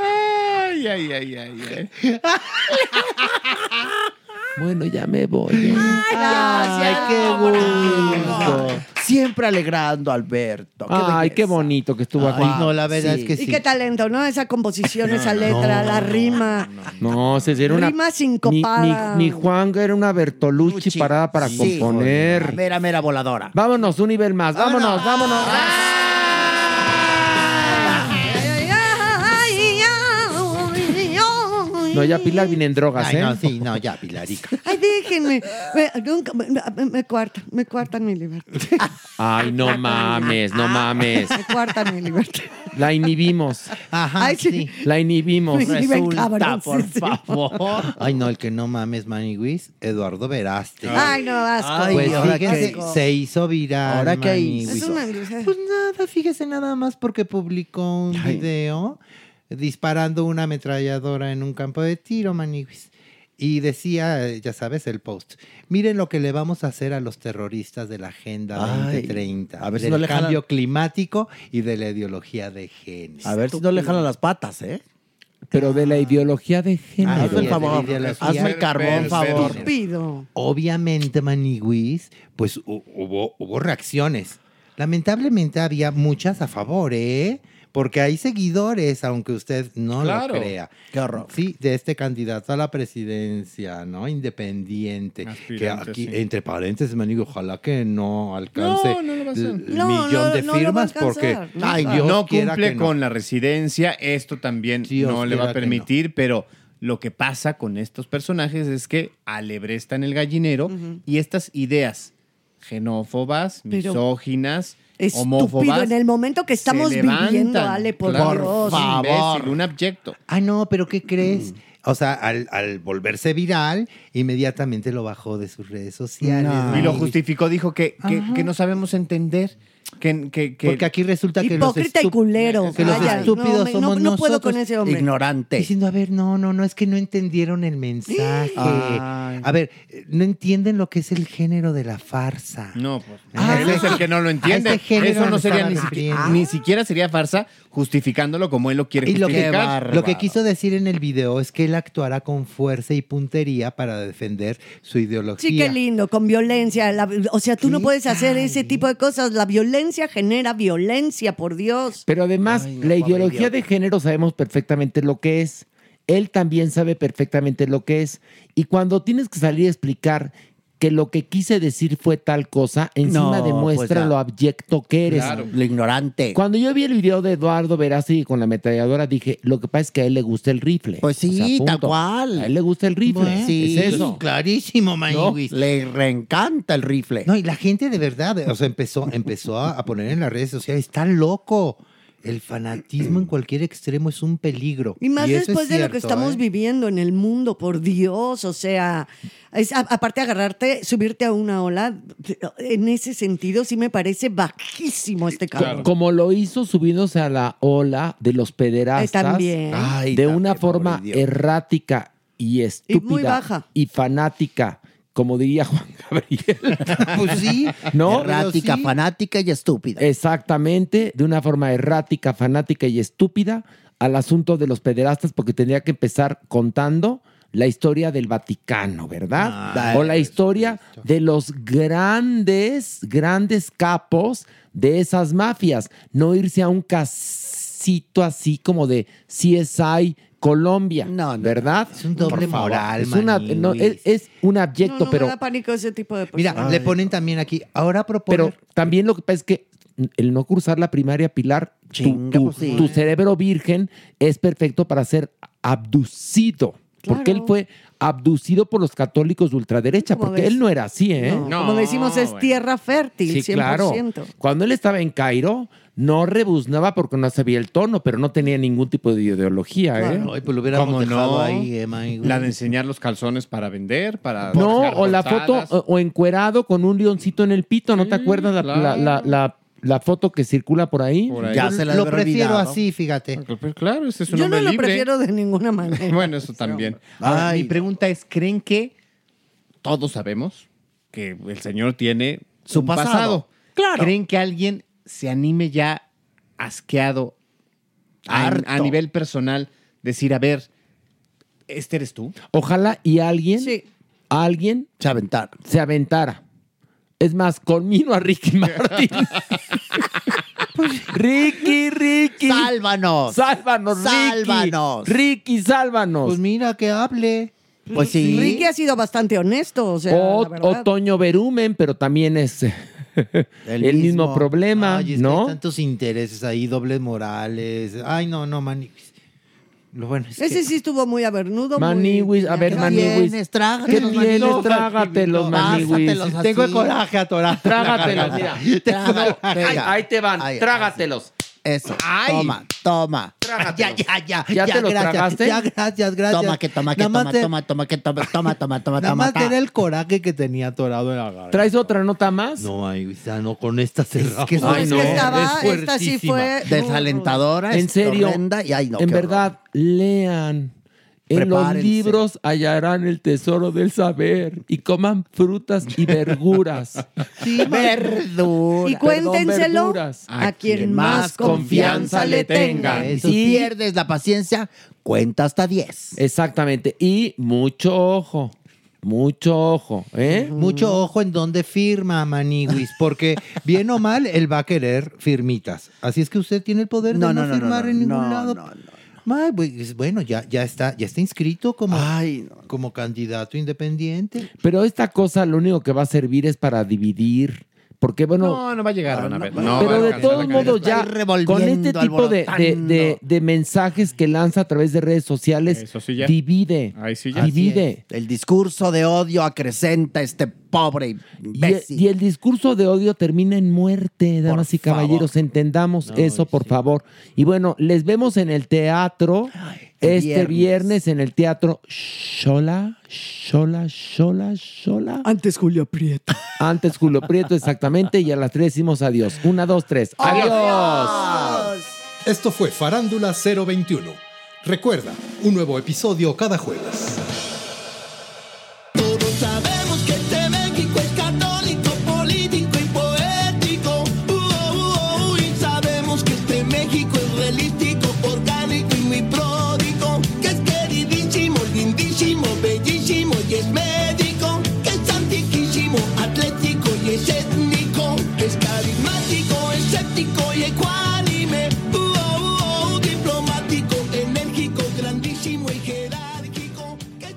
[SPEAKER 4] Ay, ay, ay, ay, ay.
[SPEAKER 3] Bueno, ya me voy. ¿eh?
[SPEAKER 13] Ay, qué bonito. Siempre alegrando, Alberto.
[SPEAKER 3] Ay, qué bonito que estuvo aquí.
[SPEAKER 13] no, la verdad es que
[SPEAKER 6] Y qué talento, ¿no? Esa composición, esa letra, la rima.
[SPEAKER 3] No, se dieron una.
[SPEAKER 6] Rima
[SPEAKER 3] Ni,
[SPEAKER 6] sincopada.
[SPEAKER 3] ni- ni Juanga era una Bertolucci parada para
[SPEAKER 13] Sí,
[SPEAKER 3] componer.
[SPEAKER 13] Mera, mera voladora.
[SPEAKER 3] Vámonos, un nivel más. Vámonos, vámonos. No, ya Pilar viene en drogas,
[SPEAKER 5] Ay,
[SPEAKER 3] ¿eh?
[SPEAKER 5] no, sí, no, ya, Pilarica.
[SPEAKER 6] Ay, déjenme. Me, nunca- me, me- me cuartan, me cuartan mi libertad.
[SPEAKER 3] Ay, no mames, no mames.
[SPEAKER 6] Me cuartan mi libertad.
[SPEAKER 3] La inhibimos.
[SPEAKER 5] Ajá,
[SPEAKER 6] Ay, sí. sí.
[SPEAKER 3] La inhibimos.
[SPEAKER 6] Me inhiben, cabrón, sí, sí.
[SPEAKER 5] Ay, no, el que no mames, Maniwis, Eduardo Veraste.
[SPEAKER 6] Ay, no, asco.
[SPEAKER 5] pues
[SPEAKER 6] Ay, ahora
[SPEAKER 5] fíjense,
[SPEAKER 6] que-
[SPEAKER 5] se hizo viral.
[SPEAKER 13] Ahora que
[SPEAKER 5] Manny
[SPEAKER 13] hizo.
[SPEAKER 5] Wiz.
[SPEAKER 13] Es
[SPEAKER 5] Pues nada, fíjese nada más porque publicó un video disparando una ametralladora en un campo de tiro, Maniwis. Y decía, eh, ya sabes, el post. Miren lo que le vamos a hacer a los terroristas de la Agenda
[SPEAKER 13] Ay,
[SPEAKER 5] 2030.
[SPEAKER 13] a ver si
[SPEAKER 5] del
[SPEAKER 13] no le jalan-
[SPEAKER 5] cambio climático y de la ideología de género.
[SPEAKER 13] A ver si no le jalan las patas, ¿eh?
[SPEAKER 3] Pero de la ideología de género.
[SPEAKER 13] Hazme el favor. Hazme el carbón, favor.
[SPEAKER 6] Estúpido.
[SPEAKER 5] Obviamente, Maniguis, pues hu- hubo, hubo reacciones. Lamentablemente había muchas a favor, ¿eh? Porque hay seguidores, aunque usted no
[SPEAKER 13] Claro.
[SPEAKER 5] lo crea.
[SPEAKER 13] Qué horror.
[SPEAKER 5] Sí, de este candidato a la presidencia, ¿no? Independiente. Que
[SPEAKER 13] Aspirante,
[SPEAKER 5] aquí,
[SPEAKER 13] sí.
[SPEAKER 5] entre paréntesis, Manigo, ojalá que no alcance
[SPEAKER 13] No, no lo va a hacer.
[SPEAKER 5] el el
[SPEAKER 13] No,
[SPEAKER 5] millón
[SPEAKER 13] no,
[SPEAKER 5] de
[SPEAKER 13] no lo va a
[SPEAKER 5] firmas
[SPEAKER 13] alcanzar,
[SPEAKER 5] porque,
[SPEAKER 13] no.
[SPEAKER 5] ay,
[SPEAKER 13] Ah.
[SPEAKER 5] Dios
[SPEAKER 4] no
[SPEAKER 5] quiera
[SPEAKER 4] cumple
[SPEAKER 5] que no.
[SPEAKER 4] con la residencia, esto también
[SPEAKER 5] Dios
[SPEAKER 4] no le va
[SPEAKER 5] quiera
[SPEAKER 4] a
[SPEAKER 5] que
[SPEAKER 4] permitir, pero lo que pasa con estos personajes es que alebrestan el gallinero y estas ideas xenófobas,
[SPEAKER 6] Pero-
[SPEAKER 4] misóginas,
[SPEAKER 6] Pues, Estúpido.
[SPEAKER 4] homófobas,
[SPEAKER 6] En el momento que estamos
[SPEAKER 4] se levantan.
[SPEAKER 6] viviendo, Ale, por
[SPEAKER 4] Claro,
[SPEAKER 6] Dios.
[SPEAKER 4] un imbécil, un abyecto. Mm.
[SPEAKER 5] Ah, no, pero ¿qué crees? O sea, al, al volverse viral, inmediatamente lo bajó de sus redes sociales.
[SPEAKER 4] Y lo justificó, dijo que, que,
[SPEAKER 5] Ajá.
[SPEAKER 4] que no sabemos entender. Que, que, que-
[SPEAKER 5] Porque aquí resulta que los,
[SPEAKER 6] Hipócrita y
[SPEAKER 5] estu-
[SPEAKER 6] culero.
[SPEAKER 5] que los
[SPEAKER 6] Vaya, no,
[SPEAKER 5] estúpidos
[SPEAKER 6] me- no-
[SPEAKER 5] somos
[SPEAKER 6] no puedo con
[SPEAKER 5] nosotros.
[SPEAKER 6] ese hombre.
[SPEAKER 13] Ignorante.
[SPEAKER 5] Diciendo, a ver, no, no, no, es que no entendieron el mensaje.
[SPEAKER 13] Ay.
[SPEAKER 5] A ver, eh, no entienden lo que es el género de la farsa.
[SPEAKER 4] No, pues.
[SPEAKER 5] Ah.
[SPEAKER 4] él es el que no lo
[SPEAKER 5] A
[SPEAKER 4] entiende.
[SPEAKER 5] ese género
[SPEAKER 4] Eso no
[SPEAKER 5] me
[SPEAKER 4] sería
[SPEAKER 5] estaba
[SPEAKER 4] ni
[SPEAKER 5] refiriendo.
[SPEAKER 4] siquiera, ni siquiera sería farsa justificándolo como él lo quiere
[SPEAKER 5] Y lo que,
[SPEAKER 4] justificar.
[SPEAKER 5] lo que quiso decir en el video es que él actuará con fuerza y puntería para defender su ideología.
[SPEAKER 6] Sí, qué lindo, con violencia. la- o sea, tú no puedes hacer ese tipo de cosas. La violencia genera violencia, por Dios.
[SPEAKER 3] Pero además, la ideología de género sabemos perfectamente lo que es. Él también sabe perfectamente lo que es. Y cuando tienes que salir a explicar que lo que quise decir fue tal cosa, encima
[SPEAKER 13] No,
[SPEAKER 3] demuestra
[SPEAKER 13] pues ya.
[SPEAKER 3] lo abyecto que eres.
[SPEAKER 13] Claro. Lo ignorante.
[SPEAKER 3] Cuando yo vi el video de Eduardo Verástegui con la ametralladora, dije, lo que pasa es que a él le gusta el rifle. Pues
[SPEAKER 13] sí, tal cual.
[SPEAKER 3] A él le gusta el rifle.
[SPEAKER 5] Bueno, sí, pues,
[SPEAKER 3] es eso.
[SPEAKER 5] clarísimo, Maniwis.
[SPEAKER 13] Le reencanta el rifle.
[SPEAKER 5] No, y la gente de verdad, o sea, empezó, empezó a, a poner en las redes sociales, está loco. El fanatismo en cualquier extremo es un peligro.
[SPEAKER 6] Y más
[SPEAKER 5] eso es
[SPEAKER 6] después de lo que
[SPEAKER 5] cierto,
[SPEAKER 6] estamos
[SPEAKER 5] ¿eh?
[SPEAKER 6] viviendo en el mundo, por Dios. O sea, es, a- aparte agarrarte, subirte a una ola, en ese sentido sí me parece bajísimo este
[SPEAKER 3] Co-
[SPEAKER 6] cabrón.
[SPEAKER 3] Como lo hizo subiéndose a la ola de los pederastas.
[SPEAKER 6] Eh, también.
[SPEAKER 3] de una forma errática y estúpida.
[SPEAKER 6] muy baja.
[SPEAKER 3] y fanática, como diría Juan
[SPEAKER 5] [LAUGHS]
[SPEAKER 3] Gabriel.
[SPEAKER 13] Pues sí.
[SPEAKER 3] ¿No?
[SPEAKER 13] Errática, fanática y estúpida.
[SPEAKER 3] Exactamente, de una forma errática, fanática y estúpida al asunto de los pederastas porque tendría que empezar contando la historia del Vaticano, ¿verdad? o la historia de los grandes, grandes capos de esas mafias. No irse a un casito así como de CSI Colombia, ¿verdad? Es un
[SPEAKER 5] doble moral,
[SPEAKER 3] es, una-
[SPEAKER 5] Manny,
[SPEAKER 3] no, es- es un abyecto,
[SPEAKER 6] No, no
[SPEAKER 3] pero...
[SPEAKER 6] me da pánico ese tipo de
[SPEAKER 5] Mira,
[SPEAKER 6] personas.
[SPEAKER 5] le ponen también aquí, ahora proponer...
[SPEAKER 3] Ah, Pero también lo que pasa es que el no cruzar la primaria, Pilar, tu- tu,
[SPEAKER 5] pues sí.
[SPEAKER 3] tu cerebro virgen es perfecto para ser abducido. Porque él fue abducido por los católicos de ultraderecha,
[SPEAKER 6] ¿Cómo
[SPEAKER 3] porque
[SPEAKER 6] ves?
[SPEAKER 3] él no era así, ¿eh?
[SPEAKER 6] Como decimos, es tierra fértil,
[SPEAKER 3] Sí,
[SPEAKER 6] 100%.
[SPEAKER 3] claro. Cuando él estaba en Cairo, no rebuznaba porque no sabía el tono, pero no tenía ningún tipo de ideología, ¿eh?
[SPEAKER 4] Ay, pues lo
[SPEAKER 3] hubiéramos
[SPEAKER 4] ¿Cómo
[SPEAKER 3] dejado
[SPEAKER 4] no?
[SPEAKER 3] ahí, Emma, y güey.
[SPEAKER 4] La de enseñar los calzones para vender, para.
[SPEAKER 3] No,
[SPEAKER 4] sacar
[SPEAKER 3] o la foto,
[SPEAKER 4] portadas.
[SPEAKER 3] o o encuerado con un leoncito en el pito, ¿no te
[SPEAKER 6] Mm,
[SPEAKER 3] acuerdas la, la- la- la- la foto que circula por ahí?
[SPEAKER 5] Yo Lo prefiero así, fíjate. [LAUGHS]
[SPEAKER 4] Pues, claro, ese es un
[SPEAKER 6] Yo
[SPEAKER 4] hombre
[SPEAKER 6] no lo
[SPEAKER 4] libre.
[SPEAKER 6] prefiero de
[SPEAKER 4] [LAUGHS]
[SPEAKER 6] ninguna manera.
[SPEAKER 4] Bueno, eso también. Ahora, mi pregunta es: ¿creen que todos sabemos que el señor tiene
[SPEAKER 5] Su
[SPEAKER 4] un
[SPEAKER 5] pasado.
[SPEAKER 4] Claro. ¿Creen que alguien se anime ya asqueado a,
[SPEAKER 3] Harto.
[SPEAKER 4] a nivel personal? Decir, a ver, ¿este eres tú?
[SPEAKER 3] Ojalá y alguien, alguien
[SPEAKER 5] se aventara.
[SPEAKER 3] Se aventara. Es más, conmino a Ricky [LAUGHS] Martin.
[SPEAKER 6] Pues,
[SPEAKER 3] Ricky, Ricky.
[SPEAKER 5] Sálvanos.
[SPEAKER 3] Sálvanos, Ricky.
[SPEAKER 5] Sálvanos.
[SPEAKER 3] Ricky, sálvanos.
[SPEAKER 5] Pues mira, que hable. Pues sí.
[SPEAKER 6] Ricky ha sido bastante honesto, o sea,
[SPEAKER 3] o,
[SPEAKER 6] la verdad.
[SPEAKER 3] o Toño Berumen, pero también es eh, el, mismo. problema,
[SPEAKER 5] Ay, es que
[SPEAKER 3] ¿no?
[SPEAKER 5] hay tantos intereses ahí, dobles morales. Ay, no, no, Manny. Lo bueno es
[SPEAKER 6] Ese
[SPEAKER 5] que...
[SPEAKER 6] sí estuvo muy abernudo.
[SPEAKER 3] Maniwis, a ver, Maniwis. ¿Qué tienes? Trágatelos, Maniwis.
[SPEAKER 5] Tengo coraje atorado.
[SPEAKER 3] Trágatelos,
[SPEAKER 5] [LAUGHS]
[SPEAKER 3] mira.
[SPEAKER 5] Trágatelos.
[SPEAKER 3] No, ahí- ahí te van, trágatelos.
[SPEAKER 5] Eso.
[SPEAKER 3] Ay.
[SPEAKER 5] Toma, toma.
[SPEAKER 3] Trágatelos.
[SPEAKER 5] Ya, ya,
[SPEAKER 3] ¿Ya te los
[SPEAKER 5] gracias,
[SPEAKER 3] tragaste?
[SPEAKER 5] Ya, gracias, gracias.
[SPEAKER 13] Toma, que toma, que
[SPEAKER 5] Nada más
[SPEAKER 13] toma,
[SPEAKER 5] de-
[SPEAKER 13] toma, toma, que toma, toma, toma, toma,
[SPEAKER 5] Nada
[SPEAKER 13] toma.
[SPEAKER 5] más
[SPEAKER 13] ta.
[SPEAKER 5] era el coraje que tenía atorado en la garganta.
[SPEAKER 3] ¿Traes otra nota más?
[SPEAKER 5] No, ay, o sea, no, con esta cerrada.
[SPEAKER 13] que no, es que estaba- esta sí fue-
[SPEAKER 5] Desalentadora,
[SPEAKER 3] En serio, en verdad, lean. En los
[SPEAKER 13] Prepárense.
[SPEAKER 3] libros hallarán el tesoro del saber y coman frutas y verduras.
[SPEAKER 6] Sí,
[SPEAKER 5] verduras.
[SPEAKER 6] Y cuéntenselo a quien más
[SPEAKER 3] confianza le tenga.
[SPEAKER 13] Si
[SPEAKER 3] Y-
[SPEAKER 13] pierdes la paciencia, cuenta hasta 10.
[SPEAKER 3] Exactamente. Y mucho ojo. Mucho ojo, ¿eh?
[SPEAKER 5] Mucho ojo en dónde firma Maniwis, porque bien o mal él va a querer firmitas. Así es que usted tiene el poder
[SPEAKER 13] No,
[SPEAKER 5] de no,
[SPEAKER 13] no, no, no,
[SPEAKER 5] firmar
[SPEAKER 13] no,
[SPEAKER 5] en ningún
[SPEAKER 13] no,
[SPEAKER 5] lado.
[SPEAKER 13] no,
[SPEAKER 5] Ay, pues, bueno, ya, ya está, ya está inscrito como, como candidato independiente.
[SPEAKER 3] Pero esta cosa lo único que va a servir es para dividir. Porque, bueno.
[SPEAKER 4] No, no va a llegar, van a ver. No,
[SPEAKER 3] pero
[SPEAKER 4] va a
[SPEAKER 3] de
[SPEAKER 4] alcanzar a
[SPEAKER 3] todos
[SPEAKER 4] caer.
[SPEAKER 3] modos, ya con este tipo de, de- de- de mensajes que lanza a través de redes sociales,
[SPEAKER 13] Eso sí ya.
[SPEAKER 3] divide. divide.
[SPEAKER 13] El discurso de odio acrecenta este pobre
[SPEAKER 3] Y el,
[SPEAKER 13] imbécil.
[SPEAKER 3] y el discurso de odio termina en muerte, damas y caballeros. Entendamos eso, por favor. Y bueno, les vemos en el teatro
[SPEAKER 13] el
[SPEAKER 3] este viernes.
[SPEAKER 13] viernes.
[SPEAKER 3] en el teatro Shola, Shola, Shola, Shola.
[SPEAKER 6] Antes Julio Prieto.
[SPEAKER 3] Antes Julio Prieto, exactamente. Y a las tres decimos adiós. Una, dos, tres. Adiós.
[SPEAKER 15] Esto fue Farándula 021. Recuerda, un nuevo episodio cada jueves.
[SPEAKER 12] Todos sabemos que este México es católico, político y poético. Uh, uh, uh, y sabemos que este México es realístico, orgánico y muy pródigo. Que es queridísimo, lindísimo, bellísimo y es médico. Que es antiquísimo, atlético y es étnico. Que es carismático, escéptico y ecuánime. Uh, uh, uh, diplomático, enérgico, grandísimo y jerárquico. Que es